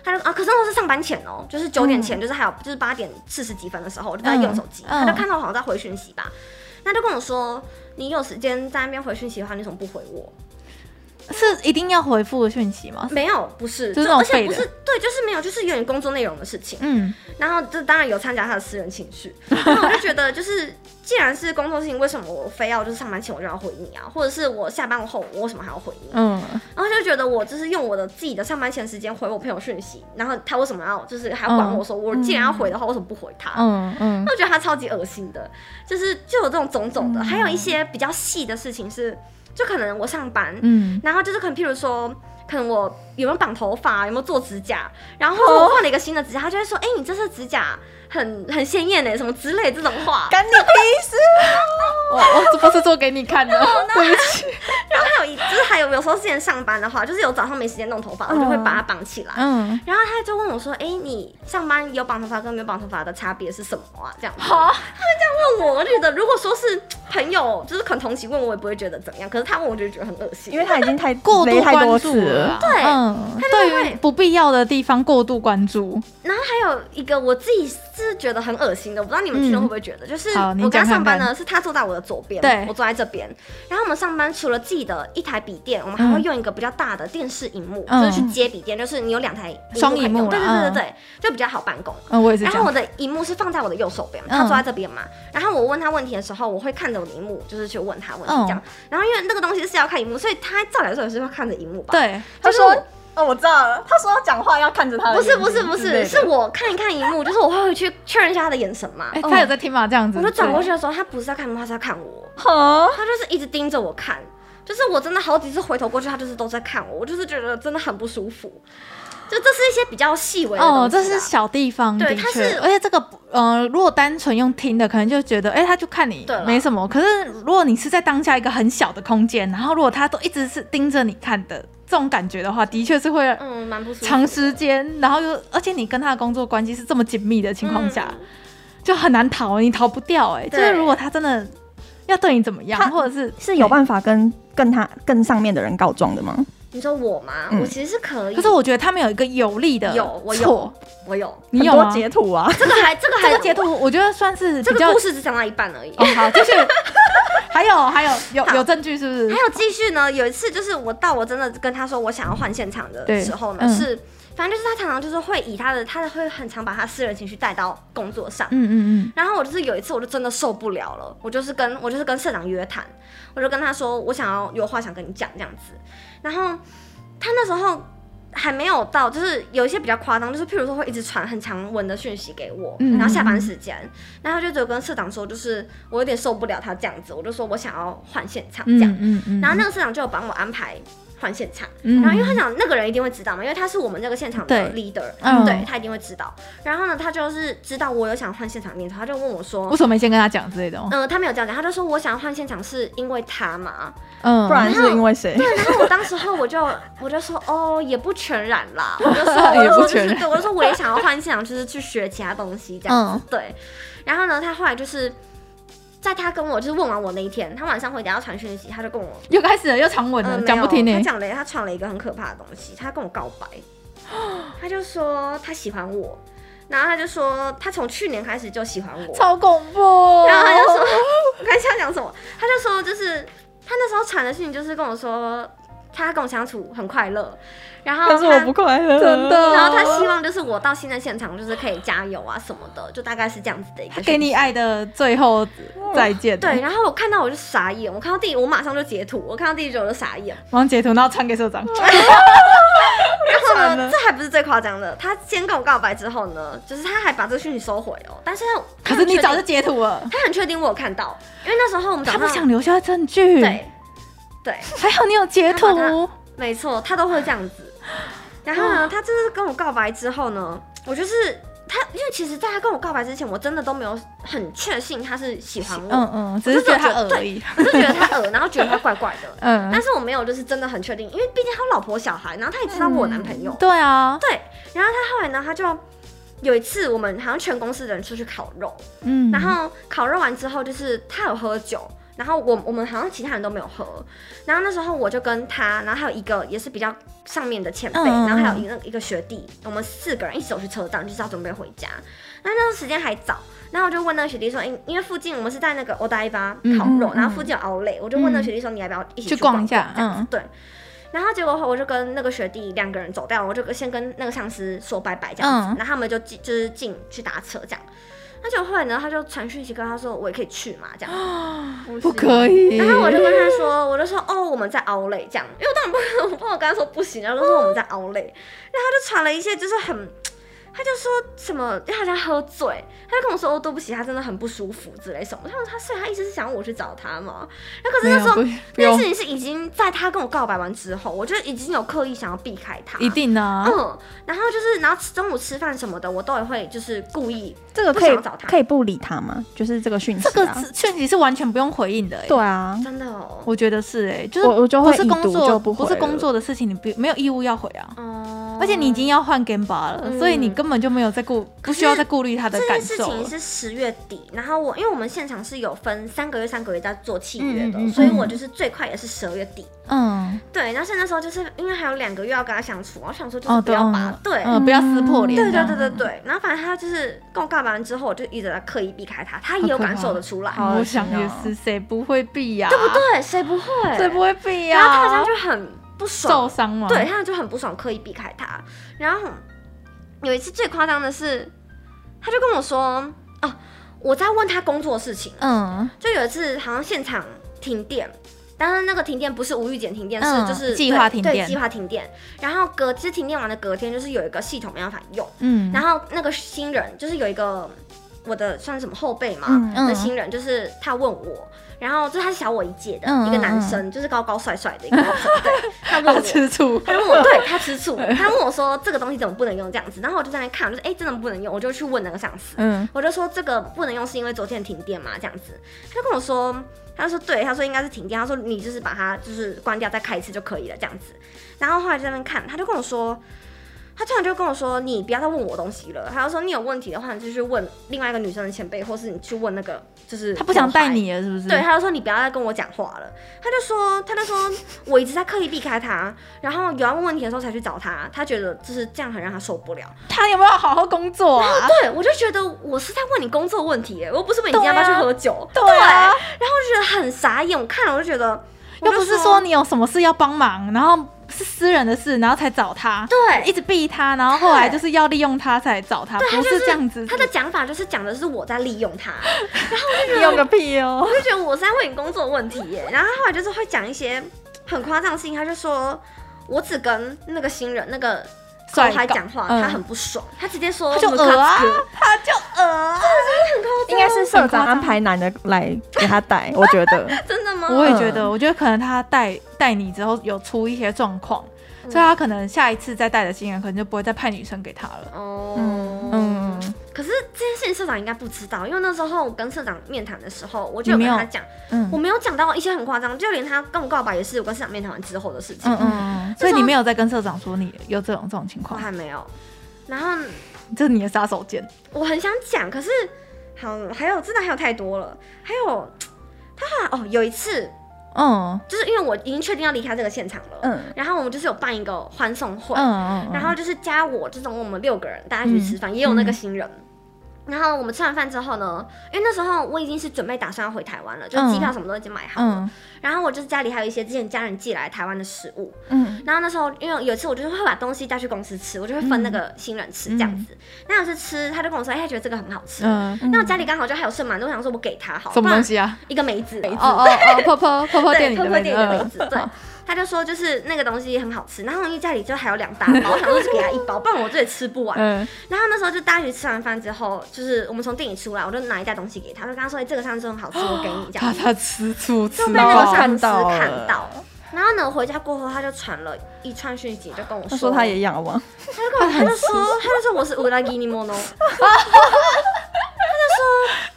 Speaker 3: 他就啊，可是那是上班前哦，就是九点前，就是还有就是八点四十几分的时候，我就在用手机，
Speaker 1: 嗯嗯嗯
Speaker 3: 他就看到我好像在回讯息吧，那就跟我说，你有时间在那边回讯息的话，你怎么不回我？
Speaker 1: 是一定要回复的讯息吗？
Speaker 3: 没有，不是，
Speaker 1: 就是那种
Speaker 3: 而且
Speaker 1: 废
Speaker 3: 不
Speaker 1: 的
Speaker 3: 是对，就是没有，就是有点工作内容的事情。
Speaker 1: 嗯，
Speaker 3: 然后这当然有掺杂他的私人情绪， 然后我就觉得就是，既然是工作事情，为什么我非要就是上班前我就要回你啊，或者是我下班后我为什么还要回你？
Speaker 1: 嗯，
Speaker 3: 然后就觉得我就是用我的自己的上班前时间回我朋友讯息，然后他为什么要就是还要管我说、我既然要回的话，为什么不回他？
Speaker 1: 嗯嗯，
Speaker 3: 我觉得他超级恶心的，就是就有这种种种的，还有一些比较细的事情是，就可能我上班，
Speaker 1: 嗯，
Speaker 3: 然后就是可能譬如说，可能我有没有绑头发，有没有做指甲，然后或者我换了一个新的指甲，他就会说，哎、你这次指甲很 很鲜艳欸呢，什么之类这种话。
Speaker 5: 干你屁事！
Speaker 1: 我我这不是做给你看 的，对不起。
Speaker 3: 然后还有一就是还有有时候之前上班的话，就是有早上没时间弄头发，我就会把它绑起
Speaker 5: 啊
Speaker 3: 来。
Speaker 1: 嗯，
Speaker 3: 然后他就问我说：“哎、你上班有绑头发跟没有绑头发的差别是什么啊？”这样子，
Speaker 1: 好
Speaker 3: 他问我，我就觉得如果说是朋友，就是可能同期问我，也不会觉得怎样。可是他问我，就觉得很恶心，
Speaker 5: 因为他已经太
Speaker 1: 过度
Speaker 5: 雷太多
Speaker 1: 关注
Speaker 5: 次
Speaker 1: 了
Speaker 5: 了
Speaker 1: 啊，。
Speaker 3: 对
Speaker 1: 嗯，
Speaker 3: 就会
Speaker 1: 对于不必要的地方过度关注，
Speaker 3: 然后还有一个我自己是觉得很恶心的，我不知道你们听了会不会觉得，就是
Speaker 1: 嗯好你
Speaker 3: 我跟他
Speaker 1: 讲
Speaker 3: 上班
Speaker 1: 看
Speaker 3: 呢，是他坐在我的左边，
Speaker 1: 对
Speaker 3: 我坐在这边。然后我们上班除了自己的一台笔电，我们还会用一个比较大的电视荧幕，
Speaker 1: 嗯
Speaker 3: 就是去接笔电，就是你有两台荧幕
Speaker 1: 双
Speaker 3: 可以
Speaker 1: 荧幕
Speaker 3: 用对对对
Speaker 1: 啦
Speaker 3: 对对，就比较好办公。
Speaker 1: 嗯，我也是
Speaker 3: 然
Speaker 1: 这
Speaker 3: 后我
Speaker 1: 样。
Speaker 3: 的荧幕是放在我的右手边，
Speaker 1: 嗯
Speaker 3: 他坐在这边嘛。然后我问他问题的时候，我会看着我的荧幕，就是去问他问题
Speaker 1: 嗯
Speaker 3: 这样。然后因为那个东西是要看荧幕，所以他照理来说也是要看着荧幕吧？
Speaker 1: 对，
Speaker 5: 他
Speaker 3: 就是我
Speaker 5: 说：“哦，我知道了。”他说讲话要看着他的
Speaker 3: 不
Speaker 5: 眼
Speaker 3: 是
Speaker 5: 睛
Speaker 3: 不是不
Speaker 5: 之类
Speaker 3: 是，
Speaker 5: 的
Speaker 3: 是我看一看荧幕，就是我会回去确认一下他的眼神嘛。哦
Speaker 1: 哎，他有在听吗？这样子，
Speaker 3: 我就转过去的时候，他不是在看我，他是在看我，
Speaker 5: 哈
Speaker 3: 他就是一直盯着我看。就是我真的好几次回头过去，他就是都在看我，我就是觉得真的很不舒服。就这是一些比较细微的
Speaker 1: 哦，
Speaker 3: 东
Speaker 1: 这
Speaker 3: 西啦
Speaker 1: 是小地方，
Speaker 3: 对
Speaker 1: 的
Speaker 3: 它
Speaker 1: 确
Speaker 3: 是，
Speaker 1: 而且这个不呃，如果单纯用听的，可能就觉得，哎、他就看你
Speaker 3: 对啦
Speaker 1: 没什么。可是如果你是在当下一个很小的空间，然后如果他都一直是盯着你看的这种感觉的话，的确是会
Speaker 3: 嗯，蛮不舒服的。
Speaker 1: 长时间，然后又而且你跟他的工作关系是这么紧密的情况下，
Speaker 3: 嗯
Speaker 1: 就很难逃，你逃不掉、哎，就
Speaker 3: 对
Speaker 1: 是如果他真的要对你怎么样
Speaker 5: 他，
Speaker 1: 或者是
Speaker 5: 是有办法跟跟他跟上面的人告状的吗？
Speaker 3: 你说我吗？
Speaker 5: 嗯
Speaker 3: 我其实是可以，
Speaker 1: 可是我觉得他们有一个有力的
Speaker 3: 有我有
Speaker 1: 错，
Speaker 3: 我有
Speaker 1: 你有
Speaker 5: 很多
Speaker 1: 吗？
Speaker 5: 截图啊，
Speaker 3: 这个还这个
Speaker 1: 这
Speaker 3: 还
Speaker 1: 个截图，我觉得算是
Speaker 3: 这
Speaker 1: 比较
Speaker 3: 个故事只讲到一半而已。
Speaker 1: 哦，好，继 续。还有还有有
Speaker 3: 好
Speaker 1: 有证据是不是
Speaker 3: 还？有继续呢，有一次就是我到我真的跟他说我想要换现场的
Speaker 1: 对
Speaker 3: 时候呢，
Speaker 1: 嗯
Speaker 3: 是反正就是他常常就是会以他的他会很常把他私人情绪带到工作上。
Speaker 1: 嗯嗯
Speaker 3: 然后我就是有一次，我就真的受不了了，我就是跟我就是跟社长约谈，我就跟他说我想要有话想跟你讲这样子。然后他那时候还没有到，就是有一些比较夸张，就是譬如说会一直传很长文的讯息给我，
Speaker 1: 嗯
Speaker 3: 然后下班时间，然后他就只有跟社长说，就是我有点受不了他这样子，我就说我想要换现场这
Speaker 1: 嗯，
Speaker 3: 样。
Speaker 1: 嗯嗯
Speaker 3: 然后那个社长就有帮我安排换现场，
Speaker 1: 嗯
Speaker 3: 然后因为他想那个人一定会知道嘛，因为他是我们这个现场的
Speaker 1: 对
Speaker 3: leader，
Speaker 1: 嗯
Speaker 3: 对他一定会知道。然后呢，他就是知道我有想换现场念头，他就问我说
Speaker 1: 为。什么没先跟他讲之类的哦？
Speaker 3: 嗯、他没有这样讲，他就说我想换现场是因为他嘛，
Speaker 1: 嗯，
Speaker 5: 不然是因为谁？
Speaker 3: 对，然后我当时候我就我就说哦，也不全然啦，我就说 我
Speaker 1: 也
Speaker 3: 就
Speaker 1: 不
Speaker 3: 说就
Speaker 1: 全
Speaker 3: 是
Speaker 1: 然
Speaker 3: 对，我就说我也想要换现场，就是去学其他东西这样
Speaker 1: 嗯
Speaker 3: 子，对。然后呢，他后来就是在他跟我就是问完我那一天，他晚上回家要传讯息，他就跟我
Speaker 1: 又开始了又长吻了，
Speaker 3: 嗯，
Speaker 1: 讲不欸停
Speaker 3: 没
Speaker 1: 呢
Speaker 3: 有他。讲了，他传了一个很可怕的东西，他跟我告白， 他就说他喜欢我，然后他就说他从去年开始就喜欢我，
Speaker 1: 超恐怖哦！
Speaker 3: 然后他就说， 我看他讲什么，他就说就是他那时候传的讯息就是跟我说他跟我相处很快乐，然后
Speaker 5: 可是我
Speaker 3: 他
Speaker 5: 不快乐，
Speaker 1: 真的
Speaker 3: 然后他希望就是我到新的现场就是可以加油啊什么的，就大概是这样子的一
Speaker 1: 他
Speaker 3: 个讯息。
Speaker 1: 给你爱的最后再见，
Speaker 3: 对，，然后我看到我就傻眼，我看到第一我马上就截图，我看到第一集我就傻眼，
Speaker 1: 王截图，然后传给社 长。
Speaker 3: 然后呢，这还不是最夸张的，他先跟我告白之后呢，就是他还把这个讯息收回哦，但是他
Speaker 1: 可是你早就
Speaker 3: 很确定
Speaker 1: 截图了，
Speaker 3: 他很确定我有看到，因为那时候我们早
Speaker 1: 他
Speaker 3: 上
Speaker 1: 不想留下证据。，
Speaker 3: 对对，
Speaker 1: 还好你有截
Speaker 3: 他把
Speaker 1: 图。
Speaker 3: 没错，他都会这样子。然后呢，他就是跟我告白之后呢，我就是他，因为其实在他跟我告白之前，我真的都没有很确信他是喜欢我，
Speaker 1: 嗯嗯，只是觉得他恶而已。
Speaker 3: 我就觉得他恶，然后觉得他怪怪的。
Speaker 1: 嗯
Speaker 3: 但，是我没有，就是真的很确定，因为毕竟他有老婆小孩，然后他也知道我有男朋友，
Speaker 1: 对啊，
Speaker 3: 对，然后他后来呢，他就有一次我们好像全公司的人出去烤肉，
Speaker 1: 嗯，
Speaker 3: 然后烤肉完之后就是他有喝酒，然后我我们好像其他人都没有喝，然后那时候我就跟他，然后还有一个也是比较上面的前辈，
Speaker 1: 嗯嗯嗯
Speaker 3: 然后还有一个一个学弟，我们四个人一起走去车站，就是要准备回家，那那时候时间还早。然后我就问那个学弟说，哎因因为附近我们是在那个欧呆吧烤肉，
Speaker 1: 嗯嗯嗯
Speaker 3: 然后附近有 o u l 我就问那个学弟说，你要不要一起
Speaker 1: 去
Speaker 3: 逛
Speaker 1: 逛一下，
Speaker 3: 这样子
Speaker 1: 嗯，
Speaker 3: 对。然后结果后我就跟那个学弟两个人走掉，我就先跟那个上司说拜拜这样子，
Speaker 1: 嗯
Speaker 3: 然后他们就进就是进去搭车这样。那结果后来呢，他就传讯息跟他说我也可以去嘛这样，
Speaker 1: 不可以。
Speaker 3: 然后我就跟他说，我就说哦我们在凹类这样，因为我当然不可能，我不能跟他说不行，然后就说我们在凹类，然后他就传了一些就是很。他就说什么哎他好像喝醉，他就跟我说哦对不起，他真的很不舒服之类什么。他说他所以他意思是想我去找他嘛。那可是
Speaker 1: 没有
Speaker 3: 那时候
Speaker 1: 不不
Speaker 3: 那件
Speaker 1: 用
Speaker 3: 事，情是已经在他跟我告白完之后，我就已经有刻意想要避开他。
Speaker 1: 一。定的啊。
Speaker 3: 嗯，然后就是，然后吃中午吃饭什么的，我都也会就是故意
Speaker 5: 这个
Speaker 3: 不
Speaker 5: 可以
Speaker 3: 想找他
Speaker 5: 可以不理他吗？就是这个讯息、
Speaker 1: 这
Speaker 5: 啊，
Speaker 1: 个是讯息是完全不用回应的、欸，
Speaker 5: 对啊，
Speaker 3: 真的哦，
Speaker 1: 我觉得是哎、就是
Speaker 5: 我我就
Speaker 1: 不
Speaker 5: 会
Speaker 1: 是
Speaker 5: 已
Speaker 1: 工
Speaker 5: 读
Speaker 1: 作
Speaker 5: 就不回
Speaker 1: 是工
Speaker 5: 了
Speaker 1: 作的事情，你不没有义务要回啊。
Speaker 3: 哦
Speaker 1: 而且你已经要换 game bar 了，
Speaker 3: 嗯
Speaker 1: 所以你根本就没有在顾，不需要再顾虑他的
Speaker 3: 这
Speaker 1: 感
Speaker 3: 件事
Speaker 1: 受
Speaker 3: 情
Speaker 1: 了。
Speaker 3: 是十月底，然后我因为我们现场是有分三个月、三个月在做契约的，
Speaker 1: 嗯嗯嗯
Speaker 3: 所以我就是最快也是十二月底。
Speaker 1: 嗯，
Speaker 3: 对，然后是那时候就是因为还有两个月要跟他相处，我想说就
Speaker 1: 哦，
Speaker 3: 是不
Speaker 1: 对，
Speaker 3: 要把、
Speaker 1: 嗯
Speaker 3: 对。
Speaker 1: 嗯，不要撕破脸。
Speaker 3: 对
Speaker 1: 这
Speaker 3: 对
Speaker 1: 样
Speaker 3: 对对对，然后反正他就是跟我告白完之后，我就一直在刻意避开他，他也有感受得出来，
Speaker 1: 我
Speaker 5: 恶
Speaker 1: 想
Speaker 5: 心
Speaker 1: 也
Speaker 5: 哦
Speaker 1: 是，谁不会避呀、
Speaker 3: 对不？对？谁不会？
Speaker 1: 谁不会避呀、
Speaker 3: 然后他好像就很不爽
Speaker 1: 受，伤嘛。
Speaker 3: 对，他就很不爽，刻意避开他。然后有一次最夸张的是，他就跟我说：“哦，我在问他工作的事情。”
Speaker 1: 嗯，
Speaker 3: 就有一次好像现场停电，当然那个停电不是无预警停电，
Speaker 1: 嗯
Speaker 3: 是就是
Speaker 1: 计划
Speaker 3: 对
Speaker 1: 停电
Speaker 3: 对，计划停电。然后隔其实停电完的隔天，就是有一个系统没办法用，
Speaker 1: 嗯
Speaker 3: 然后那个新人就是有一个我的算是什么后辈嘛，
Speaker 5: 嗯
Speaker 1: 嗯
Speaker 3: 的新人就是他问我。然后就是他是小我一届的、
Speaker 1: 嗯
Speaker 3: 一个
Speaker 1: 嗯
Speaker 3: 男
Speaker 1: 嗯
Speaker 3: 生，就是高高帅帅的一个男生，对，他问
Speaker 1: 他
Speaker 3: 我，
Speaker 1: 吃醋。
Speaker 3: 他问我，对他吃醋，他问我说这个东西怎么不能用这样子，然后我就在那边看，我就说哎、真的不能用，我就去问那个上司，
Speaker 1: 嗯，
Speaker 3: 我就说这个不能用是因为昨天停电嘛，这样子，他就跟我说，他就说对，他说应该是停电，他说你就是把它就是关掉再开一次就可以了这样子，然后后来就在那边看，他就跟我说。他突然就跟我说：“你不要再问我东西了。”他就说：“你有问题的话，你就去问另外一个女生的前辈，或是你去问那个，就是
Speaker 1: 他不想
Speaker 3: 同行
Speaker 1: 带你了，是不是？
Speaker 3: 对，他就说你不要再跟我讲话了。他就说，他就说我一直在刻意避开他，然后有要问问题的时候才去找他。他觉得就是这样很让他受不了。
Speaker 1: 他有没有好好工作啊？
Speaker 3: 对我就觉得我是在问你工作问题耶，我不是问你今天要不要去喝酒。对
Speaker 1: 对啊
Speaker 3: 然后我就觉得很傻眼，我看了我就觉得，我
Speaker 1: 又
Speaker 3: 就
Speaker 1: 不是说你有什么事要帮忙，然后是私人的事，然后才找他，
Speaker 3: 对
Speaker 1: 一直逼他，然后后来就是要利用他才找他，不是这样子。
Speaker 3: 他的讲法就是讲的是我在利用他，
Speaker 5: 用个屁哦！
Speaker 3: 我就觉得我是在问你工作问题耶。然后他后来就是会讲一些很夸张的事情，他就说我只跟那个新人那个。
Speaker 1: 帅
Speaker 3: 还
Speaker 1: 搞
Speaker 3: 讲话，
Speaker 1: 嗯
Speaker 3: 他很不爽，他直接说
Speaker 1: 他就
Speaker 3: 我们
Speaker 1: 鹅啊
Speaker 3: 卡斯，
Speaker 1: 他就呃，
Speaker 5: 应该是社长安排男的来给他带，我觉 得。
Speaker 3: 真的吗？
Speaker 1: 我也觉得，我觉得可能他带带你之后有出一些状况，
Speaker 3: 嗯
Speaker 1: 所以他可能下一次再带的新人，可能就不会再派女生给他了。
Speaker 3: 哦，
Speaker 1: 嗯，
Speaker 3: 可是这件事情社长应该不知道，因为那时候我跟社长面谈的时候，我就有
Speaker 1: 你没
Speaker 3: 跟
Speaker 1: 有
Speaker 3: 他讲，
Speaker 1: 嗯
Speaker 3: 我没有讲到一些很夸张，就连他跟我告白也是我跟社长面谈完之后的事情，
Speaker 1: 嗯嗯，所以你没有在跟社长说你有这种这种情
Speaker 3: 我
Speaker 1: 况，
Speaker 3: 还没有。然后
Speaker 1: 这是你的杀手锏。
Speaker 3: 我很想讲，可是好，还有真的还有太多了，还有他后来哦，有一次
Speaker 1: 嗯
Speaker 3: 就是因为我已经确定要离开这个现场了，
Speaker 5: 嗯
Speaker 3: 然后我们就是有办一个欢送会，
Speaker 1: 嗯嗯，
Speaker 3: 然后就是加我这种我们六个人大家一起吃饭，也有那个新人。然后我们吃完饭之后呢，因为那时候我已经是准备打算要回台湾了，就是机票什么都已经买好了。
Speaker 1: 嗯
Speaker 3: 然后我就是家里还有一些之前家人寄来台湾的食物。
Speaker 5: 嗯，
Speaker 3: 然后那时候因为有一次我就是会把东西带去公司吃，我就会分那个新人吃这样子。那有次吃，他就跟我说，哎，他觉得这个很好吃。
Speaker 1: 嗯，
Speaker 3: 那我家里刚好就还有剩蛮多，我想说我给他好，
Speaker 1: 什么东
Speaker 3: 不
Speaker 1: 西 啊？
Speaker 3: 然一个梅子，梅
Speaker 1: 哦哦哦，婆婆婆婆店
Speaker 3: 对，
Speaker 1: 里
Speaker 3: 科
Speaker 1: 的
Speaker 3: 科
Speaker 1: 那
Speaker 3: 店里的
Speaker 1: 个
Speaker 3: 梅子，对。他就说，就是那个东西很好吃，然后因为家里就还有两大包，我想说就给他一包，不然我这里吃不完。
Speaker 1: 嗯
Speaker 3: 然后那时候就大家一起吃完饭之后，就是我们从店里出来，我就拿一袋东西给他，就跟他说：“哎、这个上次很好吃，我给你。”这
Speaker 1: 他
Speaker 3: 样子
Speaker 1: 他吃醋吃
Speaker 3: 就被
Speaker 5: 然
Speaker 3: 那
Speaker 5: 后
Speaker 3: 个
Speaker 1: 到，
Speaker 3: 上司看
Speaker 5: 看到了
Speaker 3: 到。然后呢，回家过后，他就传了一串讯息，就跟我
Speaker 5: 他
Speaker 3: 说，
Speaker 5: 说他也养吗？
Speaker 3: 他就跟我，他就说，他就说我是乌拉吉尼莫诺，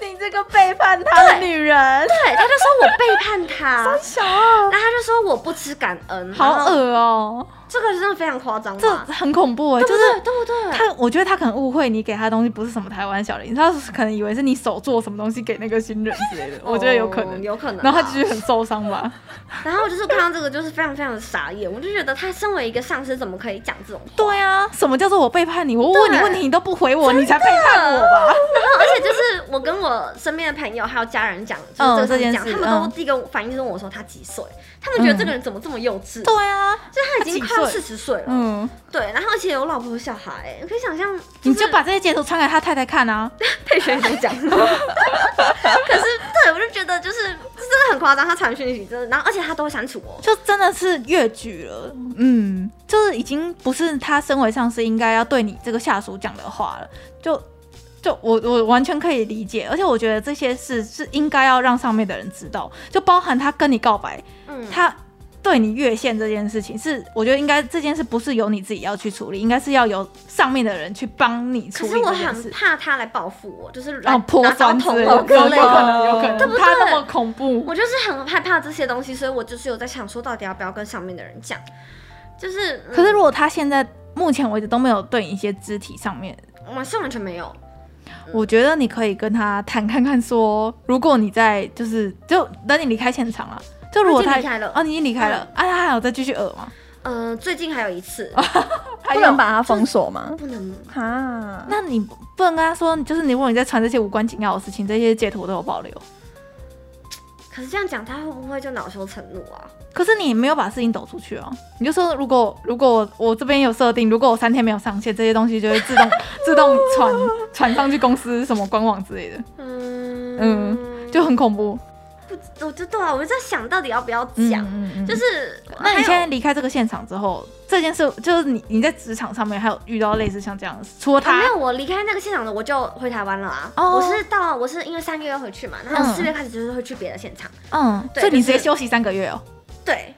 Speaker 1: 你这个背叛他的女人，
Speaker 3: 对，他就说我背叛他，然后
Speaker 5: 小啊，
Speaker 3: 他就说我不知感恩，
Speaker 1: 好恶
Speaker 3: 恶，
Speaker 1: 哦，
Speaker 3: 这个真的非常夸张
Speaker 1: 这
Speaker 3: 吧？
Speaker 1: 很恐怖哎，
Speaker 3: 对不
Speaker 1: 就是
Speaker 3: 对？对不对？
Speaker 1: 他，我觉得他可能误会你给他的东西不是什么台湾小零食，他可能以为是你手做什么东西给那个新人之类的，我觉得有可
Speaker 3: 哦
Speaker 1: 能。
Speaker 3: 有可能啊。
Speaker 1: 然后他就是很受伤 吧，
Speaker 3: 然后我就是看到这个，就是非常非常的傻眼，我就觉得他身为一个上司，怎么可以讲这种话？
Speaker 1: 对啊，什么叫做我背叛你？我问你
Speaker 3: 对
Speaker 1: 问题你都不回我，你才背叛我吧？
Speaker 3: 然后，而且就是我跟我身边的朋友还有家人讲，就
Speaker 1: 嗯
Speaker 3: 是这个事
Speaker 1: 这
Speaker 3: 情
Speaker 1: 件事
Speaker 3: 讲，他们
Speaker 1: 嗯
Speaker 3: 都第一个反应就是问我说他几岁，他们觉得这个人怎么这么幼稚，
Speaker 1: 对啊，
Speaker 3: 就是他已经快要三四十岁了，
Speaker 1: 嗯，
Speaker 3: 对，然后而且有老婆有小孩，你可以想象，
Speaker 1: 你就把这些截图传给他太太看啊。
Speaker 3: 配学怎么 讲？可是对我就觉得就是真的很夸张，他传讯息真的，然后而且他都会哦删除我，
Speaker 1: 就真的是越矩了，嗯，就是已经不是他身为上司应该要对你这个下属讲的话了，就就我我完全可以理解，而且我觉得这些事是应该要让上面的人知道，就包含他跟你告白，
Speaker 3: 嗯，
Speaker 1: 他对你越线这件事情，是我觉得应该这件事不是由你自己要去处理，应该是要由上面的人去帮你处理
Speaker 3: 可是我
Speaker 1: 这件
Speaker 3: 很
Speaker 1: 事。
Speaker 3: 怕他来报复我，就是来
Speaker 1: 哦，泼
Speaker 3: 拿刀
Speaker 1: 酸之
Speaker 3: 捅
Speaker 1: 类的，
Speaker 3: 我之类的。嗯
Speaker 1: 有可能，
Speaker 3: 对不对
Speaker 1: 他那么恐怖，
Speaker 3: 我就是很害怕这些东西，所以我就是有在想说，到底要不要跟上面的人讲？就是，嗯
Speaker 1: 可是如果他现在目前为止都没有对你一些肢体上面，
Speaker 3: 完是完全没有，嗯
Speaker 1: 我觉得你可以跟他谈看看说，如果你在就是就等你离开现场了，就如果他
Speaker 3: 我已经离开了
Speaker 1: 哦，你已经离开了，啊，他还有再继续讹吗？
Speaker 3: 嗯、最近还有一次，
Speaker 1: 啊
Speaker 5: 不能把它封锁吗？
Speaker 3: 不能，
Speaker 5: 啊，
Speaker 1: 那你不能跟他说，就是你如果你在传这些无关紧要的事情，这些截图我都有保留，
Speaker 3: 可是这样讲，他会不会就恼羞成怒啊？
Speaker 1: 可是你没有把事情抖出去啊，你就说如果如果我我这边有设定，如果我三天没有上线，这些东西就会自 动自动传传上去公司什么官网之类的，
Speaker 3: 嗯
Speaker 1: 嗯就很恐怖。
Speaker 3: 我就对啊，我就在想到底要不要
Speaker 1: 嗯
Speaker 3: 讲，
Speaker 1: 嗯嗯
Speaker 3: 就是
Speaker 1: 那你
Speaker 3: 还有呃
Speaker 1: 现在离开这个现场之后，这件事就是你你在职场上面还有遇到类似像这样的事，除了
Speaker 3: 啊、
Speaker 1: 他
Speaker 3: 没，有，我离开那个现场的，我就回台湾了啊。
Speaker 1: 哦
Speaker 3: 我是到我是因为三月要回去嘛，然后
Speaker 1: 嗯
Speaker 3: 四月开始就是会去别的现场。
Speaker 1: 嗯，
Speaker 3: 对
Speaker 1: 所以你
Speaker 3: 就
Speaker 1: 直
Speaker 3: 是
Speaker 1: 接休息三个月哦，
Speaker 3: 对，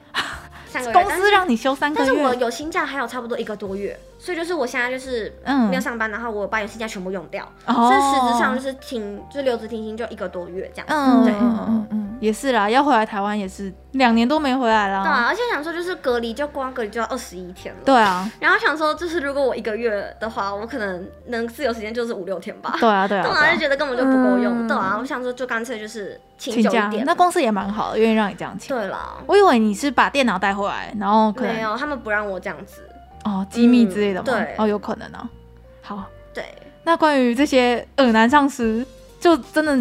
Speaker 3: 三个月。
Speaker 1: 公
Speaker 3: 但
Speaker 1: 司
Speaker 3: 是
Speaker 1: 让你休三个
Speaker 3: 但是我
Speaker 1: 月，
Speaker 3: 有薪假还有差不多一个多月，所以就是我现在就是
Speaker 1: 嗯
Speaker 3: 没有上班，然后我把有薪假全部用掉，
Speaker 1: 哦
Speaker 3: 所以实质上就是停，就是留职停薪就一个多月这样。
Speaker 1: 嗯
Speaker 3: 对
Speaker 1: 嗯嗯嗯嗯，也是啦，要回来台湾也是两年多没回来
Speaker 3: 对
Speaker 1: 啦，
Speaker 3: 啊，而且想说就是隔离就光隔离就要二十一天了。
Speaker 1: 对。啊，
Speaker 3: 然后想说就是如果我一个月的话，我可能能自由时间就是五六天吧。
Speaker 1: 对啊， 对啊，
Speaker 3: 对
Speaker 1: 对
Speaker 3: 啊，
Speaker 1: 啊
Speaker 3: 就觉得根本就不够用。
Speaker 5: 嗯
Speaker 3: 对啊，我想说就干脆就是请
Speaker 1: 请
Speaker 3: 久
Speaker 1: 假
Speaker 3: 一点。，
Speaker 1: 那公司也蛮好的，愿意让你这样请。
Speaker 3: 对了，
Speaker 1: 我以为你是把电脑带回来，然后可
Speaker 3: 没
Speaker 1: 能
Speaker 3: 有，他们不让我这样子。
Speaker 1: 哦机密之类的嘛，
Speaker 3: 嗯对
Speaker 1: 哦有可能哦，好，
Speaker 3: 对，
Speaker 1: 那关于这些恶男上司，就真的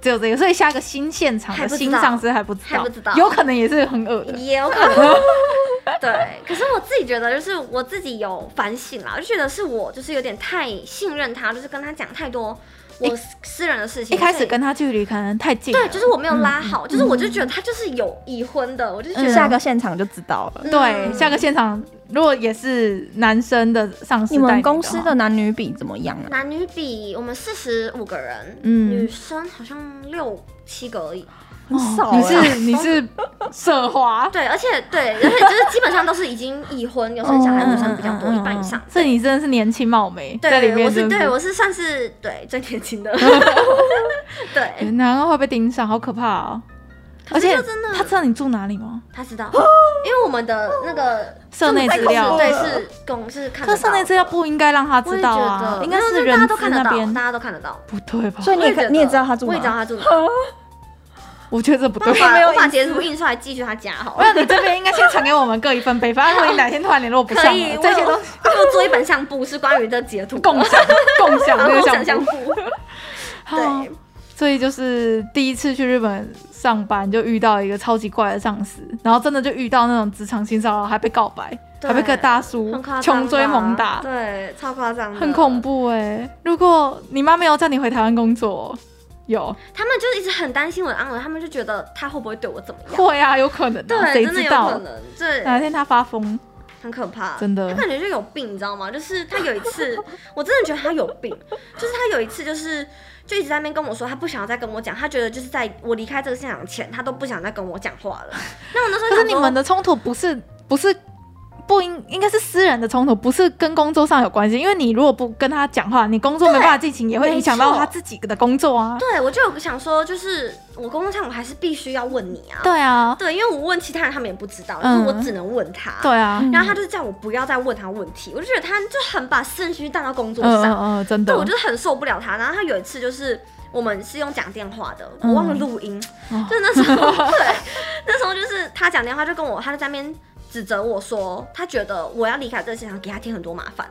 Speaker 1: 只有这个，所以下一个新现场的
Speaker 3: 还不知
Speaker 1: 新
Speaker 3: 道
Speaker 1: 上司还不知道，
Speaker 3: 还不知道
Speaker 1: 有可能也是很恶的。
Speaker 3: 也有 可能。对，可是我自己觉得，就是我自己有反省啦，我就觉得是我就是有点太信任他，就是跟他讲太多我私人的事情。
Speaker 1: 一开始
Speaker 3: 所以
Speaker 1: 跟他距离可能太近了，
Speaker 3: 对，就是我没有拉好，就是我就觉得他就是有已婚的，我就觉得
Speaker 1: 嗯
Speaker 5: 下个现场就知道了。
Speaker 1: 对
Speaker 3: 嗯
Speaker 1: 下个现场如果也是男生的上司带
Speaker 5: 你
Speaker 1: 的话，
Speaker 5: 们公司的男女比怎么样啊？
Speaker 3: 男女比我们四十五个人，
Speaker 1: 嗯
Speaker 3: 女生好像六七个而已。
Speaker 5: 很少
Speaker 1: 你
Speaker 5: 欸
Speaker 1: 是你是奢华，
Speaker 3: 啊对，而且对，而且就是基本上都是已经已婚有生小孩的女生比
Speaker 1: 嗯
Speaker 3: 较多，一半以上。
Speaker 1: 所以你真的是年轻貌美，在里
Speaker 3: 对，
Speaker 1: 面
Speaker 3: 我是
Speaker 1: 真的
Speaker 3: 对我是算是对最年 轻的，对，
Speaker 1: 然后会被盯上，好可怕哦！而
Speaker 3: 哎可是
Speaker 1: 且
Speaker 3: 就真的
Speaker 1: 他知道你住哪里吗？
Speaker 3: 他知道，因为我们的那个
Speaker 1: 社内资料，
Speaker 3: 对是公是
Speaker 1: 可
Speaker 3: 看得到的，
Speaker 1: 是社内资料不应该让他
Speaker 3: 我
Speaker 1: 知
Speaker 3: 也
Speaker 1: 道
Speaker 3: 觉
Speaker 1: 啊
Speaker 3: 得，，
Speaker 1: 应该
Speaker 3: 没有
Speaker 1: 是
Speaker 3: 因为大
Speaker 1: 人
Speaker 3: 家
Speaker 1: 资
Speaker 3: 都看得
Speaker 1: 那
Speaker 3: 到，
Speaker 1: 边
Speaker 3: 大家都看得到，
Speaker 1: 不对吧？
Speaker 5: 所以你
Speaker 3: 我
Speaker 5: 也
Speaker 3: 也觉
Speaker 5: 可
Speaker 3: 得
Speaker 5: 你也知道他住
Speaker 3: 我也知道
Speaker 5: 哪？
Speaker 3: 他 住哪，
Speaker 1: 我觉得这不对
Speaker 3: 我。把
Speaker 5: 没有
Speaker 3: 我把
Speaker 5: 隐私
Speaker 3: 截图印出来寄去他家好
Speaker 1: 我
Speaker 3: 了。
Speaker 1: 想你这边应该先传给我们各一份备份，啊如果你哪天突然联络不上
Speaker 3: 可以，
Speaker 1: 了，这些
Speaker 3: 我有
Speaker 1: 都是
Speaker 3: 我有做一本相簿，是关于这截图的，
Speaker 1: 共享共享这
Speaker 3: 然后
Speaker 1: 个
Speaker 3: 共享
Speaker 1: 项
Speaker 3: 相
Speaker 1: 目。
Speaker 3: 簿。
Speaker 1: 好
Speaker 3: 对，
Speaker 1: 所以就是第一次去日本上班，就遇到一个超级怪的上司，然后真的就遇到那种职场性骚扰，还被告白，
Speaker 3: 对
Speaker 1: 还被个大叔
Speaker 3: 很夸张吧，啊
Speaker 1: 穷追猛打，
Speaker 3: 对，超夸张，
Speaker 1: 很恐。怖哎、如果你妈没有叫你回台湾工作，有
Speaker 3: 他们就是一直很担心我的安危，他们就觉得他会不会对我怎么样？
Speaker 1: 会啊，有可能、啊，
Speaker 3: 对，
Speaker 1: 谁
Speaker 3: 真的
Speaker 1: 知
Speaker 3: 有
Speaker 1: 道哎
Speaker 3: 可能，对，
Speaker 1: 哪天他发疯？
Speaker 3: 很可怕，
Speaker 1: 真的
Speaker 3: 他感觉就有病，你知道吗？就是他有 一次，我真的觉得他有病，就是他有一次就是就一直在那边跟我说，他不想要再跟我讲，他觉得就是在我离开这个现场前，他都不想再跟我讲话了。那我那时候
Speaker 1: 可
Speaker 3: 想
Speaker 1: 是
Speaker 3: 说
Speaker 1: 你们的冲突不是不是不应应该是私人的冲突，不是跟工作上有关系。因为你如果不跟他讲话，你工作没办法进行，也会影响到他自己的工作啊。
Speaker 3: 对我就有想说，就是我工作上我还是必须要问你啊，
Speaker 1: 对啊，
Speaker 3: 对，因为我问其他人他们也不知道，就
Speaker 1: 嗯
Speaker 3: 是我只能问他。
Speaker 1: 对啊，
Speaker 3: 然后他就叫我不要再问他问题，我就觉得他就很把私人情绪带到工作
Speaker 1: 嗯
Speaker 3: 上，
Speaker 1: 嗯嗯，真
Speaker 3: 对，
Speaker 1: 的
Speaker 3: 我，就是很受不了他。然后他有一次就是我们是用讲电话的，我忘了录音，
Speaker 1: 嗯哦
Speaker 3: 就是那时候对，那时候就是他讲电话就跟我，他就在那边指责我说，他觉得我要离开这个现场给他添很多麻烦，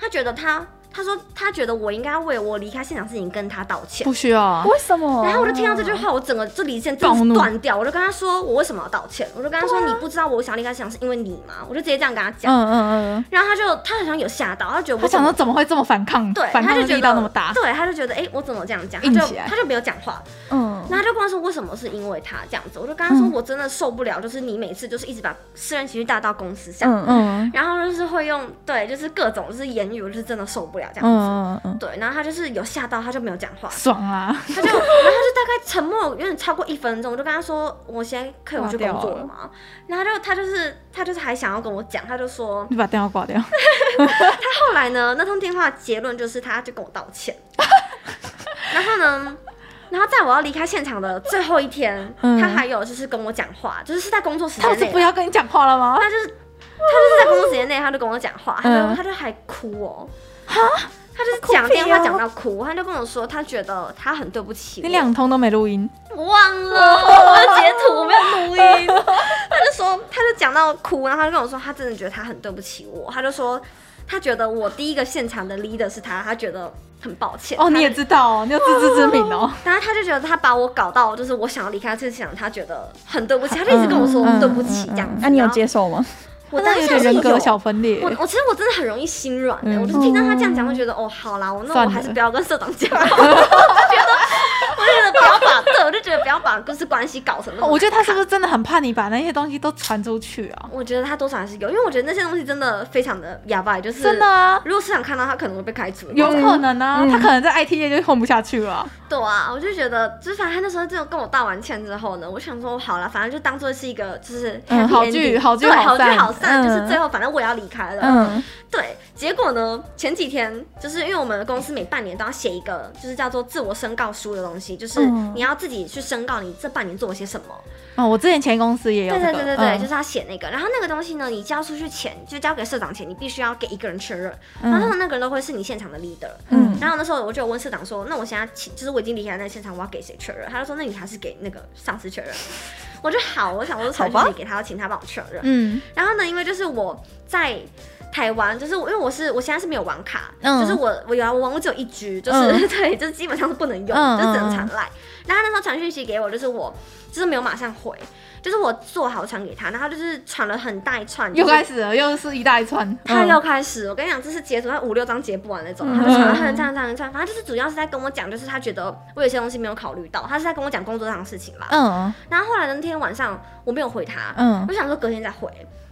Speaker 3: 他觉得他他说他觉得我应该要为我离开现场事情跟他道歉
Speaker 1: 不。哦需要啊。
Speaker 5: 为什么？
Speaker 3: 然后我就听到这句话，我整个这离线真的是断掉。我就跟他说，我为什么要道歉？我就跟他说，你不知道我想离开现场是因为你吗？我就直接这样跟他讲。
Speaker 1: 啊嗯嗯嗯
Speaker 3: 然后他就他好像有吓到，他觉得
Speaker 1: 嗯，他
Speaker 3: 我怎
Speaker 1: 想
Speaker 3: 么
Speaker 1: 说怎么会这么反抗？
Speaker 3: 对，
Speaker 1: 反
Speaker 3: 他
Speaker 1: 抗
Speaker 3: 就
Speaker 1: 的
Speaker 3: 觉
Speaker 1: 力
Speaker 3: 得
Speaker 1: 道那么大。
Speaker 3: 对，他就觉得哎、诶我怎么这样讲？他
Speaker 1: 硬
Speaker 3: 就
Speaker 1: 起来
Speaker 3: 他就没有讲话，
Speaker 5: 嗯，
Speaker 3: 那他就跟我说为什么是因为他这样子，我就跟他说
Speaker 1: 嗯
Speaker 3: 我真的受不了，就是你每次就是一直把私人情绪带到公司上，
Speaker 5: 嗯嗯
Speaker 1: 嗯
Speaker 3: 然后就是会用对，就是各种就是言语，我就是真的受不了这
Speaker 1: 嗯
Speaker 3: 样子。
Speaker 1: 嗯嗯，
Speaker 3: 对，然后他就是有吓到，他就没有讲话，
Speaker 1: 爽啊！
Speaker 3: 他就，然后他就大概沉默有点超过一分钟，我就跟他说，我先可以回去
Speaker 5: 挂掉
Speaker 3: 工作
Speaker 5: 了
Speaker 3: 了嘛。然后他就他就是他就是还想要跟我讲，他就说，
Speaker 1: 你把电话挂掉。
Speaker 3: 后来呢，那通电话结论就是他就跟我道歉， 然后呢，然后在我要离开现场的最后一天，
Speaker 1: 嗯
Speaker 3: 他还有就是跟我讲话，就是是在工作时
Speaker 1: 他不
Speaker 3: 间
Speaker 1: 是
Speaker 3: 内
Speaker 1: 不
Speaker 3: 啊，
Speaker 1: 要跟你讲话了吗？
Speaker 3: 他就是他就是在工作时间内他就跟我讲话，他就
Speaker 1: 嗯
Speaker 3: 他就还哭哦，他
Speaker 1: 哦
Speaker 3: 就是讲电话讲到哭，他就跟我说他觉得他很对不起
Speaker 1: 你
Speaker 3: 我，
Speaker 1: 两通都没录音，
Speaker 3: 我忘了，我有截 图，我没有录音。他就说，他就讲到哭，然后他就跟我说，他真的觉得他很对不起我。他就说，他觉得我第一个现场的 leader 是他，他觉得很抱歉。
Speaker 1: 哦，
Speaker 3: 他
Speaker 1: 你也知道哦，你有自知之明哦。
Speaker 3: 然后他就觉得他把我搞到，就是我想要离开这个现场，他觉得很对不起，他就一直跟我说
Speaker 1: 嗯嗯
Speaker 3: 对不起这样子。
Speaker 5: 啊那你有
Speaker 3: 然后
Speaker 5: 接受吗？
Speaker 3: 我当
Speaker 1: 那
Speaker 3: 时
Speaker 1: 有点人格小分裂
Speaker 3: 我。我其实我真的很容易心软、欸，
Speaker 1: 嗯
Speaker 3: 我就是听到他这样讲，会觉得哦，好啦，我那
Speaker 1: 算
Speaker 3: 我
Speaker 1: 了
Speaker 3: 还是不要跟社长讲，我就觉得，我就觉得不要把，对，我就觉得不要把就是关系搞成那么
Speaker 1: 哦我觉得他是不是真的很怕你把那些东西都传出去啊？
Speaker 3: 我觉得他多少还是有，因为我觉得那些东西真的非常的哑巴，就是
Speaker 1: 真的。啊，
Speaker 3: 如果市场看到他，可能会被开除。
Speaker 1: 有可能啊，他可能在 IT 业就混不下去了啊。
Speaker 3: 对啊，我就觉得，就是反正他那时候就跟我道完歉之后呢，我想说好了，反正就当做是一个就是
Speaker 1: 嗯
Speaker 3: happy
Speaker 1: 好聚
Speaker 3: ending
Speaker 1: 好聚
Speaker 3: 对
Speaker 1: 好
Speaker 3: 好聚
Speaker 1: 散
Speaker 3: 好散，
Speaker 1: 嗯
Speaker 3: 就是最后反正我也要离开了。
Speaker 1: 嗯
Speaker 3: 对，结果呢，前几天就是因为我们公司每半年都要写一个，就是叫做自我申告书的东西，就是
Speaker 5: 嗯
Speaker 3: 你要自己去申告你这半年做了些什么。
Speaker 1: 哦，我之前前公司也有
Speaker 3: 对
Speaker 1: 这
Speaker 3: 对
Speaker 1: 个。
Speaker 3: 对对对，
Speaker 1: 嗯
Speaker 3: 就是要写那个，然后那个东西呢，你交出去前，就交给社长前，你必须要给一个人确认，
Speaker 1: 嗯
Speaker 3: 然后通常那个人都会是你现场的 leader。
Speaker 5: 嗯
Speaker 3: 然后那时候我就有问社长说，那我现在请，就是我已经离开那个现场，我要给谁确认？他就说，那你还是给那个上司确认。我就好，我想我就传讯息给他，要请他帮我确认。
Speaker 1: 嗯
Speaker 3: 然后呢，因为就是我在台湾，就是我因为我是我现在是没有网卡，
Speaker 1: 嗯
Speaker 3: 就是我我有啊我网我只有一局， 就是、
Speaker 1: 嗯
Speaker 3: 对，就是基本上是不能用，
Speaker 1: 嗯
Speaker 3: 就是只能传赖。然后他那时候传讯息给我，就是我就是没有马上回，就是我做好传给他，然后他就是传了很大一串，
Speaker 1: 又
Speaker 3: 就是
Speaker 1: 开始了，嗯又是一大一串。
Speaker 3: 他
Speaker 1: 嗯
Speaker 3: 又开始，我跟你讲，这是截图，他五六张截不完那种，他就传了很长很长很长，反正就是主要是在跟我讲，就是他觉得我有些东西没有考虑到，他是在跟我讲工作上的事情啦。
Speaker 1: 嗯
Speaker 3: 然后后来那天晚上我没有回他，
Speaker 1: 嗯
Speaker 3: 我想说隔天再回，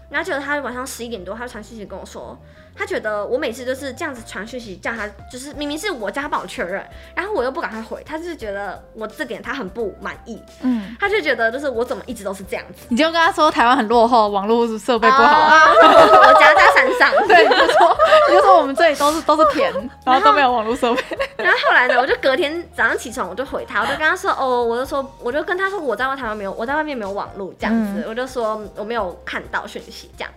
Speaker 3: 然后结果他晚上十一点多，他就传讯息跟我说，他觉得我每次就是这样子传讯息叫他，就是明明是我叫他帮我确认，然后我又不赶快回，他就是觉得我这点他很不满意，
Speaker 5: 嗯，
Speaker 3: 他就觉得就是我怎么一直都是这样子，
Speaker 1: 你就跟他说台湾很落后，网络设备不好。
Speaker 3: 啊， 我家在山上，
Speaker 1: 对，你就说你就说我们这里都是都是田，然后都没有网络设 备。
Speaker 3: 然后后来呢，我就隔天早上起床，我就回他，我就跟他说，哦，我就说，我就跟他说我在外台湾没有，我在外面没有网络这样
Speaker 1: 嗯
Speaker 3: 子，我就说我没有看到讯息这样。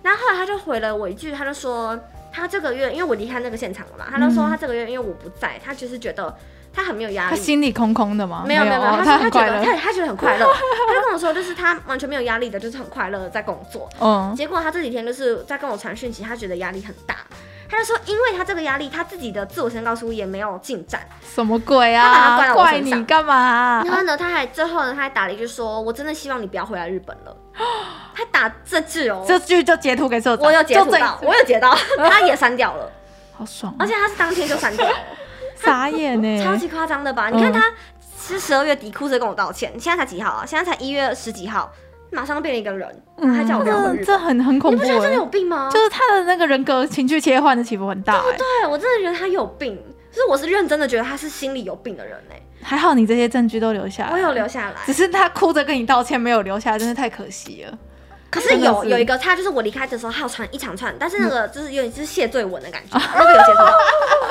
Speaker 3: 然后后来他就回了我一句，他就说他这个月因为我离开那个现场了嘛，他就说他这个月因为我不在，他就是觉得他很没有压
Speaker 1: 嗯他
Speaker 3: 力，
Speaker 1: 心里空空的吗？
Speaker 3: 没有没有没有，
Speaker 1: 哦他
Speaker 3: 他说他
Speaker 1: 很
Speaker 3: 觉
Speaker 1: 快
Speaker 3: 得
Speaker 1: 乐。
Speaker 3: 他他觉得很快乐，他就跟我说就是他完全没有压力的，就是很快乐地在工作。
Speaker 1: 嗯，
Speaker 3: 结果他这几天就是在跟我传讯息，他觉得压力很大。他就说，因为他这个压力，他自己的自我身高书也没有进展，
Speaker 1: 什么鬼
Speaker 3: 他把
Speaker 1: 啊？
Speaker 3: 他挂到我嗯
Speaker 1: 怪
Speaker 3: 身上
Speaker 1: 你干嘛啊？
Speaker 3: 然后呢，他还最后呢，他还打了一句说：“我真的希望你不要回来日本了。” 他打这句哦，
Speaker 1: 这句就截图给社长，
Speaker 3: 我有截
Speaker 1: 就
Speaker 3: 图
Speaker 1: 这
Speaker 3: 到，我有 截到，他也删掉了，
Speaker 1: 好爽啊，
Speaker 3: 而且他是当天就删 掉了，
Speaker 1: 傻眼欸呢。
Speaker 3: 超级夸张的吧？你看他是十二月底哭着跟我道歉，现在才几号啊？现在才一月十几号，马上变了一个人，他叫我不要回
Speaker 1: 嗯这
Speaker 3: 日
Speaker 1: 这
Speaker 3: 本，
Speaker 1: 很很恐
Speaker 3: 你
Speaker 1: 怖
Speaker 3: 不觉得他啊真的有
Speaker 1: 欸，
Speaker 3: 病吗？
Speaker 1: 就是他的那个人格情绪切换的起伏很大欸。
Speaker 3: 对我真的觉得他有病。就是我是认真的觉得他是心里有病的人哎、
Speaker 1: 还好你这些证据都留下来，
Speaker 3: 我有留，下来
Speaker 1: 只。是他哭着跟你道歉没有留下来，真是太可惜了。
Speaker 3: 可是嗯
Speaker 1: 真的
Speaker 3: 有
Speaker 1: 是
Speaker 3: 有一个他就是我离开的时候，他有传一长串，但是那个就是有点就是谢罪文的感 觉，那个有截到，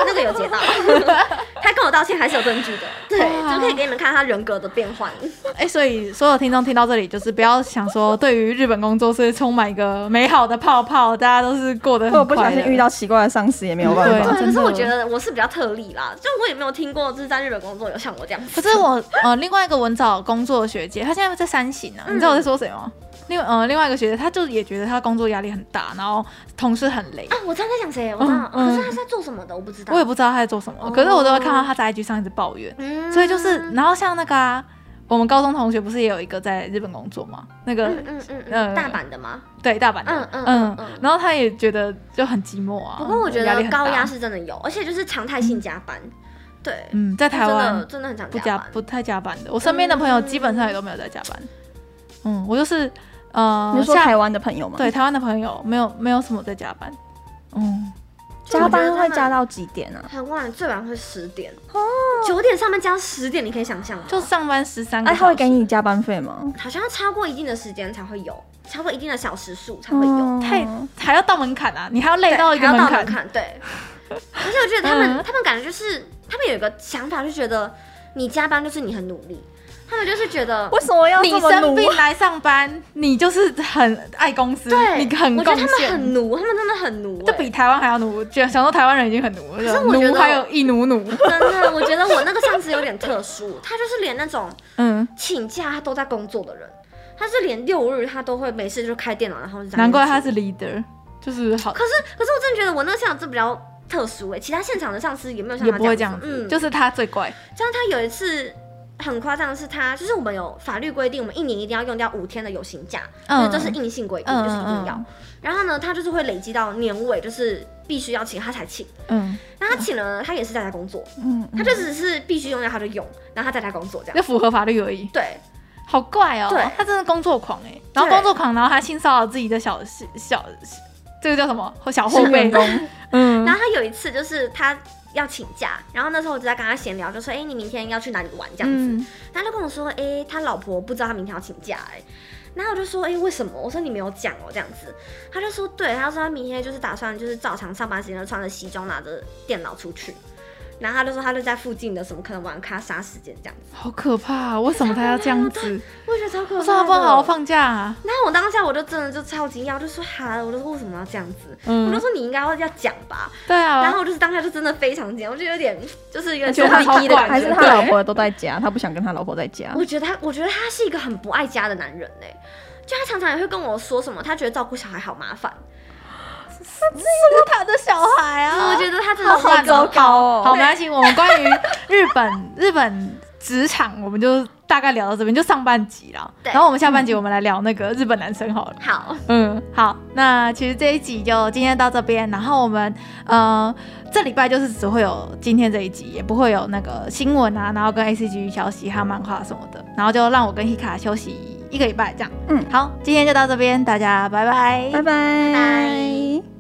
Speaker 3: 那个有截到， 他跟我道歉还是有证据的，对，
Speaker 1: 哇
Speaker 3: 就可以给你们看他人格的变换。
Speaker 1: 哎、所以所有听众听到这里，就是不要想说对于日本工作是充满一个美好的泡泡，大家都是过得很
Speaker 5: 或者不小
Speaker 1: 快乐
Speaker 5: 心遇到奇怪的上司也没有办
Speaker 1: 对
Speaker 5: 法。
Speaker 3: 对，可
Speaker 1: 真
Speaker 3: 是
Speaker 1: 的
Speaker 3: 我觉得我是比较特例啦，就我也没有听过就是在日本工作有像我这样子。嗯
Speaker 1: 可是我呃，另外一个文藻工作的学姐，她现在在三省啊，你知道我在说谁吗？另呃另外一个学姐，她就也觉得她工作压力很大，然后同事很累。
Speaker 3: 啊，我知道在讲谁，我知道，
Speaker 1: 嗯嗯
Speaker 3: 可是他是在做什么的，我不知道。
Speaker 1: 我也不知道她在做什么，
Speaker 3: 哦
Speaker 1: 可是我都会看到她在 IG 上一直抱怨。
Speaker 3: 嗯
Speaker 1: 所以就是，然后像那个、啊、我们高中同学不是也有一个在日本工作吗？那个、
Speaker 3: 嗯嗯嗯嗯，
Speaker 1: 呃
Speaker 3: 大阪的吗？
Speaker 1: 对大阪的，
Speaker 3: 嗯嗯嗯嗯
Speaker 1: 然后他也觉得就很寂寞啊。
Speaker 3: 不过我觉
Speaker 1: 压力
Speaker 3: 得
Speaker 1: 很大
Speaker 3: 哦高压，是真的有，而且就是常态性加班，对，
Speaker 1: 嗯，在台
Speaker 3: 真
Speaker 1: 湾
Speaker 3: 的真的很常
Speaker 1: 不
Speaker 3: 加
Speaker 1: 加
Speaker 3: 班。
Speaker 1: 不太加班的，我身边的朋友基本上也都没有在加班。嗯，我就是呃，
Speaker 5: 你是说
Speaker 1: 下
Speaker 5: 台湾的朋友吗？
Speaker 1: 对，台湾的朋友没有没有什么在加班。嗯，
Speaker 3: 就我
Speaker 5: 加
Speaker 3: 觉得
Speaker 5: 班
Speaker 3: 他
Speaker 5: 会
Speaker 3: 们
Speaker 5: 加到几点啊？
Speaker 3: 很晚，最晚会十点哦，九点上班加十点，你可以想象吗，
Speaker 1: 就上班十三个
Speaker 5: 哎，
Speaker 1: 小时，
Speaker 5: 他会给你加班费吗？
Speaker 3: 好像要超过一定的时间才会有，超过一定的小时数才会
Speaker 5: 哦
Speaker 3: 有，
Speaker 1: 太还要到门槛啊，你还要累嗯到一
Speaker 3: 还
Speaker 1: 个
Speaker 3: 要
Speaker 1: 门
Speaker 3: 到
Speaker 1: 槛
Speaker 3: 门。槛，对。而且我觉得他们，
Speaker 1: 嗯
Speaker 3: 他们感觉就是他们有一个想法，就觉得你加班就是你很努力，他们就是觉得
Speaker 5: 为什么要
Speaker 1: 你
Speaker 5: 这么
Speaker 1: 生
Speaker 5: 努？
Speaker 1: 病来上班，你就是很爱公司，
Speaker 3: 对，
Speaker 1: 你很
Speaker 3: 我觉
Speaker 1: 贡
Speaker 3: 得他们
Speaker 1: 献，
Speaker 3: 很奴，他们真的很奴、
Speaker 1: 这
Speaker 3: 欸
Speaker 1: 比台湾还要奴。觉得想说台湾人已经很奴
Speaker 3: 是
Speaker 1: 了，
Speaker 3: 我觉得
Speaker 1: 奴还有一奴奴。
Speaker 3: 真的，我觉得我那个上司有点特殊，他就是连那种
Speaker 1: 嗯，
Speaker 3: 请假他都在工作的人，他是连六日他都会没事就开电脑，然后在那边
Speaker 1: 难怪他
Speaker 3: 做
Speaker 1: 是 leader，就是好
Speaker 3: 可是可是我真的觉得我那个现场是比较特殊哎、其他现场的上司也没有像
Speaker 1: 也
Speaker 3: 他
Speaker 1: 不会这
Speaker 3: 这
Speaker 1: 样
Speaker 3: 样
Speaker 1: 子，
Speaker 3: 嗯，
Speaker 1: 就是他最怪。
Speaker 3: 像他有一次。很夸张的是他，就是我们有法律规定，我们一年一定要用掉五天的有薪假，
Speaker 1: 嗯
Speaker 3: 就是这是硬性规定，
Speaker 1: 嗯
Speaker 3: 就是一定要
Speaker 1: 嗯。
Speaker 3: 然后呢，他就是会累积到年尾，就是必须要请他才请。
Speaker 1: 嗯，
Speaker 3: 那他请了，他也是在家工作，
Speaker 5: 嗯，
Speaker 3: 他就只是必须用掉他就用，然后他在家工作这样。
Speaker 1: 就符合法律而已，
Speaker 3: 对，
Speaker 1: 好怪哦
Speaker 3: 对。
Speaker 1: 他真的工作狂哎，然后
Speaker 3: 对
Speaker 1: 工作狂，然后他性骚扰自己的小小，这个叫什么？小后
Speaker 5: 是
Speaker 1: 辈
Speaker 5: 员工。
Speaker 1: 嗯
Speaker 3: 然后他有一次就是他要请假，然后那时候我就在跟他闲聊，就说：“哎、你明天要去哪里玩？”这样子，
Speaker 1: 嗯，
Speaker 3: 然后他就跟我说：“哎、他老婆不知道他明天要请假、哎。”然后我就说：“哎、为什么？”我说：“你没有讲哦，这样子。”他就说：“对，他说他明天就是打算就是照常上班时间，穿着西装拿着电脑出去。”然后他就说他就在附近的什么可能玩咖杀时间这样子，
Speaker 1: 好可怕啊，为什么他要这样子？
Speaker 3: 我也觉得超可怕。
Speaker 1: 我说他不能好好。放假啊。
Speaker 3: 然后我当下我就真的就超惊讶，我就说哈，我就说为什么要这样子？
Speaker 1: 嗯
Speaker 3: 我就说你应该要要讲吧。
Speaker 1: 对啊，
Speaker 3: 然后就是当下就真的非常紧，我就有点就是有点
Speaker 1: 觉得他
Speaker 3: 装逼的
Speaker 1: 超怪
Speaker 3: 感觉，
Speaker 5: 还是他
Speaker 3: 对
Speaker 5: 老？婆都在家，他不想跟他老婆在家
Speaker 1: 啊
Speaker 3: 我。觉得他，我觉得他是一个很不爱家的男人呢、就他常常也会跟我说什么，他觉得照顾小孩好麻烦。
Speaker 1: 他的小孩啊
Speaker 3: 我觉得他真的是
Speaker 1: 哦好
Speaker 3: 一
Speaker 1: 糟
Speaker 3: 个
Speaker 1: 糕哦。好，没关系，我们关于日 本日本职场，我们就大概聊到这边，就上半集啦。
Speaker 3: 对
Speaker 1: 然后我们下半集我们来聊那个日本男生好了。
Speaker 3: 好，
Speaker 1: 嗯，好，那其实这一集就今天到这边，然后我们呃这礼拜就是只会有今天这一集，也不会有那个新闻啊，然后跟 A C G 消息还有漫画什么的，然后就让我跟 Hika 休息一个礼拜这样。
Speaker 5: 嗯
Speaker 1: 好，今天就到这边，大家拜拜，
Speaker 5: 拜拜。
Speaker 3: 拜